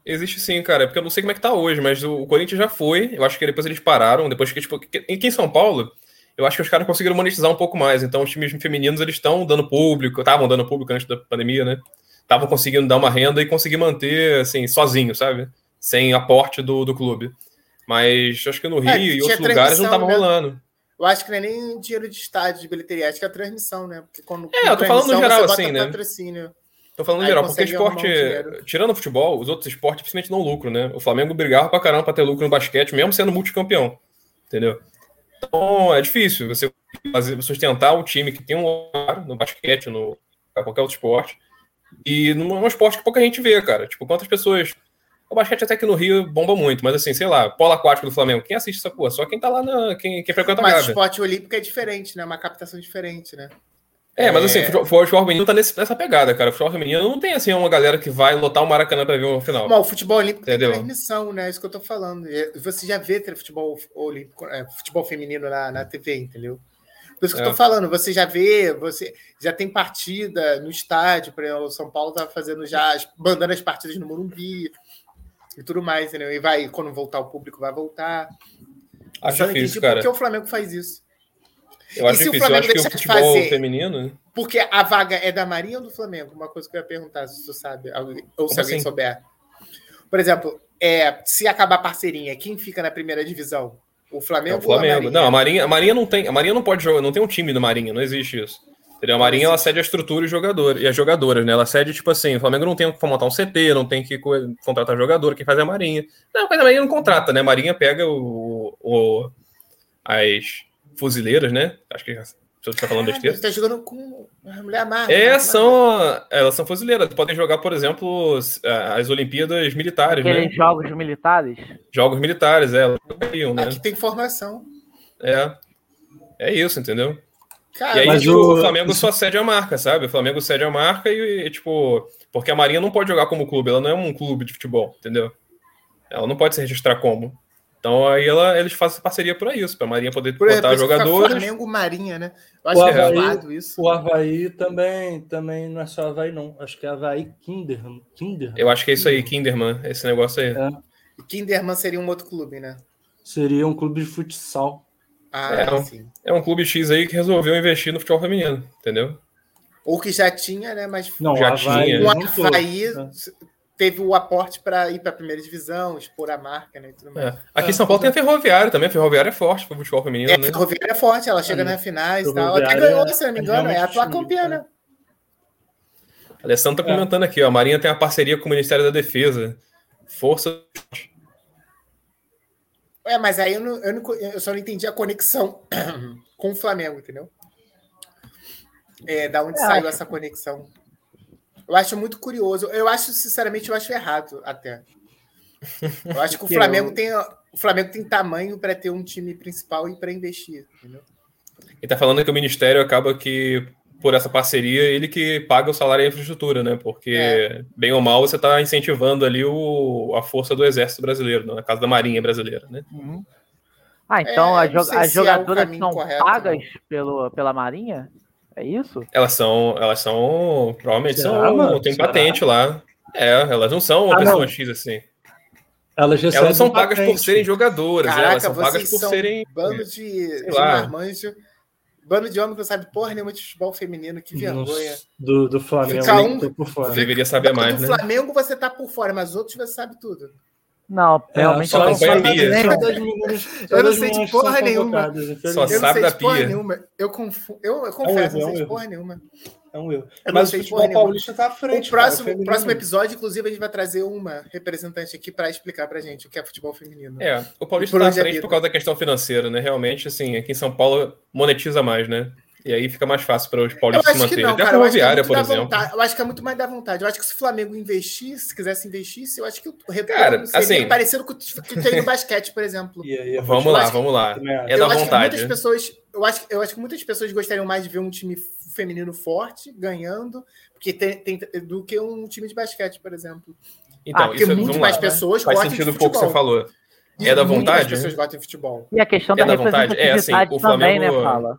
S1: Existe sim, cara, porque eu não sei como é que tá hoje, mas o o Corinthians já foi, eu acho que depois eles pararam, depois que, tipo, que- aqui em São Paulo, eu acho que os caras conseguiram monetizar um pouco mais, então os times femininos, eles estão dando público, estavam dando público antes da pandemia, né, estavam conseguindo dar uma renda e conseguir manter, assim, sozinho, sabe, sem aporte do, do clube, mas acho que no Rio
S2: É,
S1: e
S2: tinha
S1: outros lugares não
S2: transmissão,
S1: tava
S2: né?
S1: rolando.
S2: Eu acho que não é nem dinheiro de estádio, de bilheteria, acho que é a transmissão, né? Porque quando,
S1: É,
S2: com
S1: eu tô falando no
S2: transmissão,
S1: geral,
S2: você bota
S1: assim, né?
S2: patrocínio.
S1: Tô falando em
S2: Aí
S1: geral, porque
S2: consegue arrumar um
S1: esporte, é
S2: dinheiro.
S1: tirando o futebol, os outros esportes principalmente não lucro, né? O Flamengo brigava pra caramba pra ter lucro no basquete, mesmo sendo multicampeão, entendeu? Então é difícil você fazer, sustentar um time que tem um horário no basquete, no qualquer outro esporte, e não é um esporte que pouca gente vê, cara. Tipo, quantas pessoas. O basquete até que no Rio bomba muito, mas assim, sei lá, polo aquático do Flamengo, quem assiste essa porra? Só quem tá lá na. Quem, quem frequenta a
S2: Mas o
S1: Gávea.
S2: esporte olímpico é diferente, né? É uma captação diferente, né?
S1: É, mas assim,
S2: É.
S1: o futebol- o futebol feminino tá nesse- nessa pegada, cara. O futebol feminino não tem, assim, uma galera que vai lotar o Maracanã pra ver o final.
S2: Bom, o futebol olímpico
S1: Entendeu?
S2: tem transmissão, né? Isso que eu tô falando. E Você já vê ter futebol olímpico, é, futebol feminino na, na TV, entendeu? Por isso que eu
S1: É.
S2: tô falando, você já vê, você já tem partida no estádio, por exemplo, o São Paulo tá fazendo já, as- mandando as partidas no Morumbi e tudo mais, entendeu? E vai, quando voltar o público, vai voltar.
S1: Acho
S2: Só não
S1: difícil,
S2: entendi
S1: cara.
S2: Por que o Flamengo faz isso?
S1: Eu acho
S2: se o
S1: difícil. Eu
S2: Flamengo
S1: acho que o
S2: deixar de
S1: futebol
S2: fazer?
S1: feminino. né?
S2: Porque a vaga é da Marinha ou do Flamengo? Uma coisa que eu ia perguntar, se tu sabe, alguém- ou se
S1: Como
S2: alguém
S1: assim?
S2: souber. Por exemplo, é, se acabar a parceria, quem fica na primeira divisão? O
S1: É
S2: Flamengo,
S1: o
S2: né?
S1: Flamengo.
S2: ou a Marinha?
S1: Não, a Marinha, a Marinha não tem. A Marinha não pode jogar, não tem um time da Marinha, não existe isso. Entendeu? A Marinha ela cede a estrutura e, jogador, e as jogadoras, né? Ela cede, tipo assim, o Flamengo não tem que montar um CT, não tem que co- contratar jogador, quem faz é a Marinha. Não, mas a Marinha não contrata, né? A Marinha pega o, o- as fuzileiras, né? Acho que se você tá falando
S2: Caralho,
S1: besteira.
S2: você tá jogando com a mulher amarga. né?
S1: É, são, elas são fuzileiras, podem jogar, por exemplo, as- as Olimpíadas Militares,
S3: Aqueles
S1: né?
S3: jogos militares.
S1: Jogos né? militares, é, elas jogariam, né?
S2: Aqui tem formação.
S1: É. É isso, entendeu? e aí,
S2: Cara,
S4: mas
S1: tipo,
S4: o-
S1: o... Flamengo só cede a marca, sabe? O Flamengo cede a marca e, e, tipo, porque a Marinha não pode jogar como clube, ela não é um clube de futebol, entendeu? Ela não pode se registrar como. Então aí ela, eles fazem parceria para isso, pra Marinha poder
S2: por
S1: botar
S2: exemplo,
S1: jogadores.
S2: Flamengo Marinha, né? Eu
S4: O
S2: acho que é
S4: Havaí-
S2: roubado isso.
S4: O Havaí também, também não é só Havaí, não. Acho que é Havaí Kinder. Kinder
S1: Eu acho que é isso aí, Kinderman, esse negócio aí.
S2: Kinderman seria um outro clube, né?
S4: seria um clube de futsal.
S2: Ah,
S1: É.
S2: sim.
S1: É um clube X aí que resolveu investir no futebol feminino, entendeu?
S2: Ou que já tinha, né? Mas
S4: É, Não,
S1: Já
S4: o Havaí
S1: tinha.
S2: o
S4: juntou.
S2: Havaí
S4: né?
S2: teve o aporte para ir para a primeira divisão, expor a marca, né? E tudo
S1: É.
S2: mais.
S1: Aqui
S4: É,
S1: em São Paulo tem a Ferroviária também, a Ferroviária é forte pro futebol feminino,
S2: É, a
S1: né?
S2: Ferroviária é forte, ela chega
S4: Ah,
S2: nas finais e tal. Até
S4: Ferroviária
S2: ganhou, se eu não me
S4: é
S2: engano, é a
S4: realmente
S2: atual
S4: time,
S2: campeã, né?
S1: Alessandro tá
S2: É.
S1: comentando aqui, ó. A Marinha tem uma parceria com o Ministério da Defesa. Força.
S2: É, mas aí eu, não- eu não co- eu só não entendi a conexão (clears throat) com o Flamengo, entendeu? É, da onde
S3: Eu
S2: saiu essa conexão. Eu acho muito curioso. Eu acho, sinceramente, eu acho errado até. Eu acho
S4: (laughs)
S2: que o
S4: é
S3: Porque
S2: Flamengo
S4: um
S3: eu-
S2: tem o Flamengo tem tamanho para ter um time principal e para investir, entendeu?
S1: Ele tá falando que o Ministério acaba que, por essa parceria, ele que paga o salário e a infraestrutura, né? Porque,
S2: É.
S1: bem ou mal, você tá incentivando ali o, a força do Exército Brasileiro, né? na casa da Marinha Brasileira, né?
S3: Uhum. Ah, então
S2: É,
S3: as,
S2: não
S3: jo-
S2: sei
S3: as
S2: se é o
S3: jogadoras
S2: caminho
S3: são
S2: correto,
S3: pagas pelo, pela Marinha? É isso?
S1: Elas são. Elas são. Provavelmente
S4: Será,
S1: são.
S4: mano?
S1: Tem
S4: Será?
S1: patente lá. É, elas não são uma
S4: Ah,
S1: pessoa
S4: não.
S1: X assim. Elas
S4: Elas
S1: não
S4: recebem
S1: são pagas por
S4: patente.
S1: serem jogadoras, né?
S2: Caraca,
S1: elas são
S2: vocês
S1: pagas por
S2: são
S1: serem.
S2: Bando de, de
S1: lá.
S2: marmanjo, bando de homem que não sabe porra nenhuma de futebol feminino, que vergonha.
S4: Nossa, do, do Flamengo.
S2: Fica um-
S4: tô por fora.
S1: Deveria saber mais,
S2: do
S1: né?
S2: Flamengo você tá por fora, mas outros você sabe tudo.
S3: Não,
S4: É,
S3: realmente
S1: É, só
S3: não.
S4: das
S1: acompanha a
S3: sabe
S1: Bia.
S3: nem-
S4: meninas-
S2: Eu
S4: só
S2: não
S4: das
S2: sei de
S4: meninas que são
S2: porra nenhuma.
S4: convocadas,
S1: Só
S2: Eu
S4: infelizmente.
S2: não
S1: sabe
S2: sei
S1: da
S2: de porra
S1: pia.
S2: nenhuma. Eu, confu... eu, eu confesso,
S4: erro,
S2: não
S4: é um
S2: sei de
S4: erro.
S2: porra nenhuma.
S4: É um erro.
S2: Eu não
S4: Mas
S2: sei
S4: o
S2: de porra
S4: futebol
S2: nenhuma.
S4: paulista tá à frente.
S2: O
S4: cara,
S2: próximo, o
S4: feminino.
S2: próximo episódio, inclusive, a gente vai trazer uma representante aqui para explicar pra gente o que é futebol feminino.
S1: É, o Paulista
S2: Por
S1: está à
S2: onde é
S1: frente
S2: vida.
S1: por causa da questão financeira, né? Realmente, assim, aqui em São Paulo monetiza mais, né? E aí fica mais fácil para os
S2: Eu
S1: paulistas se
S2: acho que
S1: manterem.
S2: não,
S1: Até a
S2: cara. Eu acho que, é
S1: ferroviária,
S2: muito
S1: por
S2: da
S1: exemplo.
S2: vontade. eu acho que é muito mais da vontade. Eu acho que se o Flamengo investisse, quisesse investir, eu acho que o retorno
S1: Cara,
S2: seria
S1: assim-
S2: parecido com o que tem no basquete, por exemplo.
S4: E aí, é eu vou
S1: Vamos
S4: te-
S1: lá,
S2: acho-
S1: vamos lá.
S4: também acho.
S1: É
S2: eu
S1: da
S2: acho que
S1: vontade.
S2: muitas pessoas, eu acho, eu acho que muitas pessoas gostariam mais de ver um time feminino forte ganhando, porque tem, tem- do que um time de basquete, por exemplo.
S1: Então,
S3: porque
S2: Porque
S1: isso é-
S2: muito
S1: vamos
S2: mais
S1: lá.
S2: pessoas
S1: Faz
S2: gostam
S1: sentido
S2: de
S1: um pouco que
S2: futebol.
S1: você falou. É da
S2: Muito
S1: vontade,
S2: mais pessoas gostam de futebol.
S3: E a questão
S1: É
S3: da
S1: da vontade.
S3: representatividade
S1: É, assim, o
S3: também,
S1: Flamengo-
S3: né, Fala?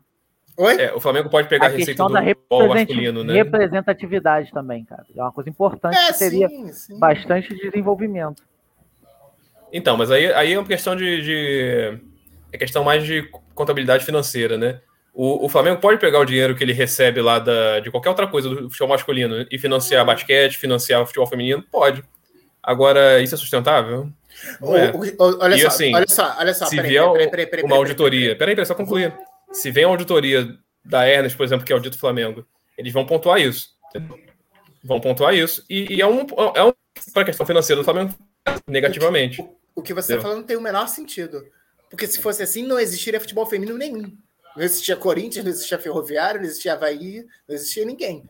S2: Oi?
S1: É, o Flamengo pode pegar
S3: A
S1: a receita
S3: questão
S1: do
S3: da
S1: futebol
S3: represent-
S1: masculino, né?
S3: representatividade também, cara. É uma coisa importante
S2: É,
S3: que teria
S2: sim, sim.
S3: bastante desenvolvimento.
S1: Então, mas aí, aí é uma questão de, de- É questão mais de contabilidade financeira, né? O, o Flamengo pode pegar o dinheiro que ele recebe lá da, de qualquer outra coisa do futebol masculino né? e
S4: Uhum.
S1: financiar basquete, financiar o futebol feminino? Pode. Agora, isso é sustentável? Não é.
S2: O- o- o- olha,
S1: E
S2: só,
S1: assim,
S2: olha só, olha só,
S1: se
S2: peraí,
S1: vier
S2: peraí,
S1: o-
S2: peraí, peraí, peraí,
S1: uma
S2: peraí,
S4: (laughs)
S1: auditoria. Peraí, peraí, só concluir. Se vem a auditoria da Ernest, por exemplo, que audita o Flamengo, eles vão pontuar isso. entendeu? Vão pontuar isso. E, e é um. É um para a questão financeira do Flamengo, negativamente.
S2: O que você está
S1: Entendeu?
S2: falando não tem o menor sentido. Porque se fosse assim, não existiria futebol feminino nenhum. Não existia Corinthians, não existia Ferroviário, não existia Havaí, não existia ninguém.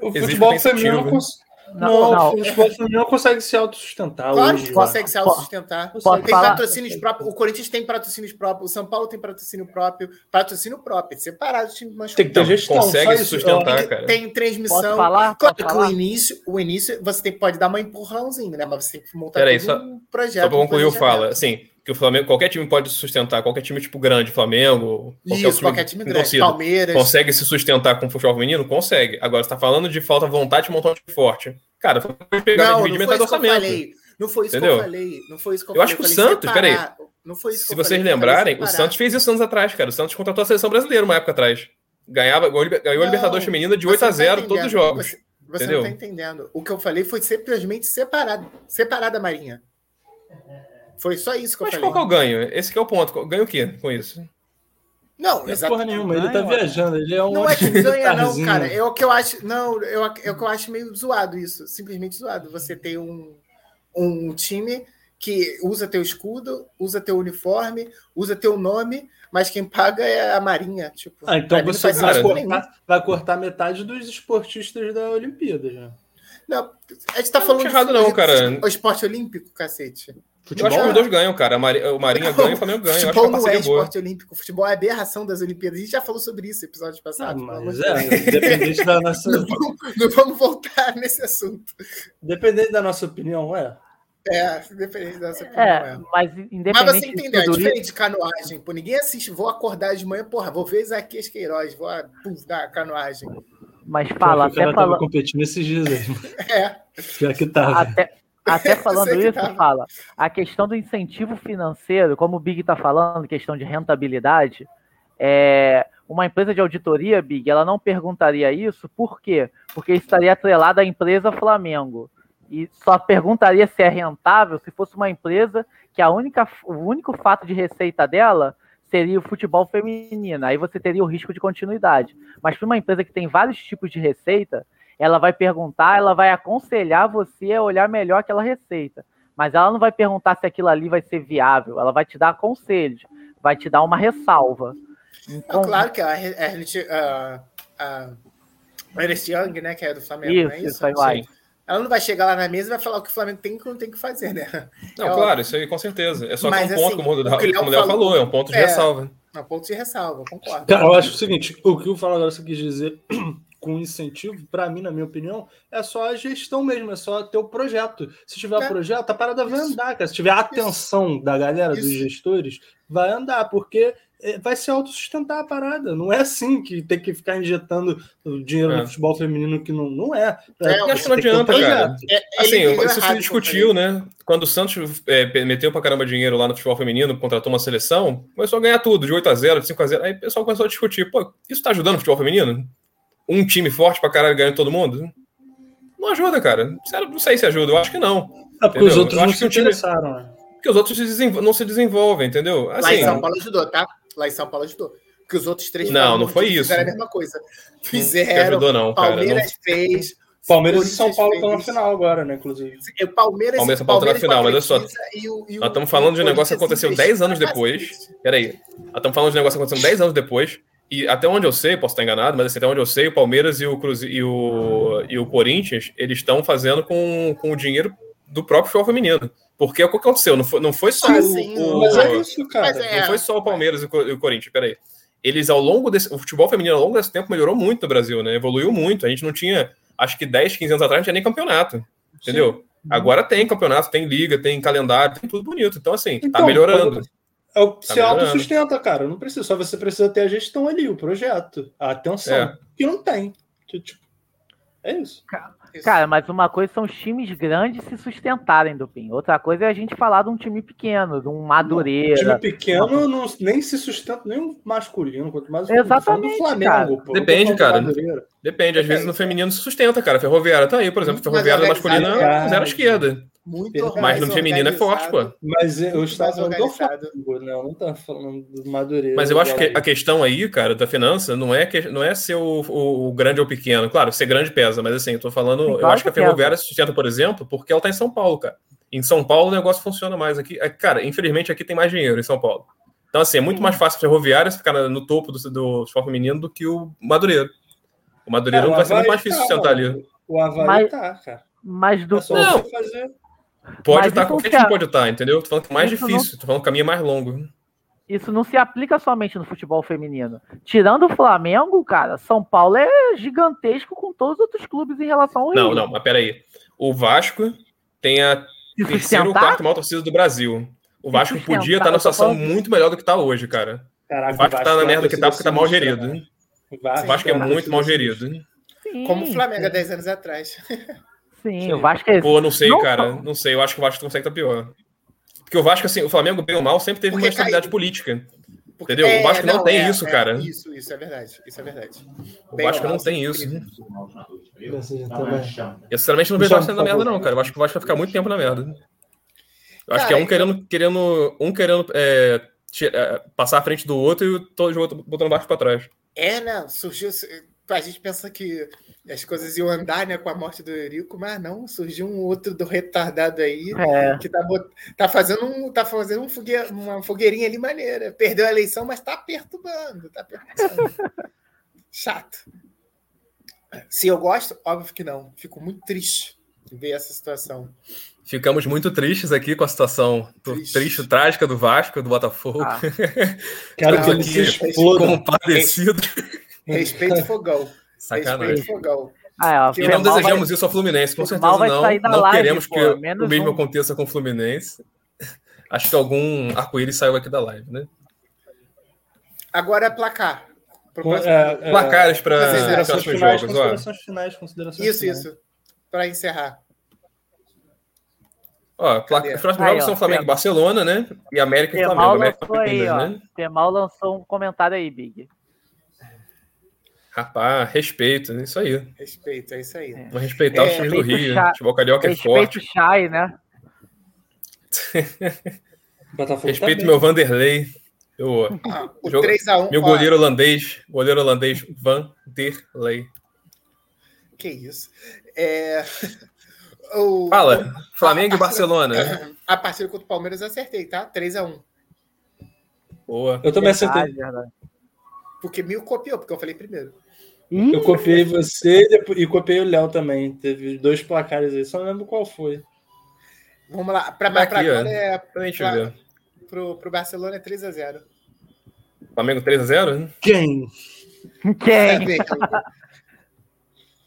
S4: O
S1: Existe
S4: futebol
S1: pensativo,
S4: feminino
S1: né?
S4: cons-
S3: Não,
S4: não,
S3: não.
S4: o futebol feminino consegue se
S3: Tá
S4: autossustentar
S2: Claro
S4: hoje.
S2: que consegue se
S3: Posso-
S2: autossustentar.
S3: posso
S2: Tem
S3: falar?
S2: patrocínios próprios. O Corinthians tem patrocínios próprios, o São Paulo tem patrocínio próprio, patrocínio próprio, É separado do time
S4: Tem
S2: masculino.
S4: que ter
S1: Então,
S4: gestão.
S1: consegue
S4: só
S1: se
S4: isso.
S1: sustentar,
S2: Tem-
S1: cara.
S2: Tem transmissão.
S3: Posso falar?
S2: Claro
S3: Posso
S2: que
S3: falar?
S2: o início, o início você tem, pode dar uma empurrãozinho, né? Mas você tem que montar
S1: Peraí,
S2: todo
S1: só-
S2: um projeto.
S1: Só pra
S2: um
S1: concluir, eu
S2: planejamento.
S1: falo, assim, que o Flamengo, qualquer time pode se sustentar, qualquer time tipo grande, Flamengo, qualquer,
S2: Isso, qualquer time
S1: com
S2: grande.
S1: torcida,
S2: Palmeiras.
S1: consegue se sustentar com o futebol feminino? Consegue. Agora, você tá falando de falta de vontade de montar um time forte. Cara, o Flamengo pode pegar,
S2: Não,
S1: dividir
S2: não foi
S1: metade do
S2: isso que eu
S1: orçamento.
S2: falei. Não foi isso que eu
S1: Entendeu?
S2: falei. Não foi isso que eu,
S1: Eu
S2: falei.
S1: acho que o
S2: falei
S1: Santos,
S2: separar.
S1: peraí.
S2: Não foi isso que
S1: Se
S2: eu falei,
S1: vocês
S2: eu falei
S1: lembrarem, o
S2: separar.
S1: Santos fez isso anos atrás, cara. O Santos contratou a seleção brasileira uma época atrás. Ganhava, ganhou, ganhou
S2: Não,
S1: a Libertadores Feminina de
S2: Você
S1: 8 a
S2: não tá
S1: 0 todos
S2: entendendo.
S1: os jogos.
S2: Você, você não
S1: entendeu?
S2: tá entendendo. O que eu falei foi simplesmente separado. Separado da Marinha. Foi só isso que eu
S1: Mas
S2: falei.
S1: qual que é o ganho? Esse que é o ponto. Ganha o quê com isso?
S2: Não,
S4: Não é
S2: exatamente.
S4: porra nenhuma, ele tá
S3: Ganha, ó.
S4: viajando, ele é um
S2: Não é que ganha, não,
S4: otário.
S2: cara. É o que eu acho. Não, eu, é o que eu acho meio zoado isso. Simplesmente zoado. Você tem um, um time que usa teu escudo, usa teu uniforme, usa teu nome, mas quem paga é a Marinha. Tipo,
S4: Ah, então
S2: pra mim não
S4: você
S2: faz
S4: vai
S1: cara,
S2: sentido nenhum.
S4: cortar, vai cortar metade dos esportistas da Olimpíada já.
S2: Não, a gente tá
S1: Não
S2: falando
S1: tinha errado não, cara.
S2: O esporte olímpico, cacete.
S1: Futebol, eu acho que os dois ganham, cara. O Marinho, o
S2: (laughs)
S1: Marinho ganha, o Flamengo ganha. Eu acho que é
S2: Futebol
S1: uma
S2: não é
S1: parceria boa.
S2: esporte olímpico. Futebol é aberração das Olimpíadas. A gente já falou sobre isso no episódio
S4: Não,
S2: passado.
S4: mas
S2: pelo amor de
S4: é, dependente da nossa,
S2: Deus. Não vamos, não vamos voltar (laughs) nesse assunto.
S4: dependente da nossa opinião, é.
S2: É, independente dessa opinião.
S3: É,
S2: é.
S3: mas
S2: Mas você
S3: independente
S2: entendeu, é
S3: de tudo isso,
S2: diferente de canoagem. Pô, ninguém assiste, vou acordar de manhã, porra, vou ver Isaquias Queiroz, vou ah, pum, dar canoagem.
S3: mas fala,
S4: o cara
S3: até,
S4: tava
S3: fala
S4: competindo esses dias aí. (laughs)
S2: É,
S4: Pior que tava.
S3: até,
S2: (laughs)
S3: até falando
S2: Sei que
S3: isso,
S2: tava.
S3: fala, a questão do incentivo financeiro, como o Big tá falando, questão de rentabilidade, é, uma empresa de auditoria, Big, ela não perguntaria isso, por quê? Porque estaria atrelada à empresa Flamengo. E só perguntaria se é rentável se fosse uma empresa que a única, o único fato de receita dela seria o futebol feminino. Aí você teria o risco de continuidade. Mas para uma empresa que tem vários tipos de receita, ela vai perguntar, ela vai aconselhar você a olhar melhor aquela receita. Mas ela não vai perguntar se aquilo ali vai ser viável. Ela vai te dar conselhos, vai te dar uma ressalva. Então,
S2: Não, claro que a, a, gente, ah, ah, a Ernest Young, né, que é do Flamengo,
S3: isso,
S2: não é
S3: isso, tá
S2: isso?
S3: vai, vai.
S1: Sim.
S2: Ela não vai chegar lá na mesa e vai falar o que o Flamengo tem e o que não tem que fazer, né?
S1: Não,
S2: É, ó.
S1: claro, isso aí com certeza. É só que é um
S2: Mas,
S1: ponto,
S2: assim,
S1: como o
S2: o que o
S1: Léo, como o
S2: Léo
S1: Léo falou, é um ponto de
S2: é.
S1: ressalva.
S2: Um ponto de ressalva, concordo.
S4: Cara, eu acho o seguinte: o que o Fala agora você quis dizer (clears throat) com incentivo, pra mim, na minha opinião, é só a gestão mesmo, é só ter o projeto. Se tiver
S2: É.
S4: projeto, a parada vai
S2: Isso.
S4: andar, cara. Se tiver a atenção da galera, dos
S2: Isso.
S4: gestores, vai andar, porque eh, vai se autossustentar a parada. Não é assim que tem que ficar injetando o dinheiro
S1: É.
S4: no futebol feminino, que não, não é.
S2: É, eu
S4: você
S1: acho que não
S4: tem ter um
S1: adianta, cara.
S4: projeto.
S2: É,
S1: Assim,
S2: ele entendeu
S1: isso
S2: errado o que
S1: se
S2: eu
S1: discutiu, né? Quando o Santos é, meteu pra caramba dinheiro lá no futebol feminino, contratou uma seleção, começou a ganhar tudo, de 8 a 0 de 5 a 0 Aí o pessoal começou a discutir, pô, isso tá ajudando o futebol feminino? Um time forte pra caralho ganhando todo mundo? Não ajuda, cara. Sério, não sei se ajuda, eu acho que não.
S4: É porque
S1: Entendeu?
S4: os outros
S1: Eu
S4: não
S1: acho que
S4: se
S1: o time-
S4: interessaram, né?
S1: Porque os outros se desenvol- não se desenvolvem, entendeu?
S2: Lá em
S1: Assim,
S2: São Paulo ajudou, tá? Lá em São Paulo ajudou. Porque os outros três
S1: Não,
S2: ficaram
S1: não foi
S2: juntos,
S1: isso.
S2: Fizeram a mesma coisa.
S1: que
S2: Fizeram,
S1: ajudou não, cara. Não,
S2: Palmeiras fez.
S4: Palmeiras e
S2: Corinthians
S4: São Paulo estão na
S2: fez.
S4: final agora, né, inclusive.
S2: É, o Palmeiras,
S1: Palmeiras e São Paulo tá na final, mas olha só, nós estamos falando de um negócio que aconteceu 10 anos depois. Peraí, estamos falando de um negócio que aconteceu 10 anos depois. E até onde eu sei, posso estar enganado, mas assim, até onde eu sei, o Palmeiras e o, Cruze... e o... E o Corinthians, eles estão fazendo com... com o dinheiro do próprio futebol feminino. Porque é o que aconteceu, não foi, não foi só
S2: Ah,
S1: o-
S2: sim,
S1: o...
S4: Mas é
S1: Não
S4: isso, cara.
S2: Mas é-
S1: foi só o Palmeiras e o Co- e o Corinthians, peraí. Eles ao longo desse... O futebol feminino ao longo desse tempo melhorou muito no Brasil, né? Evoluiu muito. A gente não tinha... Acho que 10, 15 anos atrás não tinha nem campeonato, entendeu? Agora tem campeonato, tem liga, tem calendário, tem tudo bonito. Então, assim, tá
S4: Então,
S1: melhorando.
S4: É o-
S1: Tá
S4: se
S1: melhorando.
S4: autossustenta, cara. Não precisa. Só você precisa ter a gestão ali, o projeto, a atenção.
S1: É.
S4: Que não tem. Que, tipo, é isso.
S3: Cara, mas uma coisa são os times grandes se sustentarem do PIN. Outra coisa é a gente falar de um time pequeno, de um
S4: time
S3: Madureira.
S4: pequeno não, nem se sustenta, nem o masculino, quanto mais o
S3: Exatamente,
S4: do Flamengo.
S3: cara.
S4: Pô,
S1: Depende,
S4: Eu tô falando
S1: cara.
S4: do Madureira.
S1: Depende, às
S2: Depende.
S1: vezes no feminino se sustenta, cara. Ferroviária tá aí, por exemplo,
S2: Mas
S1: ferroviária
S2: organizado,
S1: masculina
S4: cara.
S1: zero à esquerda.
S2: Muito
S1: Mas no feminino é forte, pô.
S4: Mas eu
S2: Muito
S4: estava
S2: mais
S4: falando do
S2: organizado.
S4: Flamengo, né? Eu não estava falando do Madureira.
S1: Mas eu acho que
S4: Agora.
S1: a questão aí, cara, da finança, não é, que, não é ser o, o- o grande ou o pequeno. Claro, ser grande pesa, mas assim, eu tô falando. eu
S3: claro
S1: acho que a
S3: que pesa.
S1: ferroviária se sustenta, por exemplo, porque ela tá em São Paulo, cara. Em São Paulo o negócio funciona mais aqui. é, Cara, infelizmente aqui tem mais dinheiro em São Paulo. Então, assim, é muito mais fácil a ferroviária ficar na- no topo do, do futebol feminino do que o Madureiro. O Madureiro
S4: Cara, o
S1: vai ser muito
S4: Avaí
S1: mais difícil
S4: tá,
S1: sustentar ali.
S4: mano. O Havaí
S3: Mas-
S4: tá, cara.
S3: Mas do
S4: É só
S1: Não.
S4: você fazer.
S1: Pode tá,
S3: Mas
S1: estar,
S3: isso
S1: qualquer
S3: que é-
S1: time pode estar, entendeu? Tô falando que é mais
S3: Isso
S1: difícil, tô falando que o caminho é mais longo.
S3: isso não se aplica somente no futebol feminino. Tirando o Flamengo, cara, São Paulo é gigantesco com todos os outros clubes em relação ao Rio.
S1: Não, não, mas peraí. O Vasco tem a
S3: Se
S1: terceira ou
S3: sustentar,
S1: quarta maior torcida do Brasil. O Vasco
S3: sustentar,
S1: podia estar numa
S3: eu tô
S1: situação
S3: falando-
S1: muito melhor do que está hoje, cara.
S4: Caraca,
S1: O Vasco tá na
S4: é uma
S1: merda que tá
S4: torcida
S1: porque tá mal
S4: sinistra,
S1: gerido.
S4: né?
S1: O
S2: Sim,
S1: Vasco é
S4: tá uma
S1: muito mal
S4: torcida
S1: gerido.
S3: sim,
S2: Como o Flamengo há 10 anos atrás.
S3: Sim, o Vasco é...
S1: Pô, não sei,
S3: Não,
S1: cara.
S3: não.
S1: Não sei, eu acho que o Vasco consegue estar pior. Porque o Vasco, assim, o Flamengo, bem ou mal, sempre teve
S2: Porque
S1: uma estabilidade
S2: caiu.
S1: política. Entendeu? O Vasco não tem isso, cara.
S2: Isso, isso é verdade. Isso é verdade.
S1: O
S2: Bem
S1: Vasco
S2: ou mal,
S1: não tem
S2: sempre
S1: isso.
S2: teve.
S4: Tá
S1: Eu sinceramente não vejo o
S4: Só,
S1: Vasco saindo
S4: por
S1: na merda,
S4: favor.
S1: não, cara. Eu acho que o Vasco vai ficar muito tempo na merda. Eu acho
S2: Cara,
S1: que é um
S2: então-
S1: querendo, querendo, um querendo é, ti- é, passar à frente do outro e o todo outro botando o Vasco pra trás.
S2: É, né? Surgiu. A gente pensa que as coisas iam andar, né, com a morte do Eurico, mas não, surgiu um outro do retardado aí
S3: É,
S2: que tá, bot- tá fazendo um, tá fazendo um fogue- uma fogueirinha ali maneira. Perdeu a eleição, mas tá perturbando, tá perturbando. Chato. Se eu gosto, óbvio que não. Fico muito triste. ver essa situação.
S1: Ficamos muito tristes aqui com a situação do-
S2: Triste.
S1: triste, trágica do Vasco, do Botafogo. (laughs)
S3: Ah.
S4: Quero
S2: Não,
S4: que ele
S2: que
S1: é
S4: se exploda.
S1: compadecido.
S2: Respeito fogão.
S1: Sacanagem.
S2: Respeito fogão.
S1: (laughs)
S3: Ah, é, ó,
S2: Que
S1: E
S2: Foi
S1: não
S3: Femal vai-
S1: desejamos isso ao Fluminense, com
S3: Foi
S1: certeza
S3: mal, vai
S1: não.
S3: sair da
S1: Não
S3: live,
S1: queremos
S3: pô,
S1: que o
S3: menos
S1: mesmo
S3: um.
S1: aconteça com o Fluminense. Acho que algum arco-íris saiu aqui da live, né?
S2: Agora é placar. Pro
S4: Com-
S2: próximo
S4: é,
S2: jogo.
S4: é,
S1: Placares para os
S4: Considerações
S1: próximos
S4: finais,
S1: jogos, ó.
S4: considerações finais, considerações
S2: Isso,
S4: finais.
S2: isso. Para encerrar.
S1: Ó, placa-
S2: Cadê?
S1: Os próximos
S3: Aí,
S1: jogos
S3: ó,
S1: são Flamengo e
S3: Fernando.
S1: Barcelona, né? E América e
S3: Femal
S1: Flamengo. América e
S3: lançou aí,
S1: Flamengo,
S3: ó.
S1: né?
S3: Temal lançou um comentário aí, Big.
S1: Rapaz, respeito, né? isso aí.
S2: Respeito, é isso aí.
S3: É.
S1: Vamos respeitar os
S2: É,
S1: times do
S3: respeito
S1: Rio,
S3: chá.
S1: né? O futebol carioca é
S3: Respeito
S1: forte.
S3: o Chay, né?
S4: Botafogo
S1: Respeito
S4: tá bem.
S1: meu Vanderlei. Eu,
S2: Ah, o
S1: Jogo-
S2: 3x1.
S1: meu goleiro holandês, goleiro holandês Vanderlei.
S2: Que isso. É, (laughs) o-
S1: Fala, Flamengo e Barcelona.
S2: A partida contra o Palmeiras eu acertei, tá? 3x1.
S1: Boa.
S4: Eu também acertei.
S3: Verdade, verdade.
S2: Porque mil copiou, porque eu falei primeiro.
S3: Ih,
S4: Eu copiei você e depo- e copiei o Léo também. Teve dois placares aí, só não lembro qual foi.
S2: Vamos lá. Pra,
S1: Tá
S2: pra
S1: aqui, ó.
S2: agora é
S1: Pra gente
S2: Claro.
S1: ver.
S2: pro, pro Barcelona é 3x0.
S1: Flamengo 3x0?
S4: Quem?
S2: Tá
S3: quem?
S2: então.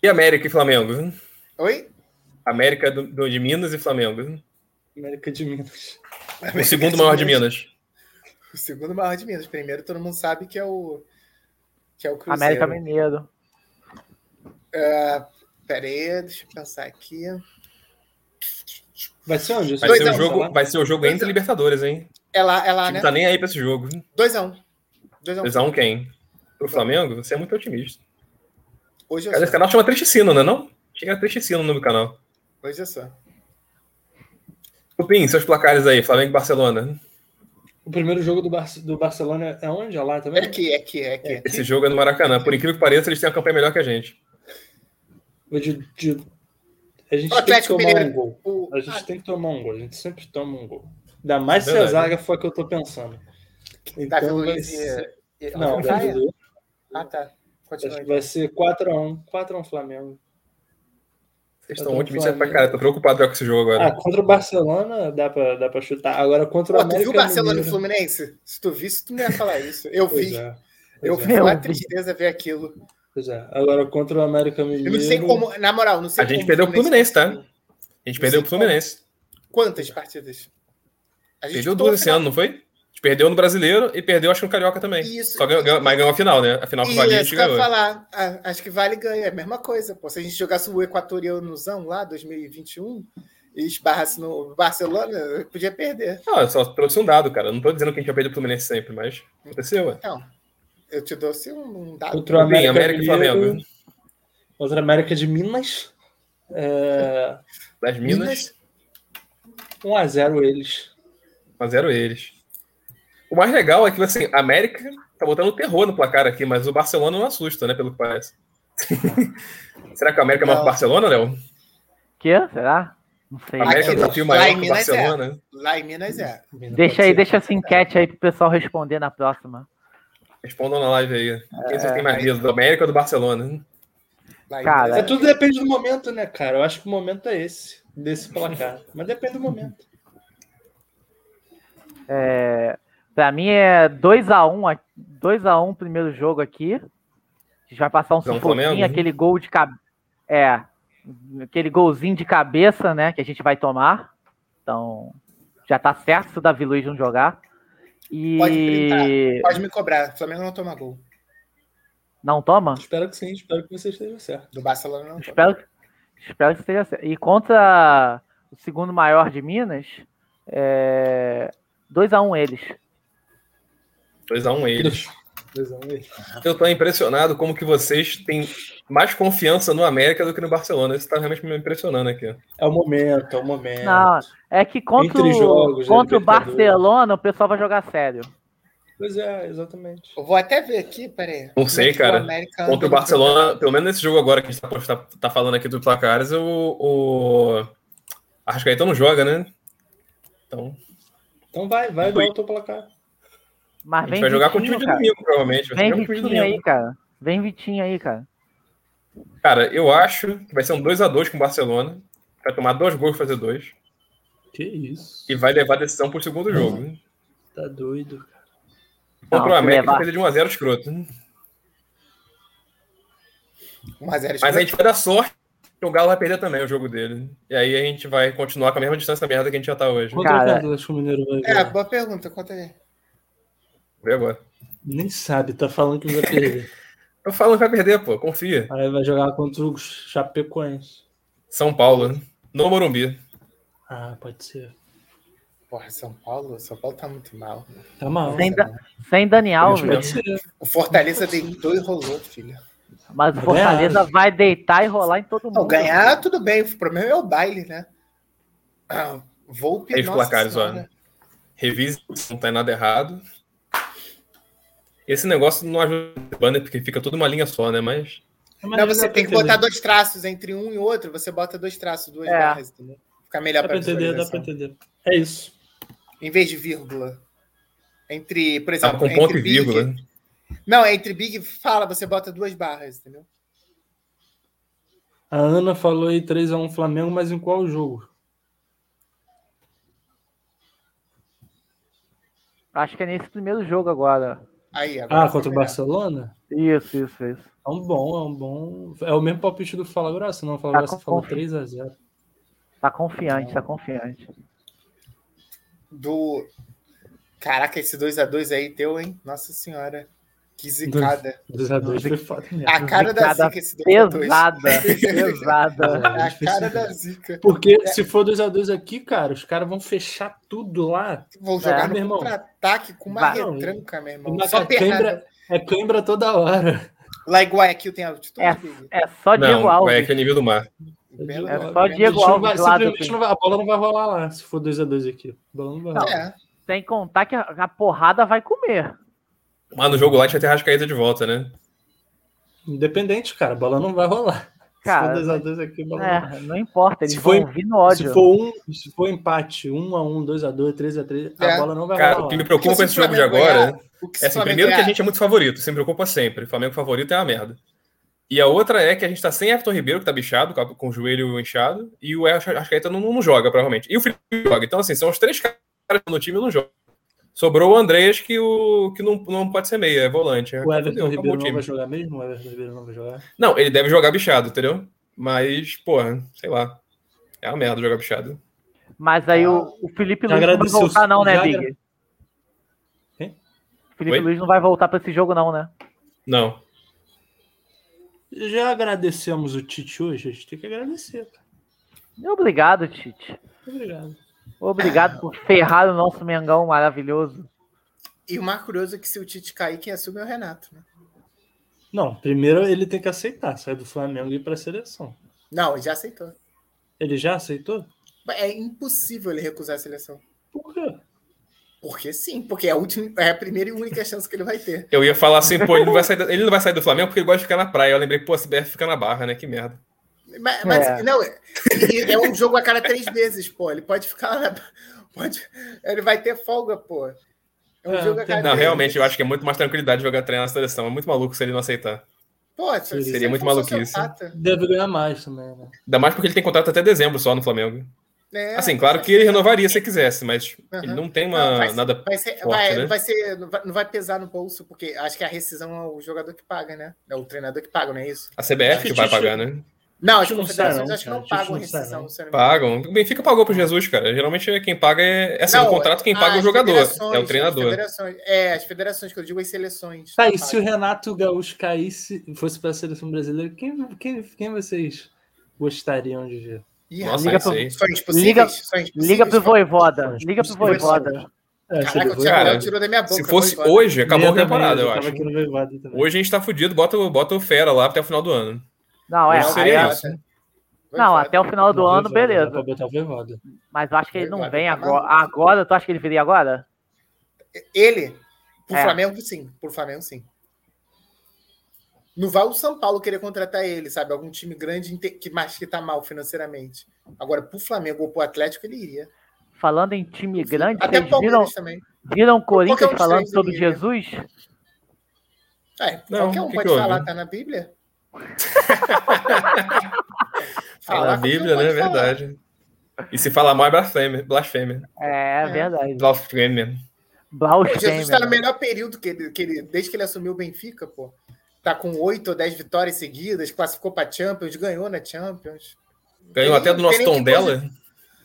S1: E América e Flamengo? né?
S2: Oi?
S1: América do, do- de Minas e Flamengo. né?
S4: América de Minas.
S1: O segundo maior de Minas.
S2: O segundo maior de Minas. Primeiro, todo mundo sabe que é o. Que é o Cruzeiro.
S3: América Mineiro.
S2: Pera aí, deixa eu pensar aqui.
S4: Vai ser onde?
S1: Vai ser,
S2: Dois a
S1: o
S2: um,
S1: jogo,
S4: Vai...
S1: vai ser o jogo entre
S2: Dois a um.
S1: Libertadores, hein?
S2: É lá, é
S1: O
S2: lá
S1: time
S2: né?
S1: tá nem aí pra esse jogo.
S2: 2x1. 2x1.
S1: 3x1 quem? Pro Flamengo? Você é muito otimista.
S2: Hoje eu
S1: Cara, esse
S2: sou.
S1: canal chama Tristecino, não é não? Chega Tristecino no nome do canal.
S2: Hoje eu sou.
S1: Tupim, seus placares aí, Flamengo e Barcelona.
S4: O primeiro jogo do, Bar... do Barcelona é onde? Olha lá
S2: É
S4: também?
S2: aqui, é aqui, é aqui.
S1: Esse jogo é no Maracanã. Por incrível que pareça, eles têm uma campanha melhor que a gente.
S4: Ou De, de... A gente
S2: O
S4: tem que
S2: Atlético
S4: tomar
S2: Mineiro.
S4: um gol.
S2: O-
S4: A gente tem que tomar um gol. A gente sempre toma um gol. Ainda mais se a
S1: Verdade.
S4: zaga foi a que eu tô pensando.
S2: Davi
S4: Então, vai
S2: Luiz
S4: ser...
S2: e. e-
S4: Não,
S2: Ah,
S4: Davi
S2: é?
S4: Luiz,
S2: Ah, tá. Continua
S4: acho que
S2: aí.
S4: vai ser 4x1. 4x1 Flamengo.
S1: Vocês
S4: Eu
S1: estão
S4: tô
S1: otimistas pra
S4: Flamengo.
S1: caralho. Tô preocupado com esse jogo
S4: Ah,
S1: agora.
S4: contra o Barcelona dá pra, dá pra chutar. Agora contra o
S2: Pô, tu viu
S4: América
S2: o Barcelona e
S4: Mineiro-
S2: Fluminense? Se tu visse, tu não ia falar isso. Eu
S4: Pois
S2: vi.
S4: é,
S2: Eu
S4: pois
S2: vi
S4: é,
S3: Eu
S2: uma
S3: vi.
S2: tristeza ver aquilo.
S4: pois é. Agora contra o América Mineiro.
S2: Eu não sei como. Na moral, não sei
S1: A gente
S2: como
S1: perdeu pro Fluminense,
S2: tá?
S1: a gente perdeu pro Fluminense.
S2: Quantas partidas? A gente
S1: Perdeu
S2: ficou
S1: duas esse ano, não foi? A gente perdeu no Brasileiro e perdeu, acho que no Carioca também.
S2: Isso.
S1: Só ganhou, ganhou- mas ganhou a final, né? A final com o Valinho, a
S2: Isso
S1: gente
S2: que eu ia
S1: ganhou.
S2: falar. Ah, acho que vale ganha. É a mesma coisa, pô. Se a gente jogasse o Equatorianozão lá, 2021, e esbarrasse no Barcelona, podia perder.
S1: Ah, eu só trouxe um dado, cara. Eu Não tô dizendo que a gente vai perder pro Fluminense sempre, mas aconteceu, ué.
S2: Então, eu te dou assim, um, um dado.
S4: Contra o
S1: Bem,
S4: América,
S1: América e
S4: Mineiro,
S1: Flamengo.
S4: Contra o América de Minas. É,
S1: Das Minas,
S2: Minas.
S4: 1x0 eles.
S1: 1x0 eles. O mais legal é que, assim, a América tá botando terror no placar aqui, mas o Barcelona não assusta, né? Pelo que parece. (laughs) Será que a América marca o
S2: Não.
S1: Barcelona, Léo?
S3: Quê? Será? Não sei.
S1: A América
S2: Aqui,
S1: tá filme
S2: lá em
S1: maior que o
S2: Minas é.
S1: Barcelona.
S2: Lá em Minas é.
S4: Minas
S3: Deixa
S4: pode
S3: aí,
S4: ser.
S3: deixa essa enquete aí pro pessoal responder na próxima.
S1: Respondam na live aí. Quem vocês têm mais
S2: É.
S1: medo, do América ou do Barcelona?
S2: Lá em
S3: Cara,
S4: É,
S2: Minas
S4: tudo depende do momento, né, cara? Eu acho que o momento é esse, desse placar. Mas depende do momento.
S3: Pra mim é 2x1, 2x1 o um primeiro jogo aqui. A gente vai passar um
S1: Então,
S3: sufoquinho,
S1: Flamengo?
S3: aquele gol de cabeça. É, aquele golzinho de cabeça, né, que a gente vai tomar. Então, já tá certo se o Davi Luiz não jogar.
S2: Pode
S3: E
S2: enfrentar. Pode me cobrar. Flamengo não toma gol.
S3: não toma?
S4: Espero que sim, espero que você esteja certo.
S2: Do Barcelona não toma.
S3: Espero, que- espero que esteja certo. E contra o segundo maior de Minas, é, 2x1 eles.
S1: 2x1 eles.
S4: Dois a um, eles.
S1: Eu tô impressionado como que vocês têm mais confiança no América do que no Barcelona. Isso tá realmente me impressionando aqui.
S4: É o momento, é o momento.
S3: Não, é que contra,
S4: Entre
S3: o-
S4: jogos, né,
S3: contra o
S4: Libertadores.
S3: Barcelona o pessoal vai jogar sério.
S4: Pois é, exatamente.
S2: Eu vou até ver aqui, peraí.
S1: Não sei,
S2: Como é que
S1: cara.
S2: América
S1: Contra o
S2: anda no
S1: Barcelona, pelo menos nesse jogo agora que a gente tá, tá- tá falando aqui do placares, o, o Arrascaeta não joga, né? Então,
S4: Então vai, vai,
S1: Foi.
S4: vai o teu placar.
S1: a
S3: Mas
S1: gente
S3: vem
S1: vai jogar com o time
S3: Vitinho,
S1: de
S3: Ah, cara.
S1: domingo, provavelmente. Vai
S3: Vem
S1: jogar com o time de
S3: Vitinho aí,
S1: domingo.
S3: cara. Vem Vitinho aí, cara.
S1: Cara, eu acho que vai ser um 2x2 com o Barcelona. Vai tomar dois gols e fazer dois.
S4: Que isso?
S1: E vai levar a decisão pro segundo jogo. hein?
S4: Tá doido.
S1: Contra o
S3: se
S1: América,
S3: levar-
S1: vai perder de 1x0 é escroto. hein?
S2: Mas era
S1: Mas a gente vai dar sorte. que O Galo vai perder também o jogo dele. E aí a gente vai continuar com a mesma distância merda que a gente já tá hoje.
S4: Contra
S3: Cara-
S4: o Atlético Mineiro vai
S2: É,
S4: ganhar?
S2: boa pergunta, conta aí.
S1: Vê agora.
S4: Nem sabe, tá falando que vai perder.
S1: Eu falo que vai perder, pô. Confia.
S4: Aí vai jogar contra o Chapecoense.
S1: São Paulo. né? No Morumbi.
S4: Ah, pode ser.
S2: Porra, São Paulo? São Paulo tá muito mal.
S4: Tá mal.
S3: Sem, da- sem Dani
S4: Pode
S3: Alves.
S1: assim,
S4: ser.
S2: O Fortaleza deitou e rolou, filho.
S3: Mas o
S4: Vai
S3: Fortaleza
S4: ganhar.
S3: vai deitar e rolar em todo mundo.
S2: Não, ganhar tudo bem, o problema é o baile, né? Ah, Volpe,
S1: Três
S2: nossa
S1: placares,
S2: senhora.
S1: olha. Revise, não tá em nada errado. Esse negócio não ajuda o banner, porque fica tudo uma linha só, né? Mas.
S4: Mas
S2: Não,
S4: dá
S2: você
S4: pra
S2: tem que
S4: entender.
S2: botar dois traços entre um e outro, você bota dois traços, duas
S3: É.
S2: barras, entendeu? Fica melhor
S4: Dá
S2: pra
S4: pra entender, dá
S2: visualização.
S4: pra entender. É isso.
S2: Em vez de vírgula. Entre, por
S1: Tava
S2: exemplo,
S1: tá com
S2: entre
S1: ponto e
S2: big-
S1: vírgula. né?
S2: Não, é entre big e fala, você bota duas barras, entendeu?
S4: A Ana falou aí 3x1 Flamengo, mas em qual jogo?
S3: Acho que é nesse primeiro jogo agora.
S2: Aí, agora
S4: Ah,
S2: ficou
S4: contra o
S2: melhor.
S4: Barcelona?
S3: Isso, isso, isso.
S4: É um bom, é um bom. É o mesmo palpite do Fala Grossa, não. O Fala
S3: Tá
S4: Grossa
S3: com
S4: falou
S3: confio.
S4: 3x0.
S3: Tá confiante, tá confiante.
S2: Do. Caraca, esse 2x2 aí teu, hein? Nossa senhora. Que zicada.
S4: 2x2 foi foda mesmo.
S2: A cara da
S3: Zicada
S2: zica esse 2x2.
S3: Pesada,
S1: (laughs)
S3: pesada.
S4: É
S2: A
S4: difícil.
S2: cara da zica.
S4: Porque se for 2x2 aqui, cara, os caras vão fechar tudo lá.
S2: Vou
S3: É.
S2: jogar
S4: meu
S2: no
S4: irmão.
S2: contra-ataque com uma
S3: Vai.
S2: retranca, meu irmão.
S4: Mas
S2: Só
S4: é cãibra,
S2: perrada.
S4: é cãibra toda hora.
S2: Lá é em Guayaquil tem altitude. Big?
S3: É só Diego
S1: Não, é
S3: Alves.
S1: que é nível do mar.
S2: Belo
S3: É
S2: nome,
S3: só
S2: né?
S3: Diego
S4: Eles não
S3: Alves
S4: vai-
S3: lá do
S4: simplesmente
S3: time.
S4: não vai- a bola não vai rolar lá se for 2x2 aqui. A bola não vai rolar.
S2: É.
S3: Sem contar que a, a porrada vai comer.
S1: Mas no jogo lá tinha até Rascaeta de volta, né?
S4: Independente, cara, a bola não vai rolar.
S3: Cara,
S4: se for 2x2 aqui, a bola não vai
S3: É, não importa, eles
S4: Se
S3: vão
S4: for-
S3: vir no ódio.
S4: Se for, um, se for empate 1x1, 2x2, 3x3, a
S2: É.
S4: bola não vai
S1: Cara,
S4: rolar.
S1: o que me
S2: Porque
S1: preocupa
S2: se
S1: com esse
S2: o
S1: jogo de
S2: Flamengo
S1: agora.
S2: ganhar, o que se
S1: É
S2: o
S1: assim,
S2: Flamengo
S1: primeiro que a
S2: ganhar-
S1: gente é muito favorito, isso me preocupa sempre. Flamengo favorito é uma merda. E a outra é que a gente tá sem Everton Ribeiro, que tá bichado, com a- com o joelho inchado, e o Arrasca- Arrascaeta não, não joga, provavelmente. E o Felipe não joga. Então, assim, são os três caras no time e não jogam. Sobrou o Andrés, que, o, que não, não pode ser meia, é volante.
S4: O
S1: Fudeu,
S4: Everton
S1: acabou
S4: Ribeiro
S1: o time.
S4: não vai jogar mesmo? O Everton Ribeiro não vai jogar?
S1: Não, ele deve jogar bichado, entendeu? Mas, porra, sei lá. É uma merda jogar bichado.
S3: Mas aí o, o Felipe
S4: Já
S3: Luiz não vai
S4: agradeceu,
S3: voltar, não, né,
S4: já
S3: Big?
S4: agra- Quem?
S3: Felipe
S1: Oi?
S3: Luiz não vai voltar pra esse jogo, não, né?
S1: Não.
S4: Já agradecemos o Tite hoje? A gente tem que agradecer, cara.
S3: Obrigado, Tite.
S4: Obrigado.
S3: Obrigado por ferrar o nosso Mengão maravilhoso.
S2: E o mais curioso é que se o Tite cair, quem assume é o Renato, né?
S4: Não, primeiro ele tem que aceitar, sair do Flamengo e ir pra seleção.
S2: Não, ele já aceitou.
S4: Ele já aceitou?
S2: É impossível ele recusar a seleção.
S4: Por quê?
S2: Porque sim, porque é a, última, é a primeira e única chance que ele vai ter.
S1: Eu ia falar assim, pô, ele não vai sair, do- ele não vai sair do Flamengo porque ele gosta de ficar na praia. Eu lembrei, pô, a CBF fica na barra, né? Que merda.
S2: Mas, mas,
S3: É.
S2: não, é- e é um jogo a cada três meses, pô. Ele pode ficar lá. na- Pode, ele vai ter folga, pô. É um
S4: É,
S2: jogo a cada
S1: Não,
S2: três
S1: realmente, eu
S2: meses.
S1: acho que é muito mais tranquilidade jogar treinar na seleção. É muito maluco se ele não aceitar.
S2: Pô, se- se um
S4: Seria
S2: ele
S1: muito
S2: for
S1: maluquice.
S2: sociopata,
S4: Deve ganhar mais também, né?
S1: Ainda mais porque ele tem contrato até dezembro só no Flamengo.
S2: né?
S1: Assim, claro que ele renovaria se quisesse, mas
S2: Aham.
S1: ele não tem
S2: Não,
S1: uma,
S2: vai ser-
S1: nada.
S2: Vai ser,
S1: Forte,
S2: vai,
S1: né?
S2: vai ser, não, vai, não vai pesar no bolso, porque acho que a rescisão é o jogador que paga, né? É o treinador que paga, não é isso?
S1: A CBF que vai pagar, né?
S2: Não, as
S4: Acho que não
S2: confederações
S4: será,
S2: acho que não
S4: cara. Acho que
S2: pagam
S4: não será,
S2: rescisão.
S4: não.
S2: se eu não me engano.
S1: Pagam. O Benfica pagou pro Jesus, cara. Geralmente quem paga é. é Assim,
S2: Não,
S1: no contrato quem paga é o
S2: Ah, as
S1: jogador. É
S2: federações,
S1: o
S2: As
S1: treinador.
S2: federações, é, as federações que eu digo, as seleções.
S4: Tá,
S2: não
S4: e se o
S2: pagam.
S4: Renato Gaúcho caísse e fosse pra seleção brasileira, quem, quem, quem vocês gostariam de ver?
S2: Ih,
S1: Nossa,
S3: Liga
S1: isso
S3: pro-
S1: aí.
S2: Sonhos possíveis?
S3: Liga-
S2: sonhos possíveis?
S3: Liga pro Voivoda.
S4: Mas-
S3: Liga pro Voivoda.
S4: É, se
S2: Caraca,
S4: ele
S2: o
S4: foi-
S2: Thiago
S1: Cara,
S2: Léo
S3: tipo,
S2: tirou da minha boca.
S1: Se fosse
S2: Voivoda.
S1: hoje, acabou a
S4: Minha também,
S1: temporada, eu
S4: tava
S1: acho.
S4: aqui no Voivoda também.
S1: Hoje a gente tá fudido, bota, o- bota o Fera lá até o final do ano.
S3: Não, é.
S1: Não
S3: aí
S1: seria
S3: é-
S2: Voivoda.
S1: isso.
S3: não,
S2: Voivoda.
S3: até o final do
S4: Não,
S3: ano,
S4: Voivoda, Dá pra
S3: beleza.
S4: botar o Voivoda.
S3: Mas eu acho que ele não
S2: Voivoda,
S3: vem
S2: tá
S3: agora.
S2: maluco.
S3: Agora, tu acha que ele viria agora?
S2: Ele, pro
S3: É.
S2: Flamengo, sim. Pro Flamengo, sim. Não vai o São Paulo querer contratar ele, sabe? Algum time grande inte- que mais que tá mal financeiramente. Agora, pro Flamengo ou pro Atlético, ele iria.
S3: Falando em time grande,
S2: Até
S3: vocês
S2: o
S3: viram,
S2: Palmeiras também.
S3: viram o
S2: Qualquer um
S3: Corinthians
S2: dos
S3: falando
S2: três
S3: sobre
S2: iria.
S3: Jesus?
S2: É,
S1: Não,
S2: qualquer um
S1: o que
S2: pode
S1: (laughs) que houve?
S2: falar, tá na Bíblia.
S1: Fala a Bíblia, né? É verdade. E se falar mal é blasfêmia. Blasfêmia.
S3: É, verdade.
S1: Blasfêmia.
S2: Pô, Jesus
S3: Blaustemer.
S2: tá no melhor período que ele, que ele- desde que ele assumiu o Benfica, pô. Tá com oito ou dez vitórias seguidas, classificou pra Champions, ganhou na Champions.
S1: Ganhou até do nosso
S2: Tem nem que
S1: tom dela.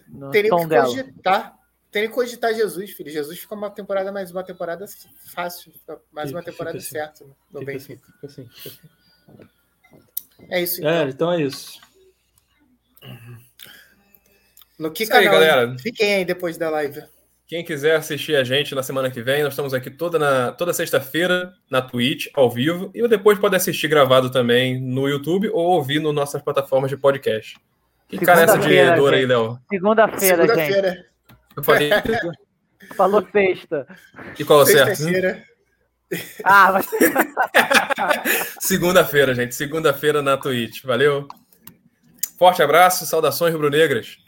S3: No
S2: Teria
S3: tom
S2: que
S3: dela.
S2: cogitar. Teria que cogitar Jesus, filho. Jesus fica uma temporada, mais uma temporada fácil. fica Mais uma
S4: Fica,
S2: temporada
S4: fica
S2: certa né, no
S4: Fica assim,
S2: Benfica.
S4: fica assim, fica assim.
S2: É isso. então.
S4: É, então é isso.
S2: No que
S1: Isso aí,
S2: canal?
S1: galera.
S2: Fiquem aí depois da live.
S1: Quem quiser assistir a gente na semana que vem, nós estamos aqui toda, na, toda sexta-feira na Twitch, ao vivo. E depois pode assistir gravado também no YouTube ou ouvir nas nossas plataformas de podcast. Que cara é essa de
S3: Segunda-feira,
S1: dor aí,
S3: gente.
S1: Léo?
S3: Segunda-feira, gente.
S2: Segunda-feira.
S1: Eu falei.
S3: Falou sexta.
S1: E qual é o certo? né?
S2: Sexta-feira.
S3: Ah, mas
S1: Segunda-feira, gente. Segunda-feira na Twitch. Valeu. Forte abraço, saudações rubro-negras.